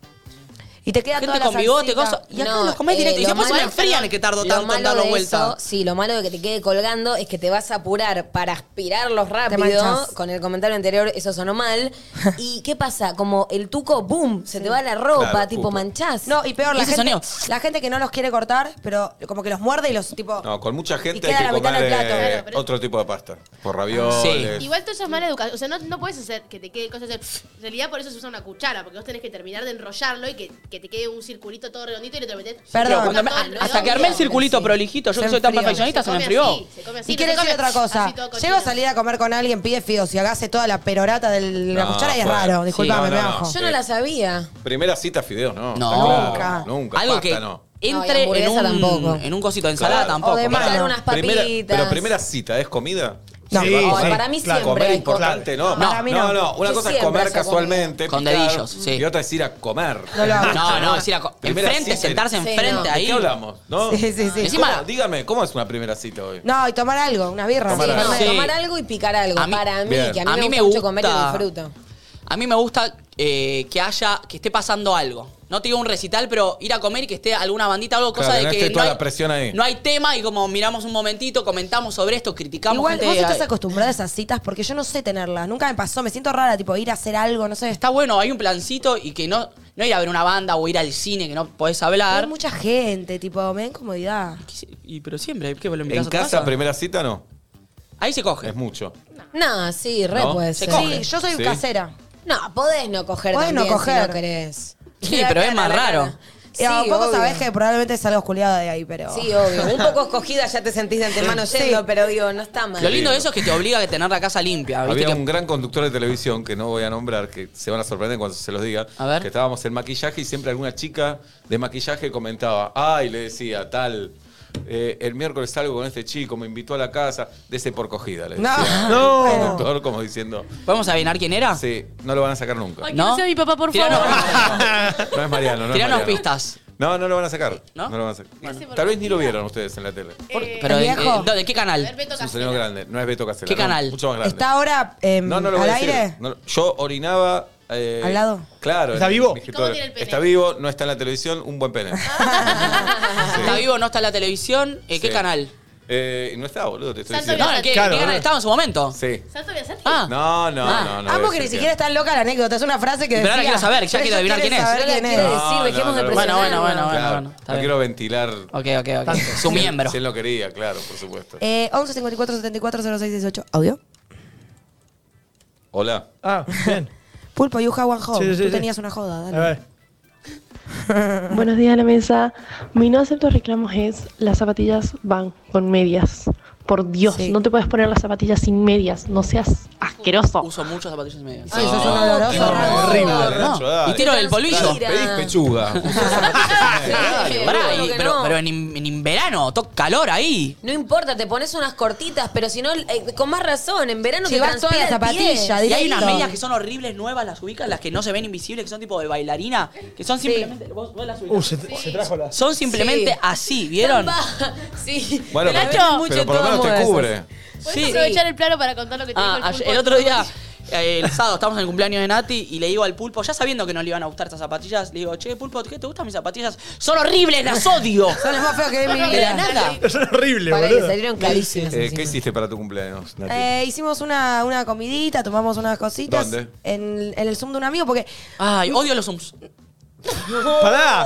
Speaker 2: Y te queda
Speaker 4: gente
Speaker 2: toda la
Speaker 4: con bigote,
Speaker 2: salsita.
Speaker 4: cosas. Y acá los comés directo. Y
Speaker 5: eh, lo
Speaker 4: después se me
Speaker 5: malo-
Speaker 4: enfrían que tardo
Speaker 5: lo
Speaker 4: tanto en
Speaker 5: malo
Speaker 4: darlo
Speaker 5: de
Speaker 4: vuelta.
Speaker 5: eso, sí, lo malo de que te quede colgando es que te vas a apurar para aspirarlos rápido.
Speaker 2: manchas.
Speaker 5: Con el comentario anterior, eso sonó mal. ¿Y qué pasa? Como el tuco, boom, se te va la ropa,
Speaker 6: Claro,
Speaker 5: tipo
Speaker 6: justo.
Speaker 5: manchás.
Speaker 2: No, y peor, la
Speaker 4: Ese
Speaker 2: gente,
Speaker 4: sonido.
Speaker 2: la gente que no los quiere cortar, pero como que los muerde y los tipo.
Speaker 6: No, con mucha
Speaker 2: Y
Speaker 6: gente
Speaker 2: queda
Speaker 6: hay que
Speaker 2: la mitad
Speaker 6: comer
Speaker 2: del plato.
Speaker 6: eh,
Speaker 8: Claro, pero-
Speaker 6: otro tipo de pasta. Por ravioles.
Speaker 4: Sí.
Speaker 8: Igual todo eso es mala educación. O sea, no, no puedes hacer que te quede cosas. hacer- En realidad, por eso se usa una cuchara, porque vos tenés que terminar de enrollarlo y que, que te quede un circulito todo redondito y lo te metés.
Speaker 2: Perdón.
Speaker 4: Pero cuando me-
Speaker 8: Todo el
Speaker 4: hasta que armé el
Speaker 8: redondo.
Speaker 4: circulito
Speaker 2: Sí.
Speaker 4: prolijito, yo
Speaker 2: Se
Speaker 4: que soy tan
Speaker 2: enfrió.
Speaker 4: perfeccionista, se, me
Speaker 8: come
Speaker 4: enfrió.
Speaker 8: así, se come así,
Speaker 2: Y
Speaker 8: no
Speaker 2: quiero
Speaker 8: se come
Speaker 2: decir otra cosa.
Speaker 8: así todo cochino.
Speaker 2: Llego a salir a comer con alguien, pide fideos y hace toda la perorata de la
Speaker 6: No,
Speaker 2: cuchara y es
Speaker 6: bueno.
Speaker 2: raro.
Speaker 6: Sí.
Speaker 2: Disculpame,
Speaker 6: No, no,
Speaker 2: me
Speaker 6: no.
Speaker 2: bajo.
Speaker 5: Yo no la sabía.
Speaker 6: Primera cita, fideos, no.
Speaker 4: No.
Speaker 6: está claro.
Speaker 2: Nunca.
Speaker 6: Nunca.
Speaker 4: Algo
Speaker 6: pasta,
Speaker 4: que
Speaker 6: no.
Speaker 5: No, y
Speaker 4: entre en,
Speaker 5: hamburguesa
Speaker 4: un,
Speaker 5: tampoco.
Speaker 4: en un cosito de ensalada
Speaker 6: Claro.
Speaker 4: tampoco.
Speaker 2: O de
Speaker 4: Pará.
Speaker 2: mano.
Speaker 5: Pasar unas papitas.
Speaker 6: Primera, pero primera cita, ¿es comida?
Speaker 2: No.
Speaker 9: Sí,
Speaker 6: ¿Se va a comer?
Speaker 5: para mí
Speaker 9: claro.
Speaker 5: siempre
Speaker 6: Comer
Speaker 5: hay
Speaker 6: importante, ¿no.
Speaker 4: No.
Speaker 2: Para mí no.
Speaker 6: no, Una
Speaker 5: Yo
Speaker 6: cosa es
Speaker 5: siempre
Speaker 6: comer
Speaker 5: hago
Speaker 6: casualmente.
Speaker 4: Con
Speaker 6: picar,
Speaker 4: dedillos, sí.
Speaker 6: Y otra es ir a comer.
Speaker 2: No lo hago.
Speaker 4: No, no, es ir a co-
Speaker 6: Primera
Speaker 4: enfrente,
Speaker 6: cita.
Speaker 4: sentarse
Speaker 5: Sí,
Speaker 4: enfrente
Speaker 5: no.
Speaker 6: ¿De
Speaker 4: ahí.
Speaker 6: qué hablamos? ¿No?
Speaker 2: Sí, sí, sí.
Speaker 6: ¿Cómo-
Speaker 4: Encima-
Speaker 6: dígame, ¿cómo es una primera cita hoy?
Speaker 2: No, y tomar algo, una birra.
Speaker 6: Tomar
Speaker 2: Sí,
Speaker 5: No,
Speaker 6: algo.
Speaker 2: no me-
Speaker 4: Sí.
Speaker 5: tomar algo y picar algo.
Speaker 4: A mí-
Speaker 5: para mí,
Speaker 6: Bien.
Speaker 5: que a mí,
Speaker 4: A mí
Speaker 5: me,
Speaker 4: me
Speaker 5: gusta mucho comer y
Speaker 4: gusta-
Speaker 5: lo disfruto.
Speaker 4: A mí me gusta eh, que haya, que esté pasando algo. No te digo un recital, pero ir a comer y que esté alguna bandita, algo,
Speaker 6: Claro,
Speaker 4: cosa
Speaker 6: que
Speaker 4: de
Speaker 6: no
Speaker 4: que.
Speaker 6: esté toda
Speaker 4: hay,
Speaker 6: la presión ahí.
Speaker 4: no hay tema y como miramos un momentito, comentamos sobre esto, criticamos
Speaker 2: Igual
Speaker 4: gente.
Speaker 2: vos estás
Speaker 4: Ay,
Speaker 2: acostumbrada a esas citas porque yo no sé tenerlas. Nunca me pasó, me siento rara, tipo ir a hacer algo, no sé.
Speaker 4: Está bueno, hay un plancito y que no, no ir a ver una banda o ir al cine que no podés
Speaker 2: Hay
Speaker 4: hablar.
Speaker 2: mucha gente, tipo, me da incomodidad.
Speaker 4: Y, pero siempre, ¿qué vos lo
Speaker 6: ¿En
Speaker 4: invitás a tu
Speaker 6: casa, primera cita, no?
Speaker 4: Ahí se coge.
Speaker 6: Es mucho.
Speaker 5: No, sí, re
Speaker 6: No,
Speaker 5: puede
Speaker 4: se
Speaker 5: ser.
Speaker 4: coge.
Speaker 2: Sí, yo soy
Speaker 6: Sí.
Speaker 2: casera.
Speaker 5: No, podés no coger
Speaker 2: Podés no
Speaker 5: también si
Speaker 2: coger.
Speaker 5: no querés.
Speaker 4: Sí, pero es más
Speaker 5: La cara.
Speaker 4: raro.
Speaker 5: Sí,
Speaker 2: y a Eh, poco
Speaker 5: obvio.
Speaker 2: sabés que probablemente salga osculeada de ahí, pero.
Speaker 5: Sí, obvio. Un poco escogida ya te sentís de antemano
Speaker 2: Sí.
Speaker 5: yendo, pero digo, no está
Speaker 4: Lo
Speaker 5: mal.
Speaker 4: lindo de eso es que te obliga a tener la casa limpia. Ah, ¿viste?
Speaker 6: Había
Speaker 4: Que-
Speaker 6: un gran conductor de televisión que no voy a nombrar, que se van a sorprender cuando se los diga.
Speaker 4: A ver.
Speaker 6: Que estábamos en maquillaje y siempre alguna chica de maquillaje comentaba, ay, le decía, tal. eh, el miércoles salgo con este chico, me invitó a la casa, dese por cogida, le
Speaker 2: No.
Speaker 6: decía.
Speaker 2: No.
Speaker 6: El conductor como diciendo,
Speaker 4: ¿Vamos a adivinar quién era?
Speaker 6: sí, no lo van a sacar nunca.
Speaker 8: Ay, que no sea mi papá, por
Speaker 4: Tiranos-
Speaker 8: favor.
Speaker 6: No es Mariano, no es
Speaker 4: Tiranos
Speaker 6: Mariano.
Speaker 4: pistas.
Speaker 6: No, no lo van a sacar.
Speaker 4: ¿No?
Speaker 6: No, lo van a sacar.
Speaker 4: Bueno.
Speaker 6: Tal vez ni lo vieron ustedes en la tele.
Speaker 4: Por-
Speaker 8: Eh,
Speaker 4: pero de,
Speaker 2: viejo.
Speaker 4: eh, no, ¿de qué
Speaker 8: a ver,
Speaker 4: canal?
Speaker 8: Beto
Speaker 6: Es un señor
Speaker 8: Casella.
Speaker 6: grande, no es Beto Casella.
Speaker 4: ¿Qué
Speaker 6: no,
Speaker 4: canal?
Speaker 6: Mucho más grande.
Speaker 2: ¿Está ahora em,
Speaker 6: No, no lo
Speaker 2: al
Speaker 6: voy a decir.
Speaker 2: aire?
Speaker 6: No, yo orinaba eh,
Speaker 2: ¿Al lado?
Speaker 6: Claro.
Speaker 9: ¿Está
Speaker 6: en-
Speaker 9: vivo?
Speaker 6: en mi escritorio.
Speaker 4: tiene el pene?
Speaker 6: Está vivo, no está en la televisión, un buen pene.
Speaker 4: Está vivo, no está en la televisión. Eh, ¿Qué
Speaker 6: Sí.
Speaker 4: canal?
Speaker 6: Eh, no está, boludo, te estoy
Speaker 4: No,
Speaker 6: diciendo.
Speaker 4: ¿qué, qué canal estaba en su momento?
Speaker 6: Sí.
Speaker 8: ¿Santo Biasetti?
Speaker 6: No, no,
Speaker 4: Ah.
Speaker 6: no, no.
Speaker 2: Amo
Speaker 6: voy a
Speaker 2: que ni
Speaker 6: decir
Speaker 2: siquiera es tan loca la anécdota, es una frase que
Speaker 4: Pero
Speaker 2: decía...
Speaker 4: ahora quiero saber, ya
Speaker 2: Pero
Speaker 4: quiero adivinar quién es. Ah.
Speaker 2: quiere saber
Speaker 4: Ahora
Speaker 2: quién es.
Speaker 5: Sí, dejemos de
Speaker 6: lo-
Speaker 5: presionar.
Speaker 4: Bueno, bueno, bueno,
Speaker 6: Claro,
Speaker 4: bueno, bueno. Está
Speaker 6: no
Speaker 4: bien.
Speaker 6: quiero ventilar.
Speaker 4: Ok, ok, ok. Su miembro.
Speaker 6: Si él lo quería, claro, por supuesto.
Speaker 2: Eh, 11 54 74 06 18. ¿Audio?
Speaker 6: Hola.
Speaker 9: Ah, bien.
Speaker 2: Pulpo, you have one home.
Speaker 9: Sí, sí,
Speaker 2: Tú
Speaker 9: sí.
Speaker 2: tenías una joda,
Speaker 9: A
Speaker 2: dale.
Speaker 9: ver.
Speaker 13: Buenos días a la mesa. Mi no acepto reclamos es las zapatillas van con medias. Por Dios,
Speaker 2: Sí.
Speaker 13: no te puedes poner las zapatillas sin medias. No seas asqueroso.
Speaker 4: Uso muchos zapatillas y medias.
Speaker 2: Ay, sos un oloroso.
Speaker 6: No,
Speaker 9: horrible,
Speaker 6: no,
Speaker 4: Oh. No,
Speaker 6: Ah, Nacho, dale.
Speaker 4: y tiro del polvillo.
Speaker 5: Mentira.
Speaker 6: Pedís pechuga.
Speaker 5: Ah, Sí,
Speaker 4: Pará,
Speaker 5: claro
Speaker 4: y-
Speaker 5: que
Speaker 4: pero,
Speaker 5: no.
Speaker 4: pero en, in- en verano, toca calor ahí.
Speaker 5: No importa, te pones unas cortitas, pero si no, eh, con más razón, en verano te
Speaker 2: Llevas toda la
Speaker 5: transpira el pie.
Speaker 2: zapatilla,
Speaker 4: Y hay
Speaker 2: directo.
Speaker 4: unas medias que son horribles, nuevas, las ubicas, las que no se ven invisibles, que son tipo de bailarina, que son simplemente. Vos, vos las ubicás.
Speaker 9: Uh, se, se trajo la.
Speaker 4: Son simplemente
Speaker 5: Sí.
Speaker 4: así, ¿vieron?
Speaker 5: Tapa. Sí.
Speaker 6: Bueno,
Speaker 5: Te la
Speaker 6: pero-
Speaker 5: ves mucho
Speaker 6: pero por lo
Speaker 5: en
Speaker 6: menos
Speaker 5: todas modas.
Speaker 6: te cubre.
Speaker 8: ¿Puedes
Speaker 4: Sí.
Speaker 8: aprovechar el plano para contar lo que te
Speaker 4: Ah,
Speaker 8: dijo el
Speaker 4: ayer-
Speaker 8: pulpo?
Speaker 4: el otro día, eh, el sábado, estábamos en el cumpleaños de Nati y le digo al pulpo, ya sabiendo que no le iban a gustar estas zapatillas, le digo, che, pulpo, ¿qué te gustan mis zapatillas? Son horribles, las odio.
Speaker 2: Son las más feas que vi en mi
Speaker 4: De la
Speaker 2: vida.
Speaker 4: nada.
Speaker 9: Son horribles,
Speaker 5: Para que
Speaker 9: boludo.
Speaker 5: salieron clarísimas.
Speaker 6: Eh, ¿Qué hiciste para tu cumpleaños, Nati?
Speaker 2: Eh, hicimos una, una comidita, tomamos unas cositas.
Speaker 6: ¿Dónde?
Speaker 2: En, en el Zoom de un amigo, porque
Speaker 4: Ay, odio los zooms.
Speaker 9: Pará.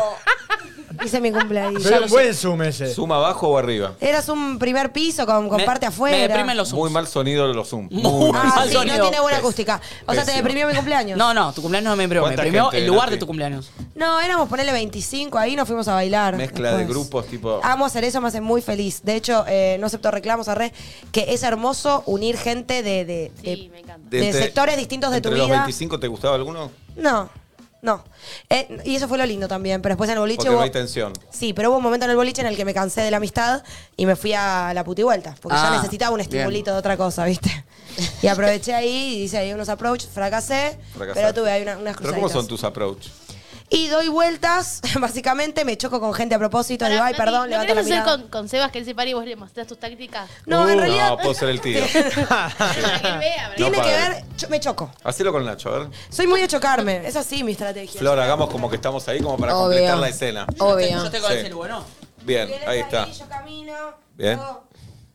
Speaker 2: hice mi cumpleaños.
Speaker 9: Pero un buen zoom ese.
Speaker 6: ¿Suma abajo o arriba?
Speaker 2: Eras un primer piso con, con
Speaker 4: Me-
Speaker 2: parte afuera.
Speaker 4: Me deprimen los zooms.
Speaker 6: Muy mal sonido de los Zoom.
Speaker 4: Muy
Speaker 2: Ah,
Speaker 4: mal
Speaker 2: sí,
Speaker 4: sonido.
Speaker 2: no tiene buena acústica. O sea, te
Speaker 6: Pésimo.
Speaker 2: deprimió mi cumpleaños.
Speaker 4: No, no, tu cumpleaños no me imprimió, me
Speaker 6: ¿Cuánta
Speaker 4: imprimió
Speaker 6: gente,
Speaker 4: el lugar
Speaker 6: Nati?
Speaker 4: de tu cumpleaños.
Speaker 2: No, éramos ponerle 25 ahí, nos fuimos a bailar.
Speaker 6: Mezcla de
Speaker 2: después.
Speaker 6: grupos, tipo.
Speaker 2: Amo hacer eso, me hace muy feliz. De hecho, eh, no acepto reclamos a red, que es hermoso unir gente de, de-
Speaker 8: Sí,
Speaker 2: de-
Speaker 8: me encanta.
Speaker 2: de
Speaker 6: entre-
Speaker 2: sectores distintos de tu
Speaker 6: entre los
Speaker 2: vida.
Speaker 6: 25 te gustaba alguno?
Speaker 2: No, no. Eh, y eso fue lo lindo también, pero después en el boliche
Speaker 6: Porque no
Speaker 2: hubo-
Speaker 6: hay tensión.
Speaker 2: Sí, pero hubo un momento en el boliche en el que me cansé de la amistad y me fui a la puti vuelta, porque
Speaker 4: Ah,
Speaker 2: ya necesitaba un estimulito de otra cosa, ¿viste? Y aproveché ahí y hice ahí unos approach, fracasé,
Speaker 6: Fracasaste.
Speaker 2: pero tuve ahí una- unas
Speaker 6: ¿Pero
Speaker 2: cruzaditas.
Speaker 6: cómo son tus approach?
Speaker 2: Y doy vueltas, básicamente me choco con gente a propósito, digo, ay,
Speaker 8: Nati,
Speaker 2: perdón,
Speaker 8: ¿no
Speaker 2: levanto la
Speaker 8: querés hacer
Speaker 2: mirada.
Speaker 8: con, con Sebas que él se pare y vos le mostrás tus tácticas?
Speaker 2: No, en realidad
Speaker 6: Uh, No, puedo ser el tío.
Speaker 8: Para que él vea, ¿verdad?
Speaker 2: tiene
Speaker 6: No,
Speaker 2: que
Speaker 6: padre.
Speaker 2: ver, yo- me choco.
Speaker 6: Hacelo con Nacho, a ver.
Speaker 2: Soy muy de chocarme, es así mi estrategia.
Speaker 6: Flor, hagamos como que estamos ahí como para
Speaker 5: Obvio.
Speaker 6: completar la escena.
Speaker 4: Yo
Speaker 5: Obvio.
Speaker 4: estoy con
Speaker 6: Sí.
Speaker 4: el celu, ¿no?
Speaker 6: Bien,
Speaker 2: Violeta
Speaker 6: ahí está.
Speaker 2: Yo camino.
Speaker 6: Bien.
Speaker 2: yo-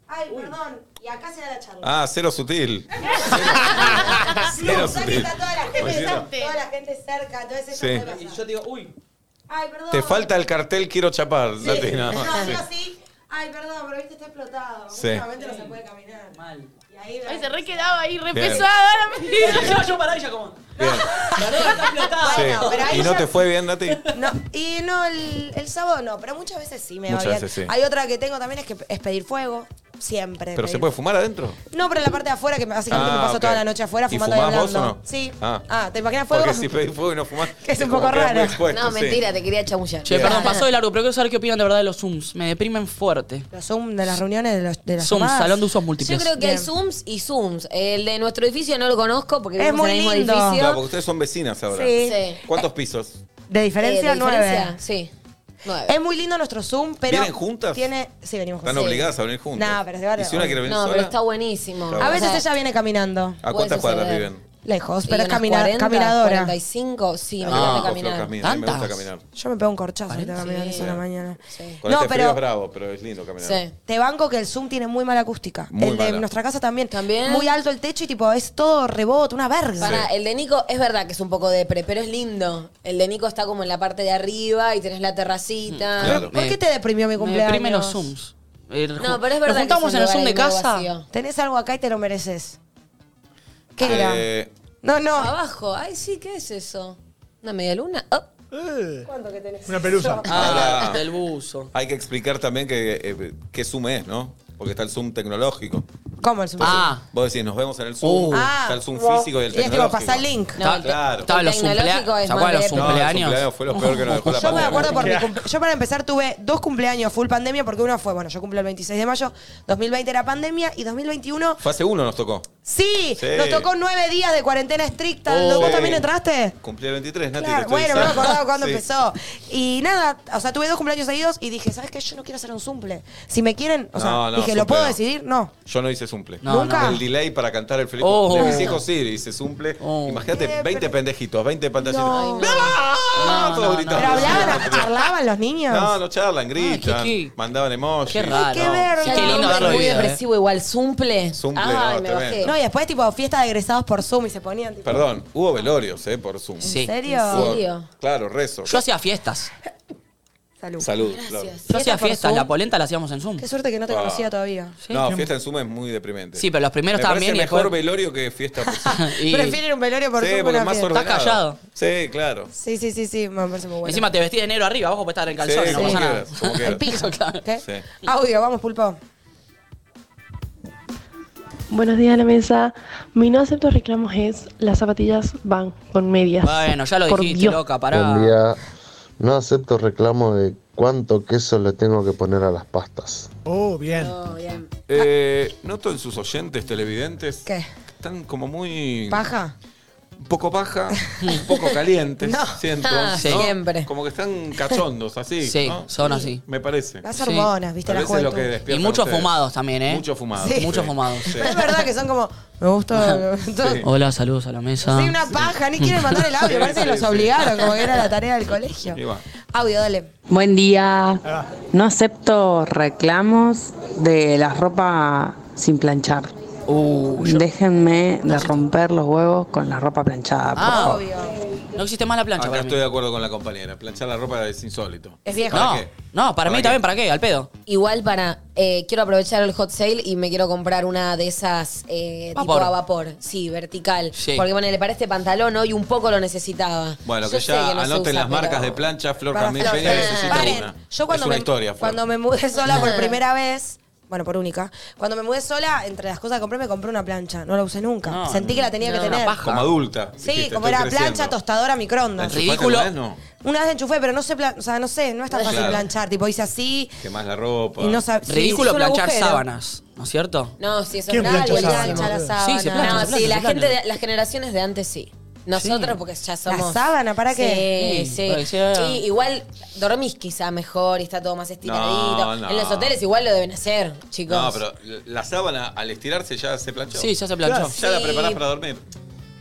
Speaker 2: Ay, perdón. Y acá se da la charla. Ah,
Speaker 6: Ah, cero sutil.
Speaker 2: No,
Speaker 6: Cero
Speaker 2: ya que
Speaker 6: sutil.
Speaker 2: está toda la
Speaker 6: Pues
Speaker 2: gente,
Speaker 6: sí,
Speaker 2: está-
Speaker 6: no.
Speaker 2: toda la gente cerca, entonces eso
Speaker 6: Sí.
Speaker 2: puede
Speaker 4: Y
Speaker 2: pasar.
Speaker 4: yo digo, uy,
Speaker 2: Ay, perdón.
Speaker 6: Te falta el cartel Quiero Chapar, Nati, nada
Speaker 2: No,
Speaker 6: más.
Speaker 2: yo
Speaker 6: Sí.
Speaker 2: así. Ay, perdón, pero viste, está explotado.
Speaker 6: Sí.
Speaker 2: Últimamente no se puede caminar.
Speaker 4: mal.
Speaker 2: Y ahí
Speaker 8: Ay, se re quedaba ahí, re
Speaker 6: Bien.
Speaker 8: pesada la mentira.
Speaker 4: Yo, yo para ella como.
Speaker 6: Bien,
Speaker 4: Perdón, está explotada.
Speaker 6: sí.
Speaker 2: Bueno, pero ahí
Speaker 6: ¿Y no
Speaker 2: ya-
Speaker 6: te fue bien, Nati?
Speaker 2: No, y no, el, el sábado no, pero muchas veces sí me
Speaker 6: Muchas
Speaker 2: va bien.
Speaker 6: veces sí.
Speaker 2: Hay otra que tengo también es que es pedir fuego. Siempre.
Speaker 6: ¿Pero
Speaker 2: pedir
Speaker 6: se puede fumar adentro?
Speaker 2: No, pero en la parte de afuera, que básicamente
Speaker 6: Ah,
Speaker 2: me paso
Speaker 6: ok.
Speaker 2: toda la noche afuera
Speaker 6: ¿Y
Speaker 2: fumando
Speaker 6: fumás vos
Speaker 2: hablando.
Speaker 6: o no?
Speaker 2: Sí.
Speaker 6: Ah.
Speaker 2: Ah. ¿te imaginas fuego?
Speaker 6: Porque si pedís fuego y no fumás.
Speaker 2: Que es un
Speaker 6: como
Speaker 2: poco
Speaker 6: quedás muy
Speaker 2: raro.
Speaker 6: expuesto,
Speaker 5: No,
Speaker 6: sí.
Speaker 5: mentira, te quería chamullar.
Speaker 4: Che, perdón, pasó de largo, pero quiero saber qué opinan de verdad de los Zooms. Me deprimen fuerte.
Speaker 2: Los Zoom de las reuniones de, los, de las
Speaker 4: Zooms,
Speaker 2: llamadas.
Speaker 4: salón de usos
Speaker 5: Yo
Speaker 4: múltiples.
Speaker 5: creo que hay
Speaker 2: Bien.
Speaker 5: Zooms y Zooms. El de nuestro edificio no lo conozco porque
Speaker 2: Es
Speaker 5: vivimos
Speaker 2: muy
Speaker 5: en el mismo
Speaker 2: lindo.
Speaker 5: edificio.
Speaker 6: Claro, porque ustedes son vecinas ahora.
Speaker 2: Sí.
Speaker 5: Sí.
Speaker 6: ¿Cuántos pisos?
Speaker 2: De diferencia,
Speaker 5: Eh, de
Speaker 2: nueve.
Speaker 5: diferencia, Sí. Nueve.
Speaker 2: Es muy lindo nuestro Zoom, pero.
Speaker 6: ¿Vienen juntas?
Speaker 2: Tiene... Sí, venimos
Speaker 6: Están
Speaker 2: juntas.
Speaker 6: obligadas a venir juntas.
Speaker 2: No, pero se van a-
Speaker 6: ¿Y si una quiere venir
Speaker 5: No,
Speaker 6: sola?
Speaker 5: pero está buenísimo.
Speaker 6: Está
Speaker 2: A
Speaker 5: O
Speaker 2: veces
Speaker 5: sea,
Speaker 2: ella viene caminando.
Speaker 6: ¿A
Speaker 5: puede
Speaker 6: cuántas cuadras
Speaker 5: suceder.
Speaker 6: viven?
Speaker 2: Lejos,
Speaker 5: y
Speaker 2: pero es
Speaker 5: unas
Speaker 2: camina-
Speaker 5: 40,
Speaker 2: caminadora.
Speaker 5: 45, sí, me
Speaker 6: Yo
Speaker 5: gusta
Speaker 6: banco
Speaker 5: caminar.
Speaker 6: flocas mías, a mí Me gusta
Speaker 4: ¿Tantas?
Speaker 6: caminar.
Speaker 2: Yo me pego un corchazo ahorita caminando
Speaker 5: Sí.
Speaker 2: a la mañana.
Speaker 5: Sí.
Speaker 6: Con
Speaker 2: No,
Speaker 6: este frío
Speaker 2: pero-
Speaker 6: es bravo, pero es lindo caminar.
Speaker 5: Sí.
Speaker 2: Te banco que el Zoom tiene muy mala acústica.
Speaker 6: Muy
Speaker 2: el
Speaker 6: mala.
Speaker 2: de nuestra casa también.
Speaker 5: También.
Speaker 2: Muy alto el techo y tipo, es todo rebote, una verga.
Speaker 5: Pará, el de Nico es verdad que es un poco depre, pero es lindo. El de Nico está como en la parte de arriba y tenés la terracita.
Speaker 6: Claro.
Speaker 2: ¿Por qué te deprimió mi
Speaker 4: Me
Speaker 2: cumpleaños?
Speaker 4: deprimen los Zooms. El ju-
Speaker 5: No, pero es verdad.
Speaker 4: Nos juntamos
Speaker 5: que
Speaker 4: en el
Speaker 5: es un
Speaker 4: Zoom de
Speaker 5: lugar
Speaker 4: casa.
Speaker 5: ahí medio vacío.
Speaker 2: Tenés algo acá y te lo mereces. ¿Qué era?
Speaker 6: Eh,
Speaker 2: No, no.
Speaker 5: Abajo, ay sí, ¿qué es eso? ¿Una media luna? Oh.
Speaker 9: Eh,
Speaker 2: ¿Cuánto que tenés?
Speaker 9: Una pelusa.
Speaker 4: Ah,
Speaker 6: Ahora-
Speaker 4: del buzo.
Speaker 6: hay que explicar también que, eh, qué Zoom es, ¿no? Porque está el Zoom tecnológico.
Speaker 2: ¿Cómo el
Speaker 6: Pues
Speaker 2: Zoom? Ah.
Speaker 4: Ah.
Speaker 6: Vos decís, nos vemos en el Zoom.
Speaker 4: Uh.
Speaker 6: Está el Zoom físico y el
Speaker 2: Y es tipo,
Speaker 6: tecnológico.
Speaker 2: pasá el link.
Speaker 5: No, el te-
Speaker 6: Claro.
Speaker 4: Estaba
Speaker 5: El
Speaker 4: los
Speaker 5: tecnológico
Speaker 4: cumplea-
Speaker 5: es
Speaker 4: ¿se acuerdan
Speaker 5: más
Speaker 4: los
Speaker 5: de-
Speaker 6: No, el
Speaker 4: cumpleaños?
Speaker 6: fue lo peor que nos dejó la
Speaker 2: Yo me
Speaker 6: pandemia.
Speaker 2: acuerdo por mi
Speaker 9: Qué
Speaker 2: cum- Yo para empezar tuve dos cumpleaños full pandemia porque uno fue, bueno, yo cumplí el 26 de mayo, 2020 era pandemia y 2021,
Speaker 6: Fase 1 nos tocó.
Speaker 2: sí,
Speaker 6: Sí.
Speaker 2: nos tocó nueve días de cuarentena estricta.
Speaker 6: Oh.
Speaker 2: ¿Vos
Speaker 6: Sí.
Speaker 2: también entraste?
Speaker 6: Cumplí el 23, Nati.
Speaker 2: Claro,
Speaker 6: te estoy
Speaker 2: bueno, no me
Speaker 6: diciendo.
Speaker 2: acordaba cuándo
Speaker 6: Sí.
Speaker 2: empezó. Y nada, o sea, tuve dos cumpleaños seguidos y dije, ¿sabes qué? Yo no quiero hacer un zumple. Si me quieren, o sea,
Speaker 6: No, no,
Speaker 2: dije, ¿lo
Speaker 6: zumple
Speaker 2: puedo
Speaker 6: no.
Speaker 2: decidir? No.
Speaker 6: Yo no hice suple.
Speaker 2: No, ¿Nunca? no.
Speaker 6: El delay para cantar el feliz
Speaker 4: Oh.
Speaker 6: de mis hijos sí, y se suple. Imagínate, 20 pendejitos, 20 pantallitos.
Speaker 2: Eh, No.
Speaker 6: ¡Ah!
Speaker 2: ¿Pero
Speaker 6: Todos gritando.
Speaker 2: hablaban, charlaban los niños?
Speaker 6: No, no charlan, gritan, mandaban emojis.
Speaker 4: Qué raro.
Speaker 2: Qué verga.
Speaker 5: Ya
Speaker 2: Qué
Speaker 5: el
Speaker 2: lindo
Speaker 5: nombre es
Speaker 6: verlo
Speaker 5: Muy
Speaker 6: vivo, eh.
Speaker 5: depresivo igual. Zumple.
Speaker 6: Zumple,
Speaker 5: Ay,
Speaker 6: no,
Speaker 5: me
Speaker 6: tremendo.
Speaker 5: bajé.
Speaker 2: No, y después tipo fiesta de egresados por Zoom y se ponían tipo...
Speaker 6: Perdón, hubo velorios, ¿eh? Por Zoom.
Speaker 4: Sí.
Speaker 2: ¿En serio?
Speaker 6: Hubo-
Speaker 2: ¿En serio?
Speaker 6: Claro, rezo.
Speaker 4: Yo hacía fiestas.
Speaker 2: Salud.
Speaker 6: Salud. claro.
Speaker 4: Yo hacía
Speaker 2: ¿Fiestas por
Speaker 4: fiestas,
Speaker 2: Zoom?
Speaker 4: la polenta la hacíamos en Zoom.
Speaker 2: Qué suerte que no te
Speaker 6: Ah.
Speaker 2: conocía todavía.
Speaker 6: No, fiesta en Zoom es muy deprimente.
Speaker 4: Sí, pero los primeros
Speaker 6: Me
Speaker 4: estaban
Speaker 6: parece
Speaker 4: bien y
Speaker 6: mejor
Speaker 4: después-
Speaker 6: velorio que fiesta por
Speaker 2: Ah,
Speaker 6: Zoom.
Speaker 4: Y-
Speaker 2: Prefieren un velorio por
Speaker 6: sí,
Speaker 2: Zoom que
Speaker 6: porque
Speaker 2: una
Speaker 6: es más
Speaker 2: fiesta.
Speaker 6: ordenado.
Speaker 4: Estás callado.
Speaker 6: Sí, claro.
Speaker 2: Sí, sí, sí, sí, me parece muy bueno.
Speaker 4: Encima te vestí de negro arriba, abajo puedes estar en calzón,
Speaker 6: Sí,
Speaker 4: no
Speaker 6: como
Speaker 4: pasa nada.
Speaker 6: quieras, como quieras. Al
Speaker 2: piso,
Speaker 4: claro.
Speaker 2: ¿Qué?
Speaker 6: Sí.
Speaker 2: Audio, vamos, pulpo.
Speaker 13: Buenos días a la mesa. Mi no acepto reclamos es las zapatillas van con medias.
Speaker 4: Bueno, ya lo
Speaker 13: Por
Speaker 4: dijiste,
Speaker 13: Dios.
Speaker 4: loca,
Speaker 14: Buen
Speaker 4: pará.
Speaker 14: día. No acepto reclamo de Eh, cuánto queso le tengo que poner a las pastas.
Speaker 9: Oh, bien.
Speaker 6: Eh, noto en sus oyentes televidentes
Speaker 2: ¿Qué?
Speaker 6: que están como muy.
Speaker 2: ¿Paja?
Speaker 6: Un poco paja, un poco calientes.
Speaker 2: No.
Speaker 6: Siento.
Speaker 2: Ah,
Speaker 6: ¿no?
Speaker 2: siempre.
Speaker 6: Como que están cachondos, así.
Speaker 4: Sí,
Speaker 6: ¿no?
Speaker 4: son así.
Speaker 6: Me parece.
Speaker 2: Las hormonas, viste,
Speaker 6: A
Speaker 2: la
Speaker 6: veces lo
Speaker 2: juventud.
Speaker 6: que despiertan
Speaker 4: Y muchos
Speaker 6: ustedes.
Speaker 4: fumados también, ¿eh?
Speaker 6: Muchos fumados.
Speaker 2: Sí.
Speaker 4: Muchos fumados.
Speaker 6: Sí.
Speaker 2: Es verdad que son como, me gusta... todo-
Speaker 6: Sí.
Speaker 4: Hola, saludos a la mesa.
Speaker 2: Sí, una paja, ni quieren mandar el audio, parece que los obligaron, como que era la tarea del colegio.
Speaker 6: Y va.
Speaker 2: Audio, dale.
Speaker 15: Buen día. No acepto reclamos de la ropa sin planchar. Déjenme de romper los huevos con la ropa planchada, por
Speaker 4: Ah,
Speaker 15: favor.
Speaker 4: obvio. No existe más la plancha
Speaker 6: Acá
Speaker 4: para mí.
Speaker 6: estoy de acuerdo con la compañera. Planchar la ropa es insólito.
Speaker 2: Es viejo.
Speaker 6: ¿Para
Speaker 4: No,
Speaker 6: qué?
Speaker 4: no, para
Speaker 6: ¿Para
Speaker 4: mí
Speaker 6: qué?
Speaker 4: también, ¿para qué? Al pedo.
Speaker 5: Igual para, eh, quiero aprovechar el hot sale y me quiero comprar una de esas eh, tipo
Speaker 4: Vapor.
Speaker 5: a vapor. Sí, vertical.
Speaker 6: Sí.
Speaker 5: Porque bueno, para este pantalón hoy un poco lo necesitaba.
Speaker 6: Bueno,
Speaker 5: Yo
Speaker 6: que
Speaker 5: sé
Speaker 6: ya
Speaker 5: no se
Speaker 6: anoten
Speaker 5: usa,
Speaker 6: las marcas
Speaker 5: pero-
Speaker 6: de plancha, Flor
Speaker 2: Para
Speaker 6: Jamil
Speaker 2: Flor.
Speaker 6: Peña necesita
Speaker 2: Paren,
Speaker 6: una.
Speaker 2: yo cuando
Speaker 6: es una
Speaker 2: me,
Speaker 6: historia, Flor.
Speaker 2: cuando me mudé sola por primera vez, bueno, por única, cuando me mudé sola, entre las cosas que compré, me compré una plancha. No la usé nunca.
Speaker 6: No,
Speaker 2: Sentí que la tenía que tener.
Speaker 6: Como
Speaker 4: Ah.
Speaker 6: adulta.
Speaker 2: Sí,
Speaker 6: dijiste,
Speaker 2: como
Speaker 6: estoy
Speaker 2: era
Speaker 6: creciendo.
Speaker 2: plancha, tostadora,
Speaker 6: ¿La
Speaker 2: microondas.
Speaker 6: enchufaste alguna vez? No.
Speaker 2: Una vez enchufé, pero no sé, plan- o sea, no sé, no es tan
Speaker 6: Claro.
Speaker 2: fácil planchar. Tipo, hice así.
Speaker 6: Quemás la ropa.
Speaker 2: Y no sab- sí,
Speaker 4: Ridículo
Speaker 2: hice un
Speaker 4: planchar
Speaker 2: agujero.
Speaker 4: sábanas, ¿no es cierto?
Speaker 5: No, sí, eso es
Speaker 4: ¿Quién
Speaker 5: nada,
Speaker 4: plancha
Speaker 5: igual
Speaker 4: sábana,
Speaker 5: plancha la
Speaker 4: boludo?
Speaker 5: sábana.
Speaker 4: Sí, se plancha,
Speaker 5: no,
Speaker 4: se
Speaker 5: sí,
Speaker 4: plancha,
Speaker 5: la
Speaker 4: se
Speaker 5: gente,
Speaker 4: plancha.
Speaker 5: de- las generaciones de antes sí. Nosotros porque ya somos...
Speaker 2: sábana, ¿para qué?
Speaker 5: Sí,
Speaker 2: Sí,
Speaker 5: sí.
Speaker 2: para que sea-
Speaker 5: Sí, igual dormís quizá mejor y está todo más estiradito.
Speaker 6: No, no.
Speaker 5: En los hoteles igual lo deben hacer, chicos.
Speaker 6: No, pero la sábana al estirarse ya se planchó.
Speaker 4: Sí, ya se planchó.
Speaker 6: Ya, ya la
Speaker 5: Sí.
Speaker 6: preparás para dormir.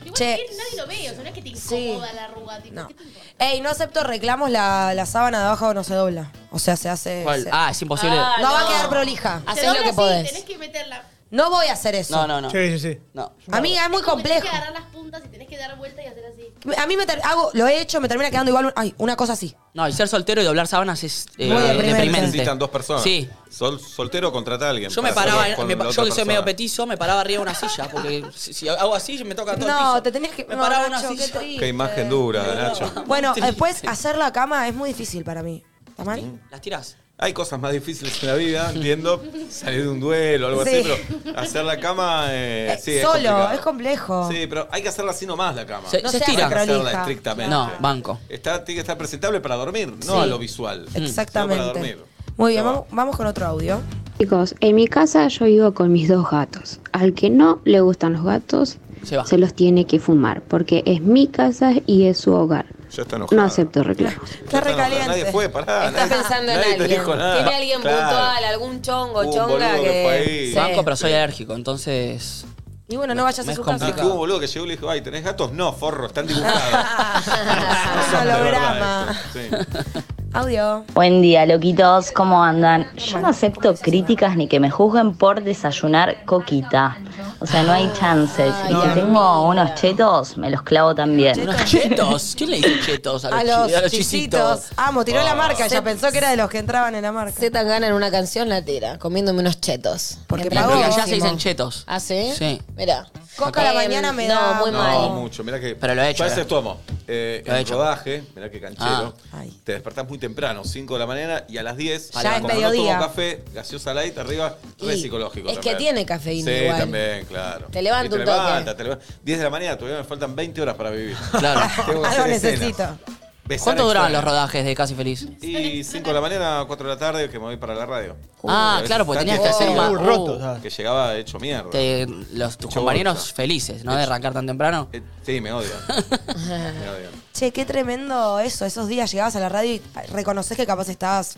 Speaker 8: Igual
Speaker 2: Che.
Speaker 8: que nadie lo ve, o sea, no es que te incomoda la arruga. Tipo,
Speaker 2: No.
Speaker 8: ¿qué te importa?
Speaker 2: Ey, no acepto reclamos, la, la sábana de abajo no se dobla. O sea, se hace.
Speaker 4: ¿Cuál?
Speaker 2: se-
Speaker 4: Ah, es imposible.
Speaker 2: no,
Speaker 5: Ah,
Speaker 2: va a
Speaker 5: no.
Speaker 2: quedar prolija.
Speaker 5: Hacés
Speaker 8: Te
Speaker 5: lo
Speaker 8: dobla
Speaker 5: que
Speaker 8: así,
Speaker 5: podés.
Speaker 8: Tenés que meterla.
Speaker 2: No voy a hacer eso.
Speaker 4: No, no, no.
Speaker 9: Sí, sí, sí.
Speaker 4: No.
Speaker 2: Amiga, es muy
Speaker 8: Tenés
Speaker 2: complejo.
Speaker 8: que agarrar las puntas y tenés que dar vuelta y hacer así.
Speaker 2: A mí me ter- hago, lo he hecho, me termina quedando igual. un- ay, una cosa así.
Speaker 4: No, y ser soltero y doblar sábanas es eh,
Speaker 2: Muy deprimente.
Speaker 4: deprimente.
Speaker 6: Necesitan dos personas.
Speaker 4: Sí.
Speaker 6: Sol- soltero contratar a alguien.
Speaker 4: Yo me
Speaker 6: para
Speaker 4: paraba,
Speaker 6: hacerlo con
Speaker 4: me-
Speaker 6: la
Speaker 4: yo
Speaker 6: otra
Speaker 4: que soy medio
Speaker 6: persona.
Speaker 4: petizo, me paraba arriba de una silla, porque si, si hago así me toca todo el
Speaker 2: No,
Speaker 4: piso.
Speaker 2: te tenías que.
Speaker 4: Me
Speaker 2: no,
Speaker 4: paraba una
Speaker 2: Nacho, qué
Speaker 4: silla.
Speaker 2: triste.
Speaker 6: Qué imagen dura, Nacho.
Speaker 2: Bueno, después hacer la cama es muy difícil para mí. ¿Está mal?
Speaker 4: Las tirás.
Speaker 6: Hay cosas más difíciles en la vida, entiendo. Salir de un duelo o algo
Speaker 2: Sí.
Speaker 6: así, pero hacer la cama. eh, sí, es
Speaker 2: Solo,
Speaker 6: complicado.
Speaker 2: es complejo.
Speaker 6: Sí, pero hay que hacerla así nomás la cama.
Speaker 4: Se-
Speaker 2: No
Speaker 4: se
Speaker 2: seas
Speaker 4: estira.
Speaker 6: Hay que hacerla
Speaker 2: prolija.
Speaker 6: estrictamente.
Speaker 4: No, banco.
Speaker 6: Está, tiene que estar presentable para dormir, no
Speaker 2: Sí.
Speaker 6: a lo visual.
Speaker 2: Exactamente.
Speaker 6: sino para dormir.
Speaker 2: Muy bien, vamos, vamos con otro audio.
Speaker 11: Chicos, en mi casa yo vivo con mis dos gatos. Al que no le gustan los gatos,
Speaker 4: Se va.
Speaker 11: se los tiene que fumar, porque es mi casa y es su hogar.
Speaker 6: Ya está
Speaker 11: No acepto reclamos.
Speaker 2: Está recaliente.
Speaker 6: Nadie fue, pará.
Speaker 5: Está
Speaker 6: nadie-
Speaker 5: pensando en
Speaker 6: nadie te
Speaker 5: alguien.
Speaker 6: dijo nada.
Speaker 5: Tiene alguien
Speaker 6: Claro.
Speaker 5: puntual, algún chongo,
Speaker 6: Un
Speaker 5: chonga
Speaker 6: boludo que fue
Speaker 5: que.
Speaker 6: ahí.
Speaker 5: Sí.
Speaker 4: Banco, pero soy alérgico, entonces.
Speaker 2: Y bueno, no vayas a
Speaker 4: Me es
Speaker 2: su
Speaker 6: No,
Speaker 2: casa.
Speaker 6: es que hubo un boludo que llegó y le dijo, ay, ¿tenés gatos? No, forro, están dibujados. No
Speaker 2: Un
Speaker 5: Ah,
Speaker 6: son de verdad eh.
Speaker 2: holograma.
Speaker 6: estos. Sí.
Speaker 2: Audio.
Speaker 16: Buen día, loquitos, ¿cómo andan? Yo no acepto críticas ni que me juzguen por desayunar coquita. O sea, no hay chances. Y si tengo unos chetos, me los clavo también.
Speaker 4: Unos chetos. ¿Quién le dice chetos a los,
Speaker 2: A
Speaker 4: chi-
Speaker 2: los,
Speaker 4: a los
Speaker 2: chisitos.
Speaker 4: chisitos?
Speaker 2: Amo, tiró
Speaker 6: Ah.
Speaker 2: la marca, ya
Speaker 5: Se-
Speaker 2: pensó que era de los que entraban en la marca.
Speaker 5: Z gana en una canción la tira, comiéndome unos chetos.
Speaker 2: Porque
Speaker 5: Mientras
Speaker 2: pagó.
Speaker 5: que
Speaker 4: Allá se
Speaker 5: hacemos.
Speaker 4: dicen chetos.
Speaker 5: ¿Ah, sí?
Speaker 4: Sí.
Speaker 5: Mira.
Speaker 2: Coca a la mañana me da-
Speaker 5: No, muy
Speaker 6: No,
Speaker 5: mal.
Speaker 6: mucho. Mirá que.
Speaker 4: Pero lo he hecho,
Speaker 6: Yo a veces
Speaker 4: eh.
Speaker 6: tomo. Eh,
Speaker 4: Lo he
Speaker 6: en
Speaker 4: hecho.
Speaker 6: rodaje, mirá que canchero.
Speaker 2: Ah. Ay.
Speaker 6: Te despertás muy temprano, 5 de la mañana, y a las 10.
Speaker 2: Ya es
Speaker 6: como
Speaker 2: mediodía.
Speaker 6: No tomo café, gaseosa light arriba, re
Speaker 5: Y
Speaker 6: psicológico.
Speaker 5: es que
Speaker 6: también.
Speaker 5: tiene cafeína
Speaker 6: Sí,
Speaker 5: igual.
Speaker 6: también, claro.
Speaker 5: Te levanta
Speaker 6: Y te
Speaker 5: un toque.
Speaker 6: levanta, te levanta. 10 de la mañana, todavía me faltan 20 horas para vivir.
Speaker 4: Claro.
Speaker 6: Tengo que
Speaker 2: Algo
Speaker 6: hacer escenas.
Speaker 2: necesito.
Speaker 6: Besar
Speaker 4: ¿Cuánto
Speaker 6: a
Speaker 4: duraban los
Speaker 6: extraños.
Speaker 4: rodajes de Casi Feliz?
Speaker 6: Y 5 de la mañana, 4 de la tarde, que me voy para la radio.
Speaker 4: Ah,
Speaker 6: A veces
Speaker 4: claro, porque
Speaker 6: Tati
Speaker 4: tenías que hacer
Speaker 6: estaba
Speaker 4: un-
Speaker 6: muy
Speaker 4: uh,
Speaker 6: roto, ¿sabes? Que llegaba hecho mierda.
Speaker 4: Te- los, tus
Speaker 6: Hecho
Speaker 4: compañeros
Speaker 6: bolsa.
Speaker 4: felices, ¿no? De arrancar tan temprano.
Speaker 6: Eh, Sí, me odian. me odian.
Speaker 2: Che, qué tremendo eso. Esos días llegabas a la radio y reconoces que capaz estabas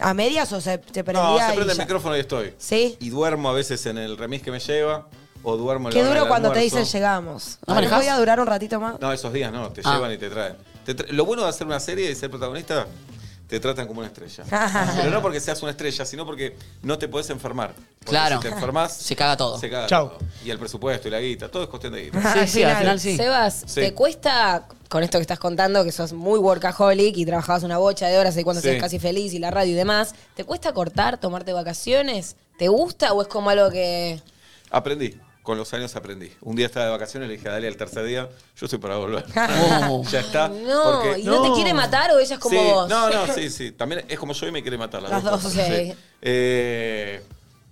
Speaker 2: a medias o se te prendía.
Speaker 6: No, se
Speaker 2: y
Speaker 6: prende el
Speaker 2: ya.
Speaker 6: micrófono y estoy.
Speaker 2: Sí.
Speaker 6: Y duermo a veces en el remis que me lleva. O duermo en la
Speaker 2: Qué
Speaker 6: hora
Speaker 2: duro
Speaker 6: del
Speaker 2: cuando te
Speaker 6: almuerzo.
Speaker 2: dicen llegamos. ¿No
Speaker 6: ¿No manejás?
Speaker 2: voy a durar un ratito más?
Speaker 6: No, esos días no, te
Speaker 2: Ah.
Speaker 6: llevan y te traen. Te tra- Lo bueno de hacer una serie y ser protagonista, te tratan como una estrella. Pero no porque seas una estrella, sino porque no te podés enfermar. Porque
Speaker 4: Claro.
Speaker 6: Si te enfermas,
Speaker 4: Se caga todo.
Speaker 6: Se caga
Speaker 4: Chau.
Speaker 6: todo. Y el presupuesto y la guita, todo es cuestión de guita.
Speaker 5: Sebas,
Speaker 6: Sí.
Speaker 5: ¿te cuesta, con esto que estás contando, que sos muy workaholic y trabajabas una bocha de horas y cuando
Speaker 6: Sí.
Speaker 5: seas casi feliz y la radio y demás, ¿te cuesta cortar, tomarte vacaciones? ¿Te gusta o es como algo que...
Speaker 6: Aprendí. Con los años aprendí. Un día estaba de vacaciones, le dije a Dalia el tercer día, yo estoy para volver.
Speaker 4: Uh,
Speaker 6: ya está.
Speaker 5: Ah, No,
Speaker 6: porque-
Speaker 5: ¿y no, te quiere matar o ella es como
Speaker 6: Sí,
Speaker 5: vos?
Speaker 6: No, no, sí, sí. También es como yo y me quiere matar. Las,
Speaker 5: Las
Speaker 6: dos.
Speaker 5: dos,
Speaker 6: cosas,
Speaker 5: ok.
Speaker 6: sí. Eh,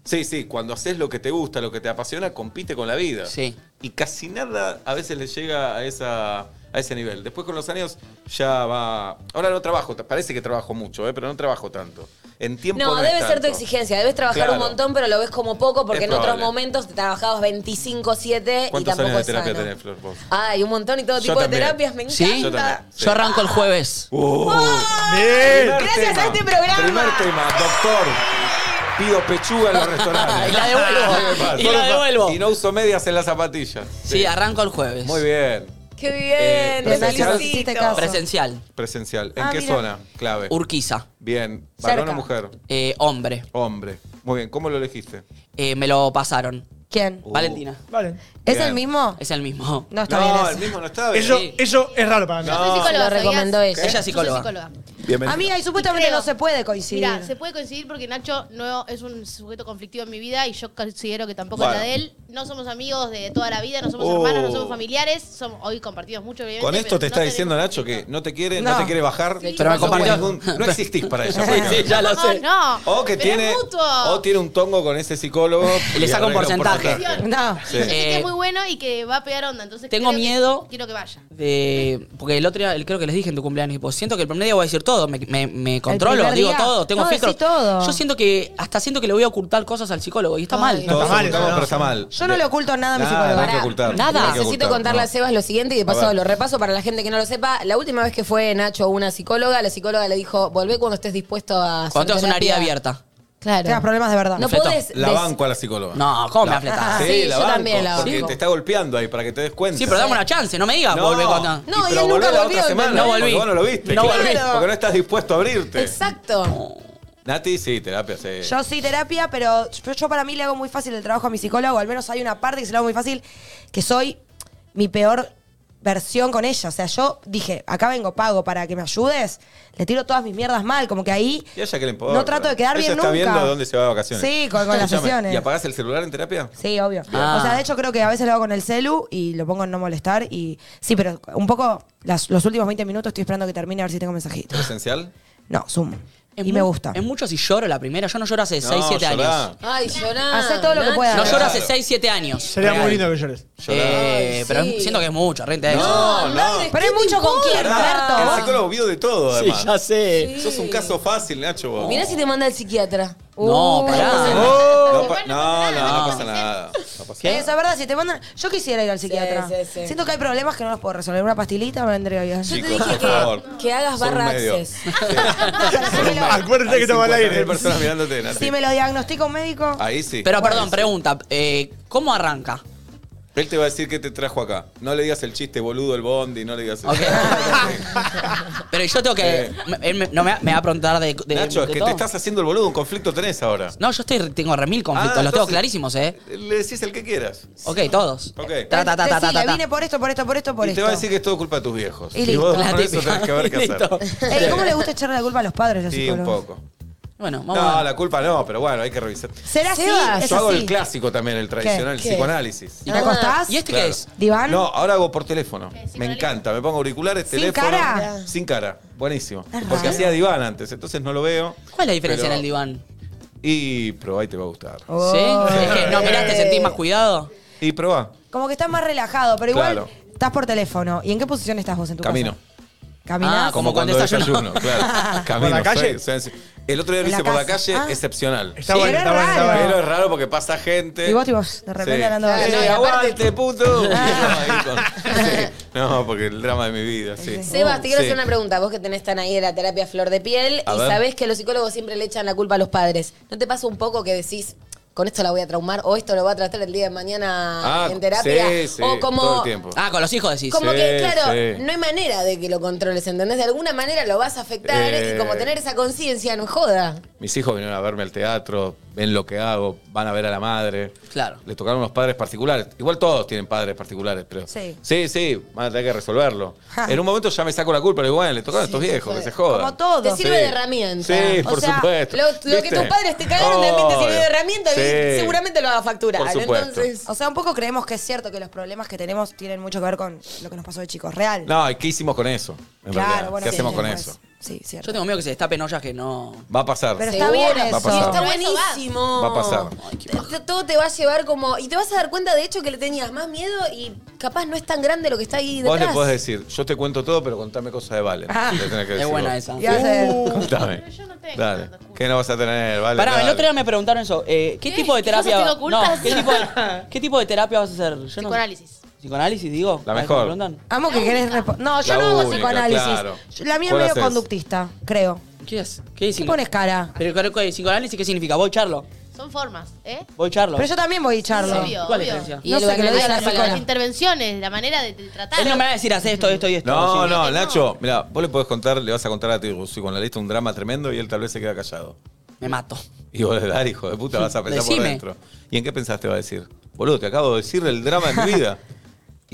Speaker 6: sí, sí, Cuando haces lo que te gusta, lo que te apasiona, compite con la vida.
Speaker 4: Sí.
Speaker 6: Y casi nada a veces le llega a, esa, a ese nivel. Después con los años ya va... Ahora no trabajo, ta- parece que trabajo mucho, eh, pero no trabajo tanto. En tiempo
Speaker 5: No,
Speaker 6: no, es
Speaker 5: debe ser tu
Speaker 6: tanto.
Speaker 5: exigencia, debes trabajar
Speaker 6: Claro.
Speaker 5: un montón, pero lo ves como poco porque
Speaker 6: Es
Speaker 5: en otros
Speaker 6: probable.
Speaker 5: momentos te trabajabas 25-7 y
Speaker 6: ¿Cuántos
Speaker 5: tampoco
Speaker 6: años de
Speaker 5: es
Speaker 6: terapia
Speaker 5: sano.
Speaker 6: tenés, Flor? vos?
Speaker 5: Ay, un montón y todo
Speaker 6: Yo
Speaker 5: tipo de
Speaker 6: también.
Speaker 5: terapias, me
Speaker 6: ¿Sí?
Speaker 5: encanta.
Speaker 6: Yo también, sí.
Speaker 4: Yo arranco el jueves.
Speaker 5: Gracias a este programa.
Speaker 6: Primer tema, doctor. Pido pechuga en los restaurantes.
Speaker 4: Y la devuelvo.
Speaker 6: ¿Qué me pasa?
Speaker 4: Y la devuelvo.
Speaker 6: Y no uso medias en las zapatillas.
Speaker 4: Sí, arranco el jueves.
Speaker 6: Muy bien.
Speaker 5: Qué
Speaker 6: Eh,
Speaker 5: bien, te
Speaker 6: presencial.
Speaker 5: felicito.
Speaker 4: Presencial.
Speaker 6: Presencial. ¿En
Speaker 5: Ah,
Speaker 6: qué
Speaker 5: mira.
Speaker 6: zona? Clave.
Speaker 4: Urquiza.
Speaker 6: Bien. ¿Varón
Speaker 4: Cerca.
Speaker 6: o mujer?
Speaker 4: Eh, hombre.
Speaker 6: Hombre. Muy bien. ¿Cómo lo elegiste?
Speaker 4: Eh, me lo pasaron.
Speaker 2: ¿Quién?
Speaker 6: Uh.
Speaker 4: Valentina.
Speaker 9: Vale.
Speaker 2: ¿Es
Speaker 6: Bien.
Speaker 2: el mismo?
Speaker 4: Es el mismo.
Speaker 2: No está bien
Speaker 6: No,
Speaker 2: eso.
Speaker 6: el mismo no estaba bien.
Speaker 9: Eso, eso es raro para mí.
Speaker 6: No.
Speaker 2: Ah.
Speaker 6: Yo soy psicóloga,
Speaker 5: Lo recomendó
Speaker 8: ¿sabías?
Speaker 5: ella.
Speaker 4: Ella es
Speaker 8: Yo soy
Speaker 4: psicóloga.
Speaker 8: psicóloga.
Speaker 6: Bienvenido.
Speaker 2: Amiga, y supuestamente
Speaker 8: creo-
Speaker 2: no se puede coincidir.
Speaker 8: Mirá, se puede coincidir porque Nacho no es un sujeto conflictivo en mi vida y yo considero que tampoco
Speaker 6: Bueno.
Speaker 8: es la de él. No somos amigos de toda la vida, no somos
Speaker 6: Oh.
Speaker 8: hermanos, no somos familiares. Somos, hoy compartimos mucho, obviamente.
Speaker 6: Con esto
Speaker 8: pero
Speaker 6: te
Speaker 8: no
Speaker 6: está
Speaker 8: tenemos-
Speaker 6: diciendo Nacho que no te quiere, no,
Speaker 8: No.
Speaker 6: te quiere bajar.
Speaker 8: Sí,
Speaker 4: Pero me
Speaker 6: no
Speaker 4: compartió.
Speaker 6: tenés ningún- No existís para ella. básicamente.
Speaker 4: ya lo sé.
Speaker 8: Ah, No,
Speaker 6: O que
Speaker 8: pero es
Speaker 6: tiene,
Speaker 8: mutuo.
Speaker 6: o tiene un tongo con ese psicólogo. y
Speaker 4: Le saca un
Speaker 6: arregla
Speaker 4: porcentaje.
Speaker 2: No.
Speaker 6: Sí.
Speaker 8: Yo sé que
Speaker 4: Eh,
Speaker 8: es muy bueno y que va a pegar onda. Entonces
Speaker 4: tengo
Speaker 8: creo que-
Speaker 4: miedo.
Speaker 8: quiero que vaya.
Speaker 4: De, porque el otro día, el- creo que les dije en tu cumpleaños, tipo, siento que el primer día voy a decir todo, me, me- me controlo,
Speaker 2: primer
Speaker 4: digo
Speaker 2: día?
Speaker 4: todo, tengo
Speaker 2: No, decí
Speaker 4: filtros.
Speaker 2: todo.
Speaker 4: Yo siento que, hasta siento que le voy a ocultar cosas al psicólogo y está mal.
Speaker 6: Todos
Speaker 9: mal,
Speaker 6: ocultamos,
Speaker 9: no.
Speaker 6: pero está mal.
Speaker 2: Yo no le oculto nada a mi
Speaker 6: Nada,
Speaker 2: psicólogo.
Speaker 6: no hay que
Speaker 4: nada.
Speaker 6: ocultar. no hay que
Speaker 5: Necesito
Speaker 6: ocultar,
Speaker 5: contarle
Speaker 6: no.
Speaker 5: a Sebas lo siguiente y de
Speaker 6: A
Speaker 5: paso
Speaker 6: ver.
Speaker 5: lo repaso para la gente que no lo sepa. La última vez que fue Nacho a una psicóloga, la psicóloga le dijo, volvé cuando estés dispuesto a... hacer
Speaker 4: Cuando tengas una herida
Speaker 5: terapia".
Speaker 4: abierta.
Speaker 5: Claro.
Speaker 2: Tengas problemas de verdad.
Speaker 5: No
Speaker 4: Perfecto.
Speaker 5: podés...
Speaker 6: La
Speaker 5: des-
Speaker 6: banco a la psicóloga.
Speaker 4: No, ¿cómo me
Speaker 6: La-
Speaker 4: afletas?
Speaker 6: Ah, Sí,
Speaker 5: Sí,
Speaker 6: la
Speaker 5: yo
Speaker 6: banco,
Speaker 5: también la
Speaker 6: Porque
Speaker 5: banco.
Speaker 6: te está golpeando ahí para que te des cuenta.
Speaker 4: Sí, pero dame una chance, no me digas,
Speaker 6: No,
Speaker 4: volvé cuando-
Speaker 5: No, y
Speaker 6: y
Speaker 5: él
Speaker 6: pero
Speaker 5: nunca
Speaker 6: volvé la otra
Speaker 5: volvió,
Speaker 6: semana.
Speaker 4: no volví.
Speaker 6: Porque vos no lo viste.
Speaker 4: No
Speaker 6: claro,
Speaker 4: volví.
Speaker 6: Porque no estás dispuesto a abrirte.
Speaker 5: Exacto.
Speaker 6: Nati, sí, terapia, sí.
Speaker 2: Yo sí terapia, pero yo, yo para mí le hago muy fácil el trabajo a mi psicólogo, al menos hay una parte que se lo hago muy fácil, que soy mi peor versión con ella. O sea, yo dije, acá vengo pago para que me ayudes, le tiro todas mis mierdas mal, como que ahí
Speaker 6: Y a ella que le importa.
Speaker 2: No trato de quedar
Speaker 6: Ella
Speaker 2: bien
Speaker 6: está
Speaker 2: nunca.
Speaker 6: viendo de dónde se va de vacaciones.
Speaker 2: Sí, con- con las
Speaker 6: Escuchame,
Speaker 2: sesiones.
Speaker 6: ¿Y apagás el celular en terapia?
Speaker 2: Sí, obvio.
Speaker 6: Bien.
Speaker 2: O sea, de hecho creo que a veces lo hago con el celu y lo pongo en no molestar y sí, pero un poco las- los últimos 20 minutos estoy esperando que termine a ver si tengo mensajito.
Speaker 6: ¿Presencial?
Speaker 2: No, Zoom.
Speaker 4: Es
Speaker 2: y
Speaker 4: mu-
Speaker 2: me gusta.
Speaker 4: Es mucho si lloro la primera. Yo no lloro hace
Speaker 6: No,
Speaker 4: 6, 7
Speaker 6: llorá.
Speaker 4: años.
Speaker 5: Ay, llorá.
Speaker 2: Hacé todo lo que
Speaker 5: Nacho.
Speaker 2: puedas.
Speaker 4: No lloro hace
Speaker 6: Claro.
Speaker 4: 6, 7 años.
Speaker 9: Sería
Speaker 4: Real.
Speaker 9: muy lindo que llores.
Speaker 4: Eh,
Speaker 5: Ay,
Speaker 4: Pero
Speaker 5: sí.
Speaker 4: siento que es mucho, re intenso.
Speaker 6: No, no.
Speaker 5: Pero es mucho con quién,
Speaker 6: El
Speaker 5: Roberto.
Speaker 6: psicólogo vio de todo, además.
Speaker 4: sé.
Speaker 6: Sos un caso fácil, Nacho. vos.
Speaker 5: Mirá si te manda el psiquiatra.
Speaker 4: No,
Speaker 5: Uh,
Speaker 4: pará.
Speaker 6: No, pa- no, no, no pasa nada. No pasa
Speaker 2: Esa es verdad, si te mandan. Yo quisiera ir al psiquiatra.
Speaker 5: sí, sí.
Speaker 2: Siento que hay problemas que no los puedo resolver. Una pastilita me vendría bien.
Speaker 5: Yo te
Speaker 6: Chicos,
Speaker 5: dije
Speaker 6: por
Speaker 5: que,
Speaker 6: favor.
Speaker 5: que hagas
Speaker 6: Son un
Speaker 5: barra
Speaker 6: medio.
Speaker 5: access.
Speaker 9: Acuérdate que estamos al aire.
Speaker 6: 50.000 personas mirándote, Nati.
Speaker 2: Si me lo diagnostica un médico.
Speaker 6: Ahí sí.
Speaker 4: Pero perdón,
Speaker 6: Ahí sí.
Speaker 4: pregunta. eh, ¿Cómo arranca?
Speaker 6: Él te va a decir que te trajo acá. No le digas el chiste, boludo, el bondi, no le digas el
Speaker 4: Ok. Pero yo tengo que. me- él me, no me, va- me va a preguntar de. de-
Speaker 6: Eh. Nacho, es
Speaker 4: de
Speaker 6: que
Speaker 4: todo.
Speaker 6: te estás haciendo el boludo, un conflicto tenés ahora.
Speaker 4: No, yo estoy, tengo remil conflictos,
Speaker 6: Ah,
Speaker 4: los tengo
Speaker 6: entonces-
Speaker 4: clarísimos, ¿eh?
Speaker 6: Le decís el que quieras.
Speaker 4: Ok, todos.
Speaker 6: Ok.
Speaker 4: Ta, ta, ta, ta, ta,
Speaker 2: Decile,
Speaker 4: ta, ta.
Speaker 2: vine por esto, por esto, por esto, por
Speaker 6: Y te
Speaker 2: esto.
Speaker 6: va a decir que es todo culpa de tus viejos.
Speaker 2: Y
Speaker 6: Y,
Speaker 2: listo.
Speaker 6: vos
Speaker 4: La
Speaker 6: con eso
Speaker 4: típica.
Speaker 6: tenés que ver qué hacer.
Speaker 4: Listo.
Speaker 2: Ey, ¿Cómo le gusta echarle la culpa a los padres, los
Speaker 6: Sí, un
Speaker 2: psicólogos?
Speaker 6: poco.
Speaker 4: Bueno, vamos a
Speaker 6: No,
Speaker 4: ver.
Speaker 6: la culpa no, pero bueno, hay que revisar.
Speaker 2: ¿Será así?
Speaker 5: Sebas,
Speaker 2: ¿Es
Speaker 6: Yo hago
Speaker 2: así?
Speaker 6: el clásico también, el tradicional,
Speaker 5: ¿Qué?
Speaker 6: el psicoanálisis.
Speaker 2: ¿Y ¿Te acostás?
Speaker 4: ¿Y este qué
Speaker 6: Claro.
Speaker 4: es?
Speaker 2: ¿Diván?
Speaker 6: No, ahora hago por teléfono. Me encanta. Me pongo auriculares,
Speaker 2: ¿Sin
Speaker 6: teléfono.
Speaker 2: cara?
Speaker 6: Sin cara. Buenísimo.
Speaker 2: raro.
Speaker 6: Porque hacía diván antes, entonces no lo veo.
Speaker 4: ¿Cuál es la diferencia
Speaker 6: Pero-
Speaker 4: en el diván?
Speaker 6: Y probá y te va a gustar.
Speaker 4: ¿Sí? Es que no, mirá, te sentís más cuidado.
Speaker 6: Y probá.
Speaker 2: Como que estás más relajado, pero igual
Speaker 6: Claro.
Speaker 2: estás por teléfono. ¿Y en qué posición estás vos en tu
Speaker 6: Camino. Ah,
Speaker 2: casa? Caminás.
Speaker 6: como cuando desayuno, claro. Camino,
Speaker 9: ¿Por la calle?
Speaker 6: soy- soy- el otro día lo
Speaker 2: En la
Speaker 6: hice por la
Speaker 2: casa.
Speaker 6: calle,
Speaker 2: Ah.
Speaker 6: excepcional.
Speaker 9: Está Sí, bueno, pero está es bueno, está raro. bueno.
Speaker 6: Pero es raro porque pasa gente.
Speaker 2: Y vos, y vos, de repente
Speaker 6: Sí.
Speaker 2: hablando.
Speaker 6: Eh,
Speaker 2: No, y aparte- Ah.
Speaker 6: aguante, puto. Ahí con- sí. No, porque el drama de mi vida, sí.
Speaker 5: Sebas, te quiero
Speaker 6: Sí.
Speaker 5: hacer una pregunta. Vos que tenés tan ahí de la terapia flor de piel
Speaker 6: A
Speaker 5: y
Speaker 6: ver.
Speaker 5: sabés que los psicólogos siempre le echan la culpa a los padres. ¿No te pasa un poco que decís, con esto la voy a traumar o esto lo voy a tratar el día de mañana
Speaker 4: Ah,
Speaker 5: en terapia?
Speaker 4: sí, sí,
Speaker 5: o como,
Speaker 4: todo el tiempo. Ah, con los hijos decís.
Speaker 5: Como
Speaker 4: Sí,
Speaker 5: que, claro,
Speaker 4: sí.
Speaker 5: no hay manera de que lo controles, ¿entendés? De alguna manera lo vas a afectar
Speaker 6: Eh.
Speaker 5: y como tener esa conciencia no es joda.
Speaker 6: Mis hijos vinieron a verme al teatro, ven lo que hago, van a ver a la madre.
Speaker 4: Claro.
Speaker 6: Le tocaron unos padres particulares. Igual todos tienen padres particulares, pero.
Speaker 2: Sí.
Speaker 6: Sí, sí, van a tener que resolverlo.
Speaker 2: Ja.
Speaker 6: En un momento ya me saco la culpa, pero bueno, le tocaron
Speaker 2: Sí,
Speaker 6: a estos
Speaker 2: se
Speaker 6: viejos,
Speaker 2: fue.
Speaker 6: que se jodan.
Speaker 2: Como todo.
Speaker 5: Te sirve
Speaker 6: Sí.
Speaker 5: de herramienta.
Speaker 6: Sí,
Speaker 5: O
Speaker 6: por
Speaker 5: sea,
Speaker 6: supuesto.
Speaker 5: Lo, lo que
Speaker 6: ¿Viste? Oh,
Speaker 5: tus padres te cagaron también te sirvió de herramienta
Speaker 6: Sí.
Speaker 5: y seguramente lo vas a facturar.
Speaker 6: Por supuesto.
Speaker 5: Entonces,
Speaker 2: O sea, un poco creemos que es cierto que los problemas que tenemos tienen mucho que ver con lo que nos pasó de chicos. Real.
Speaker 6: No, ¿y qué hicimos con eso? En
Speaker 2: Claro,
Speaker 6: realidad?
Speaker 2: bueno,
Speaker 6: ¿Qué
Speaker 2: sí,
Speaker 6: hacemos
Speaker 2: sí,
Speaker 6: con
Speaker 2: no
Speaker 6: eso?
Speaker 2: Sí, cierto.
Speaker 4: Yo tengo miedo que se destapen ollas que no.
Speaker 6: Va a pasar.
Speaker 2: Pero está bien
Speaker 6: Va a
Speaker 2: eso.
Speaker 6: pasar.
Speaker 5: Está
Speaker 2: Pero
Speaker 5: buenísimo.
Speaker 6: Va a pasar.
Speaker 5: Te- Todo te va a llevar como. Y te vas a dar cuenta, de hecho, que le tenías más miedo y capaz no es tan grande lo que está ahí
Speaker 6: Vos
Speaker 5: detrás.
Speaker 6: le podés decir, yo te cuento todo, pero contame cosas de Valen.
Speaker 5: Ah.
Speaker 6: Le tenés que
Speaker 4: Es
Speaker 6: decir
Speaker 4: buena
Speaker 6: vos.
Speaker 4: esa.
Speaker 6: Sí.
Speaker 4: Y hace-
Speaker 6: Contame. Dale. ¿Qué no vas a tener, Vale?
Speaker 4: Pará, el
Speaker 6: Dale.
Speaker 4: otro día me preguntaron eso. eh, ¿qué, tipo de
Speaker 8: ¿Qué cosas
Speaker 4: terapia
Speaker 8: tengo
Speaker 4: va-
Speaker 8: ocultas?
Speaker 4: no, ¿qué, tipo de, qué tipo de terapia vas a hacer? Yo no-
Speaker 8: Psicoanálisis.
Speaker 4: ¿Psicoanálisis, digo?
Speaker 6: La
Speaker 4: A ver,
Speaker 6: mejor.
Speaker 4: me preguntan.
Speaker 2: Amo que querés responder. No, yo
Speaker 4: La
Speaker 2: no hago
Speaker 4: única,
Speaker 2: psicoanálisis.
Speaker 4: claro.
Speaker 2: Yo- La mía es
Speaker 4: ¿Cuál
Speaker 2: medio
Speaker 4: haces?
Speaker 2: conductista, creo.
Speaker 4: ¿Qué es? ¿Qué, es
Speaker 2: ¿Qué
Speaker 4: psico-
Speaker 2: pones cara?
Speaker 4: Pero, pero, ¿qué- ¿Psicoanálisis qué significa? Voy charlo.
Speaker 8: Son formas, ¿eh?
Speaker 4: Voy charlo.
Speaker 2: Pero yo también voy a charlo.
Speaker 8: Obvio,
Speaker 4: ¿Cuál es
Speaker 8: obvio.
Speaker 4: la diferencia?
Speaker 2: No sé, que lo diga la
Speaker 8: Hay
Speaker 2: psicóloga.
Speaker 8: Las intervenciones, la manera de tratar.
Speaker 4: Él no me va a decir, haz esto, esto y esto.
Speaker 6: No,
Speaker 4: Sí.
Speaker 6: no, Nacho, mira, vos le podés contar, le vas a contar a tu psicoanalista un drama tremendo y él tal vez se queda callado.
Speaker 4: Me mato.
Speaker 6: Y vos le dar, hijo de puta, vas a pensar por
Speaker 4: Decime.
Speaker 6: dentro. ¿Y en qué pensaste va a decir? Boludo, te acabo de decir el drama de mi vida.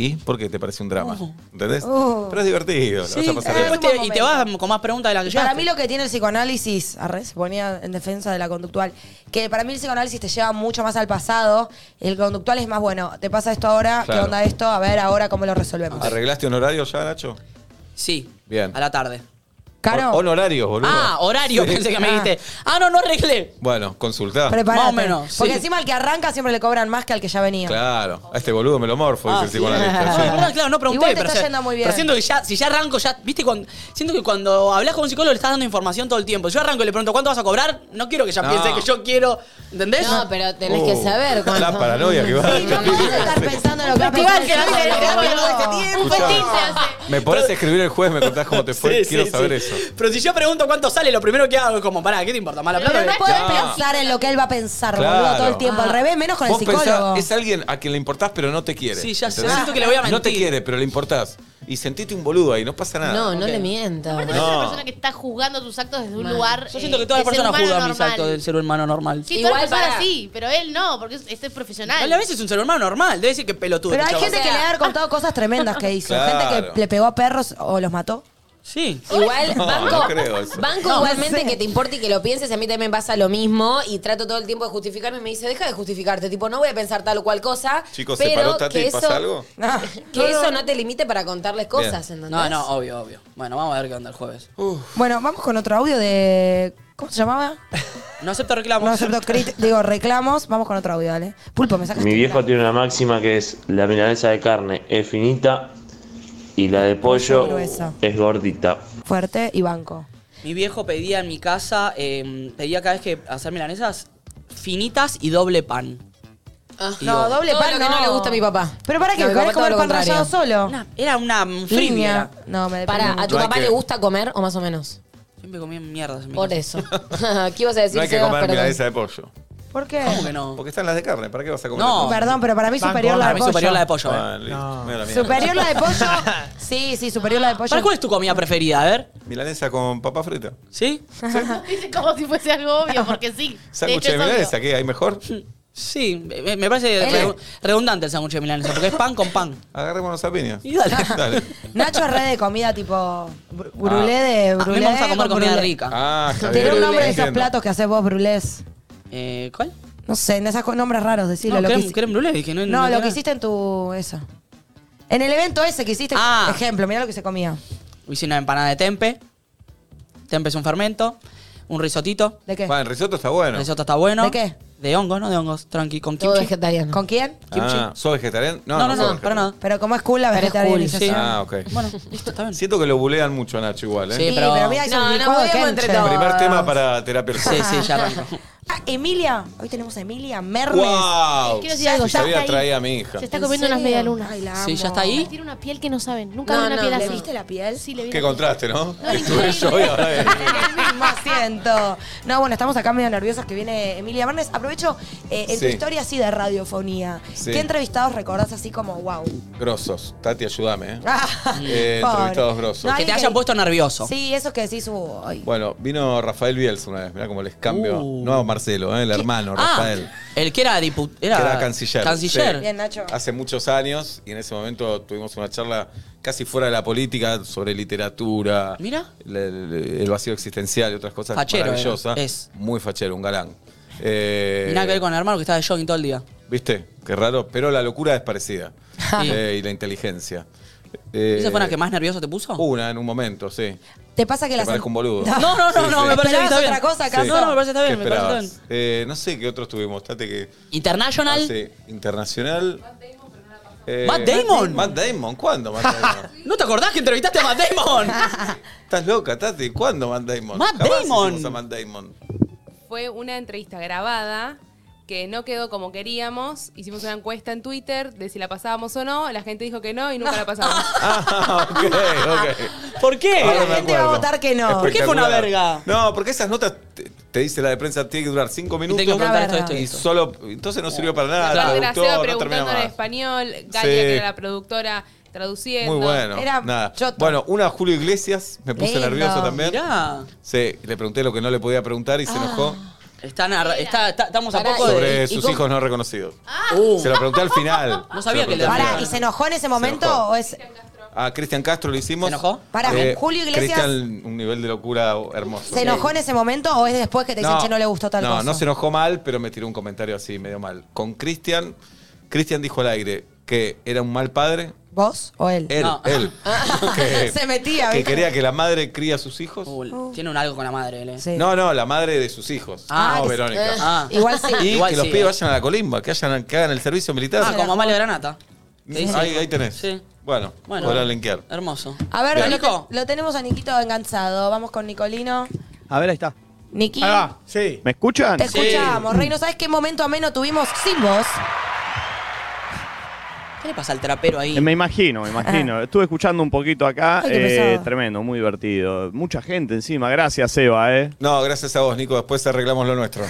Speaker 6: ¿Y por qué te parece un drama? ¿Entendés?
Speaker 2: Oh.
Speaker 6: Pero es divertido, lo vas a pasar
Speaker 4: y después
Speaker 6: bien.
Speaker 4: te- y te vas con más preguntas de las que
Speaker 2: Para
Speaker 4: llegaste.
Speaker 2: mí lo que tiene el psicoanálisis, arre, se ponía en defensa de la conductual, que para mí el psicoanálisis te lleva mucho más al pasado, el conductual es más bueno, te pasa esto ahora,
Speaker 6: Claro.
Speaker 2: qué onda esto, a ver ahora cómo lo resolvemos.
Speaker 6: ¿Arreglaste un horario ya, Nacho?
Speaker 4: Sí.
Speaker 6: Bien.
Speaker 4: A la tarde.
Speaker 2: ¿Caro?
Speaker 6: Hon- Honorarios, boludo.
Speaker 4: Ah, horario,
Speaker 6: Sí.
Speaker 4: pensé que me dijiste. Ah, no, no arreglé.
Speaker 6: Bueno, consultá.
Speaker 2: Preparate.
Speaker 4: Más o menos,
Speaker 2: Porque
Speaker 4: sí.
Speaker 2: encima al que arranca siempre le cobran más que al que ya venía.
Speaker 6: Claro, a este boludo me lo morfo, dice el
Speaker 4: Ah,
Speaker 6: psicoanalista. sí.
Speaker 4: perdón, claro, no pregunté.
Speaker 2: Igual te
Speaker 4: pero,
Speaker 2: está
Speaker 4: se-
Speaker 2: yendo muy bien.
Speaker 4: pero siento que ya, si ya arranco, ya, viste, cuando, siento que cuando hablas con un psicólogo le estás dando información todo el tiempo. Yo arranco y le pregunto, ¿cuánto vas a cobrar? No quiero que ya
Speaker 6: No.
Speaker 4: piense que yo quiero, ¿entendés?
Speaker 5: No, pero tenés que
Speaker 6: Uh,
Speaker 5: saber cuándo.
Speaker 6: La paranoia que va.
Speaker 2: Estar pensando en lo que va a
Speaker 5: Festival que no
Speaker 2: pensar,
Speaker 5: hice
Speaker 2: boludo.
Speaker 5: terapia todo este tiempo.
Speaker 6: Me podés escribir el jueves, me contás cómo te fue.
Speaker 4: Sí, sí,
Speaker 6: Quiero saber
Speaker 4: sí.
Speaker 6: eso.
Speaker 4: Pero si yo pregunto cuánto sale, lo primero que hago es como, pará, ¿qué te importa? ¿Más la plata?
Speaker 2: Pero no
Speaker 4: que-
Speaker 2: puedes
Speaker 6: No.
Speaker 2: pensar en lo que él va a pensar, boludo,
Speaker 6: Claro.
Speaker 2: todo el tiempo. Al revés, menos con el
Speaker 6: Vos pensás,
Speaker 2: psicólogo.
Speaker 6: es alguien a quien le importás, pero no te quiere.
Speaker 4: Sí, ya sé,
Speaker 6: ¿entendés?
Speaker 4: siento que le voy a
Speaker 6: No te
Speaker 4: mentir.
Speaker 6: quiere, pero le importás. Y sentiste un boludo ahí, no pasa nada.
Speaker 5: No, no
Speaker 4: Ok.
Speaker 5: le mientas.
Speaker 8: Aparte,
Speaker 6: No.
Speaker 8: no. es una persona que está juzgando tus actos desde un lugar. eh,
Speaker 4: Yo siento que todas las personas juzgan mis actos del ser humano normal.
Speaker 8: Sí,
Speaker 5: Igual
Speaker 8: todas las personas
Speaker 5: para-
Speaker 8: sí, pero él no, porque es, este es
Speaker 4: Pero
Speaker 8: profesional.
Speaker 4: a veces es un ser humano normal, debe decir que pelotudo.
Speaker 2: Pero hay
Speaker 4: este chaval.
Speaker 2: gente que le ha contado cosas tremendas que hizo. Gente
Speaker 6: Claro.
Speaker 2: que le pegó a perros o los mató.
Speaker 4: Sí.
Speaker 5: Igual,
Speaker 6: No,
Speaker 5: banco,
Speaker 6: no creo eso.
Speaker 5: banco
Speaker 2: No,
Speaker 5: igualmente
Speaker 2: no sé.
Speaker 5: que te importe y que lo pienses, a mí también me pasa lo mismo y trato todo el tiempo de justificarme y me dice, deja de justificarte, tipo, no voy a pensar tal o cual cosa,
Speaker 6: Chicos, ¿se
Speaker 5: pero
Speaker 6: paró Tati
Speaker 5: que,
Speaker 6: y
Speaker 5: eso,
Speaker 6: pasa algo?
Speaker 5: que eso no te limite para contarles cosas, ¿entendés?
Speaker 4: No, no, obvio, obvio. Bueno, vamos a ver qué onda el jueves.
Speaker 2: Uh. Bueno, vamos con otro audio de. ¿Cómo se llamaba?
Speaker 4: No acepto reclamos.
Speaker 2: No acepto crit- digo reclamos. Vamos con otro audio, dale. Pulpo, me sacas.
Speaker 17: Mi viejo tiene una máxima que es la milanesa de carne es finita y la de pollo
Speaker 2: gruesa.
Speaker 17: es gordita.
Speaker 2: Fuerte y banco.
Speaker 4: Mi viejo pedía en mi casa, eh, pedía cada vez que hacer milanesas finitas y doble pan. Y
Speaker 2: No,
Speaker 4: digo,
Speaker 2: doble
Speaker 5: Todo
Speaker 2: pan
Speaker 5: lo que no le gusta a mi papá.
Speaker 2: Pero para que
Speaker 5: No, mi
Speaker 2: querés
Speaker 5: papá todo
Speaker 2: comer
Speaker 5: lo
Speaker 2: pan
Speaker 5: contrario.
Speaker 2: rallado solo.
Speaker 4: una- era una
Speaker 2: Línea.
Speaker 4: frigia.
Speaker 2: No, me depende
Speaker 5: Para, ¿a
Speaker 2: mucho.
Speaker 5: tu
Speaker 6: No hay
Speaker 5: papá
Speaker 6: que-
Speaker 5: le gusta comer o más o menos?
Speaker 4: Siempre comía mierdas. en mi
Speaker 5: Por
Speaker 4: casa.
Speaker 5: eso. ¿Qué ibas a decir,
Speaker 6: No hay que
Speaker 5: Sebas?
Speaker 6: comer
Speaker 5: Perdón.
Speaker 6: milanesa de pollo.
Speaker 2: ¿Por qué?
Speaker 4: ¿Cómo que no?
Speaker 6: Porque están las de carne, ¿para qué vas a comer?
Speaker 4: No.
Speaker 2: Perdón, pero para mí
Speaker 9: Banco,
Speaker 2: superior la
Speaker 4: Para
Speaker 2: de
Speaker 4: mí
Speaker 2: pollo.
Speaker 4: superior la de pollo. eh.
Speaker 6: Ah, listo. Me da la mierda.
Speaker 2: Superior la de pollo. Sí, sí, superior la de pollo.
Speaker 4: ¿Para cuál es tu comida preferida? A ver.
Speaker 6: Milanesa con papa frita.
Speaker 4: ¿Sí?
Speaker 8: Dice como si fuese algo obvio, porque sí. De
Speaker 6: ¿Sándwich
Speaker 8: hecho,
Speaker 6: de
Speaker 8: es obvio.
Speaker 6: milanesa? ¿Qué? ¿Hay mejor?
Speaker 4: Sí, me me parece
Speaker 2: ¿Eh?
Speaker 4: redu- redundante el sándwich de milanesa, porque es pan con pan.
Speaker 6: Agarrémonos a piña.
Speaker 4: Y dale.
Speaker 6: Dale.
Speaker 2: Nacho es re de comida tipo br- brulé de
Speaker 4: Ah, A
Speaker 2: brulé.
Speaker 4: mí me gusta comer
Speaker 2: con
Speaker 4: comida
Speaker 2: brulé.
Speaker 4: rica.
Speaker 6: Ah, está bien.
Speaker 2: Tiene un nombre de esos
Speaker 6: Entiendo.
Speaker 2: platos que haces vos, brulés.
Speaker 4: Eh, ¿Cuál?
Speaker 2: No sé, en esos nombres raros, decilo.
Speaker 4: No,
Speaker 2: lo que
Speaker 4: creme,
Speaker 2: hici-
Speaker 4: creme brûlée, dije,
Speaker 2: No,
Speaker 4: no, no
Speaker 2: lo
Speaker 4: tiene
Speaker 2: que
Speaker 4: nada.
Speaker 2: hiciste en tu. Eso. En el evento ese que hiciste.
Speaker 4: Ah.
Speaker 2: Ejemplo, mirá lo que se comía.
Speaker 4: Hice una empanada de tempe. Tempe es un fermento. Un risotito.
Speaker 2: ¿De qué?
Speaker 6: Bueno, el risotto está bueno.
Speaker 4: El risotto está bueno.
Speaker 2: ¿De qué?
Speaker 4: De hongos, no de hongos, tranqui, con
Speaker 5: Todo
Speaker 4: kimchi.
Speaker 5: vegetariano.
Speaker 2: ¿Con quién?
Speaker 6: Ah, ¿Sos vegetariano?
Speaker 4: No, no,
Speaker 6: sos
Speaker 4: no,
Speaker 6: vegetariano.
Speaker 4: para nada.
Speaker 2: Pero como es cool la vegetarianización.
Speaker 6: Ah, ok.
Speaker 4: Bueno, listo, está bien.
Speaker 6: Siento que lo bulean mucho a Nacho igual, ¿eh?
Speaker 4: Sí, pero- Sí, pero
Speaker 2: mira, hizo
Speaker 5: No,
Speaker 2: un
Speaker 5: no,
Speaker 2: licuado de
Speaker 5: podemos entre
Speaker 2: kenche.
Speaker 5: todos.
Speaker 6: Primer tema para terapia.
Speaker 4: Sí, sí, ya arrancó.
Speaker 2: Ah, Emilia. Hoy tenemos a Emilia Merles.
Speaker 6: ¡Wow!
Speaker 8: Quiero
Speaker 6: Si
Speaker 8: decir algo, ya
Speaker 6: sabía,
Speaker 8: está ahí.
Speaker 6: traía a mi hija.
Speaker 8: Se está comiendo unas medialunas.
Speaker 4: Sí, ya está ahí.
Speaker 8: Tiene una piel que no saben. Nunca
Speaker 2: No,
Speaker 8: vi una
Speaker 2: no,
Speaker 8: piel
Speaker 2: ¿le
Speaker 8: así.
Speaker 2: viste
Speaker 8: la piel? Sí, le vi.
Speaker 6: Qué contraste, ¿no?
Speaker 8: No,
Speaker 6: Estuve yo y ahora él.
Speaker 2: mismo asiento. No, bueno, estamos acá medio nerviosos que viene Emilia Mernes. Aprovecho eh, en tu
Speaker 6: Sí.
Speaker 2: historia así de radiofonía.
Speaker 6: Sí.
Speaker 2: ¿Qué entrevistados recordás así como wow?
Speaker 6: Grosos. Tati, ayúdame,
Speaker 2: Ah.
Speaker 6: ¿eh? Eh,
Speaker 2: Pobre.
Speaker 6: entrevistados grosos.
Speaker 2: No,
Speaker 4: que te
Speaker 2: alguien
Speaker 4: hayan puesto nervioso.
Speaker 2: Sí, eso que decís uh, ay.
Speaker 6: Bueno, vino Rafael Bielsa una vez, mirá cómo les cambio. No, Marcelo, ¿eh? el hermano,
Speaker 4: Ah,
Speaker 6: Rafael.
Speaker 4: el que era diputado. Era,
Speaker 6: que era canciller.
Speaker 4: Canciller.
Speaker 6: Sí.
Speaker 2: Bien, Nacho.
Speaker 6: Hace muchos años, y en ese momento tuvimos una charla casi fuera de la política sobre literatura,
Speaker 4: Mira.
Speaker 6: el, el- el vacío existencial y otras cosas
Speaker 4: Fachero era,
Speaker 6: maravillosas.
Speaker 4: es.
Speaker 6: Muy fachero, un galán. Eh,
Speaker 4: Y nada que ver con el hermano que estaba de jogging todo el día.
Speaker 6: ¿Viste? Qué raro, pero la locura es parecida.
Speaker 4: Sí.
Speaker 6: Eh, y la inteligencia. eh,
Speaker 4: ¿Esa fue la que
Speaker 6: más
Speaker 4: más nervioso te puso?
Speaker 6: Una en un momento, sí.
Speaker 2: ¿Te pasa que
Speaker 6: Te
Speaker 2: las
Speaker 6: parezco un boludo.
Speaker 4: No, no, no, no, me parece que está
Speaker 2: ¿Esperabas
Speaker 4: bien.
Speaker 2: otra cosa, acaso?
Speaker 6: Sí.
Speaker 4: No, no, me parece que está bien,
Speaker 6: ¿Qué
Speaker 4: me parece que está
Speaker 6: esperabas? Eh, no sé qué otros tuvimos, Tate, que...
Speaker 4: International.
Speaker 6: Ah, sí, Internacional. Eh,
Speaker 4: ¿Matt Damon?
Speaker 6: Matt Damon, ¿cuándo Matt Damon?
Speaker 4: ¿No te acordás que entrevistaste a Matt Damon?
Speaker 6: Estás loca, Tati, ¿cuándo Matt Damon?
Speaker 4: Matt
Speaker 6: Jamás
Speaker 4: Damon.
Speaker 6: hicimos a Matt Damon.
Speaker 18: Fue una entrevista grabada que no quedó como queríamos. Hicimos una encuesta en Twitter de si la pasábamos o no. La gente dijo que no y nunca la pasamos.
Speaker 6: Ah, ok, ok.
Speaker 4: ¿Por qué?
Speaker 6: Ahora
Speaker 2: La
Speaker 6: me
Speaker 2: gente va a
Speaker 6: acuerdo.
Speaker 2: votar que no. ¿Por qué fue una
Speaker 6: Espectacular. No, porque esas notas te, te dice la de prensa tiene que durar cinco minutos.
Speaker 4: tengo que contar esto, esto,
Speaker 6: y
Speaker 4: esto.
Speaker 6: solo. Entonces no sirvió para nada.
Speaker 18: Claro,
Speaker 6: el
Speaker 18: era
Speaker 6: productor,
Speaker 18: Seba
Speaker 6: no termina
Speaker 18: preguntando en
Speaker 6: más.
Speaker 18: español, Galia,
Speaker 6: Sí.
Speaker 18: que era la productora, traduciendo.
Speaker 6: Muy bueno. Nada. Bueno, una Julio Iglesias, me puse
Speaker 4: Lindo.
Speaker 6: nervioso también.
Speaker 4: Mirá.
Speaker 6: Sí, le pregunté lo que no le podía preguntar y se enojó
Speaker 4: Están a- está- está- estamos a poco de.
Speaker 6: sobre
Speaker 4: y- y
Speaker 6: sus
Speaker 4: con-
Speaker 6: hijos no reconocidos.
Speaker 4: Uh.
Speaker 6: Se lo pregunté al final.
Speaker 4: No sabía
Speaker 6: Se
Speaker 4: que
Speaker 6: lo
Speaker 4: le
Speaker 6: pregunté al
Speaker 4: había-
Speaker 6: final.
Speaker 2: ¿Y se enojó en ese momento
Speaker 6: enojó.
Speaker 2: o es
Speaker 6: A Cristian Castro le hicimos. Eh,
Speaker 4: ¿Se enojó?
Speaker 2: Pará, Julio Iglesias-
Speaker 6: Cristian, un nivel de locura hermoso.
Speaker 2: se enojó en ese momento o es después que te dicen che no le gustó tal
Speaker 6: no,
Speaker 2: cosa?
Speaker 6: No, se enojó mal, pero me tiró un comentario así, medio mal. Con Cristian, Cristian dijo al aire que era un mal padre.
Speaker 2: ¿Vos o él?
Speaker 6: Él,
Speaker 4: No.
Speaker 6: él. que,
Speaker 2: Se metía,
Speaker 6: Que
Speaker 2: ¿viste?
Speaker 6: quería que la madre cría a sus hijos.
Speaker 4: Uh, Tiene un algo con la madre, él, ¿eh?
Speaker 2: Sí.
Speaker 6: No, no, la madre de sus hijos.
Speaker 4: Ah,
Speaker 6: no,
Speaker 4: que-
Speaker 6: Verónica.
Speaker 4: Ah.
Speaker 2: Igual sí.
Speaker 6: Y
Speaker 4: Igual
Speaker 6: que los
Speaker 4: sí,
Speaker 6: pibes
Speaker 4: eh.
Speaker 6: vayan a la colimba, que, hayan, que hagan el servicio militar.
Speaker 4: Ah, como Amalia Granata. Te dice-
Speaker 6: ahí, ahí tenés.
Speaker 4: Sí.
Speaker 6: Bueno,
Speaker 4: Bueno.
Speaker 6: podrán linkear.
Speaker 4: Hermoso.
Speaker 2: A ver,
Speaker 6: Bien.
Speaker 2: lo, te- lo tenemos a Niquito enganchado. Vamos con Nicolino.
Speaker 19: A ver, ahí está.
Speaker 2: Niqui,
Speaker 9: Ahí va, sí.
Speaker 19: ¿Me escuchan?
Speaker 2: te escuchamos. Reino, ¿sabes qué momento ameno tuvimos sin vos?
Speaker 4: ¿Qué le pasa al trapero ahí?
Speaker 3: Eh, Me imagino, me imagino. Estuve escuchando un poquito acá.
Speaker 2: Ay, qué
Speaker 3: eh,
Speaker 2: pesado.
Speaker 3: tremendo, muy divertido. Mucha gente encima. Gracias, Eva, ¿eh?
Speaker 6: No, gracias a vos, Nico. Después arreglamos lo nuestro.
Speaker 2: Eh,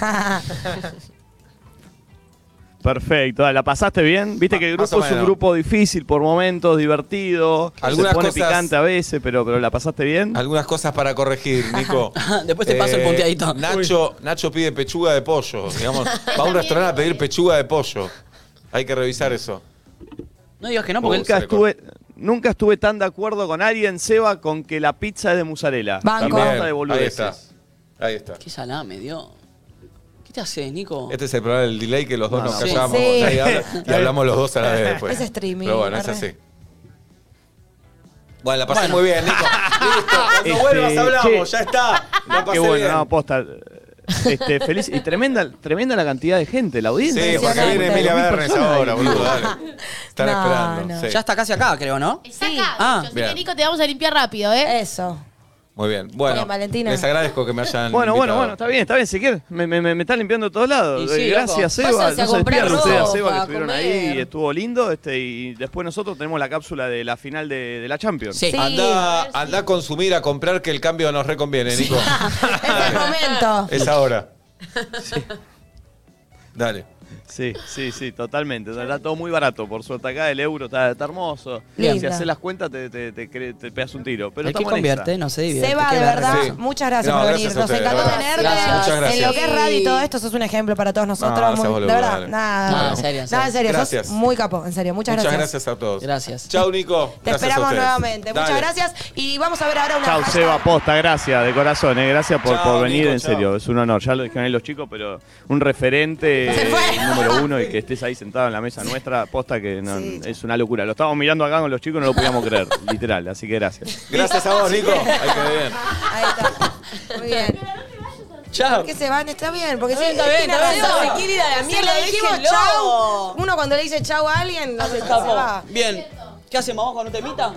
Speaker 3: Perfecto. dale, ¿La pasaste bien? Viste que el
Speaker 6: más o
Speaker 3: grupo es un
Speaker 6: menos.
Speaker 3: grupo difícil por momentos, divertido.
Speaker 6: Algunas
Speaker 3: se pone
Speaker 6: cosas-
Speaker 3: picante a veces, pero, pero ¿la pasaste bien?
Speaker 6: Algunas cosas para corregir, Nico. Eh,
Speaker 4: Después te paso el punteadito.
Speaker 6: Nacho, Nacho pide pechuga de pollo. Digamos, va a un restaurante a pedir pechuga de pollo. Hay que revisar eso.
Speaker 4: No digas que no, porque.
Speaker 6: Uy, se
Speaker 3: Nunca
Speaker 6: le
Speaker 3: estuve, nunca estuve tan de acuerdo con alguien, Seba, con que la pizza es de mozzarella.
Speaker 2: Banco.
Speaker 3: Y basta de
Speaker 6: Ahí
Speaker 3: boludeces.
Speaker 6: está. Ahí está.
Speaker 4: Qué salame, Dios. ¿Qué te haces, Nico?
Speaker 6: Este es el problema del delay que los dos
Speaker 3: No, no,
Speaker 6: nos callamos
Speaker 2: sí.
Speaker 6: cuando nadie habla, y hablamos los dos a la vez después.
Speaker 2: Es streaming,
Speaker 6: Pero bueno, es
Speaker 2: arre.
Speaker 6: así. Bueno, la pasé
Speaker 4: Bueno.
Speaker 6: muy bien, Nico. Listo, cuando
Speaker 3: Este,
Speaker 6: vuelvas hablamos,
Speaker 3: che.
Speaker 6: ya está. La pasé
Speaker 3: Qué bueno,
Speaker 6: bien.
Speaker 3: no, posta. Este, feliz y tremenda, tremenda la cantidad de gente, la audiencia.
Speaker 6: Sí, porque viene Emilia Bernes ahora, boludo, dale. Están
Speaker 2: No,
Speaker 6: esperando.
Speaker 2: no.
Speaker 6: sí.
Speaker 4: Ya está casi acá, creo, ¿no?
Speaker 8: Está acá.
Speaker 4: Ah.
Speaker 8: Así
Speaker 6: Bien.
Speaker 8: que, Nico, te vamos a limpiar rápido, ¿eh?
Speaker 2: Eso.
Speaker 6: Muy bien. Bueno,
Speaker 2: Bien, Valentina.
Speaker 6: les agradezco que me hayan
Speaker 3: Bueno, bueno,
Speaker 6: invitado.
Speaker 3: bueno, está bien, está bien, si quieres. Me, me, me, me están limpiando de todos lados.
Speaker 4: Y sí,
Speaker 3: Eh, Gracias,
Speaker 5: loco.
Speaker 3: Eva.
Speaker 5: Váyanse a
Speaker 3: No se
Speaker 5: comprar
Speaker 3: despierten ustedes a Seba, que
Speaker 5: ropa,
Speaker 3: estuvieron
Speaker 5: comer.
Speaker 3: ahí y estuvo lindo. Este, y después nosotros tenemos la cápsula de la final de, de la Champions.
Speaker 4: Sí.
Speaker 6: Andá, andá a consumir, a comprar, que el cambio nos reconviene, Nico.
Speaker 2: Es el momento.
Speaker 6: es ahora. Dale.
Speaker 3: Sí, sí, sí, totalmente. Está todo muy barato, por suerte acá el euro está, está hermoso.
Speaker 2: Lindo.
Speaker 3: Si haces las cuentas te, te, te cre- te pegas un tiro. Pero
Speaker 4: El que
Speaker 3: estamos en esa.
Speaker 4: convierte no se divierte.
Speaker 2: Seba,
Speaker 4: qué
Speaker 2: de
Speaker 4: verga.
Speaker 2: verdad,
Speaker 6: Sí.
Speaker 2: muchas gracias
Speaker 6: No,
Speaker 2: por
Speaker 6: gracias
Speaker 2: venir.
Speaker 6: a
Speaker 2: Nos
Speaker 6: ustedes,
Speaker 2: encantó
Speaker 6: de verdad.
Speaker 2: tenerte.
Speaker 4: Gracias. Muchas
Speaker 6: gracias.
Speaker 2: En lo que es radio y todo esto, sos un ejemplo para todos nosotros.
Speaker 6: gracias,
Speaker 2: Muy-
Speaker 6: boludo,
Speaker 2: de verdad,
Speaker 6: dale.
Speaker 2: nada.
Speaker 4: No, en serio, en
Speaker 2: Nada, en serio,
Speaker 6: serio.
Speaker 2: sos
Speaker 6: Gracias.
Speaker 2: muy capo, en serio. Muchas,
Speaker 6: Muchas gracias a todos.
Speaker 4: Gracias.
Speaker 6: Chau, Nico.
Speaker 2: Te
Speaker 6: Gracias a
Speaker 2: esperamos
Speaker 6: ustedes.
Speaker 2: nuevamente. Muchas
Speaker 6: Dale.
Speaker 2: gracias. Y vamos a ver ahora una.
Speaker 3: Chao,
Speaker 2: hashtag.
Speaker 3: Seba, posta, gracias de corazón, eh, gracias por,
Speaker 6: Chau,
Speaker 3: por venir,
Speaker 6: Nico,
Speaker 3: en
Speaker 6: chau.
Speaker 3: serio, es un honor. Ya lo dijeron ahí los chicos, pero un referente
Speaker 2: Se
Speaker 3: eh,
Speaker 2: fue.
Speaker 3: número uno y que estés ahí sentado en la mesa nuestra, posta que no- es una locura. Lo estábamos mirando acá con los chicos, no lo podíamos creer, literal, así que gracias.
Speaker 6: Gracias a vos, Nico. Ahí quedé bien.
Speaker 2: Ahí está. Muy bien.
Speaker 4: Chao.
Speaker 2: Que se van, está bien, porque si
Speaker 5: Está bien, está bien, está bien. Se quiere ir a la mierda,
Speaker 2: le dijimos
Speaker 5: déjenlo.
Speaker 2: chau. Uno cuando le dice chau a alguien,
Speaker 4: Ah,
Speaker 2: no se, se va.
Speaker 4: Bien. ¿Qué hacemos? ¿Vamos con un temita?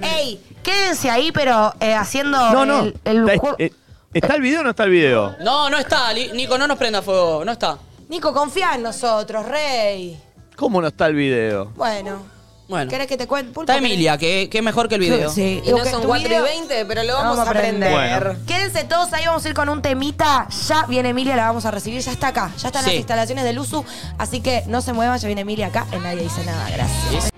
Speaker 2: Ey, quédense ahí, pero eh, haciendo
Speaker 3: No, no.
Speaker 2: el, el
Speaker 3: Está-
Speaker 2: juego-
Speaker 3: eh, ¿Está el video o no está el video?
Speaker 4: No, no está. Li- Nico, no nos prenda fuego. No está.
Speaker 2: Nico, confía en nosotros, rey.
Speaker 3: ¿Cómo no está el video?
Speaker 2: Bueno.
Speaker 4: Bueno.
Speaker 2: ¿Querés que te cuente? Pulpo,
Speaker 4: Está
Speaker 2: ¿querés?
Speaker 4: Emilia, que, que es mejor que el video.
Speaker 2: Sí.
Speaker 5: Y no
Speaker 2: Porque
Speaker 5: son
Speaker 2: tu
Speaker 5: 4 y
Speaker 2: video-
Speaker 5: 20, pero lo vamos, a aprender.
Speaker 4: Bueno.
Speaker 2: Quédense todos ahí, vamos a ir con un temita. Ya viene Emilia, la vamos a recibir. Ya está acá, ya están
Speaker 4: Sí.
Speaker 2: las instalaciones del USU. Así que no se muevan, ya viene Emilia acá. En nadie dice nada, gracias.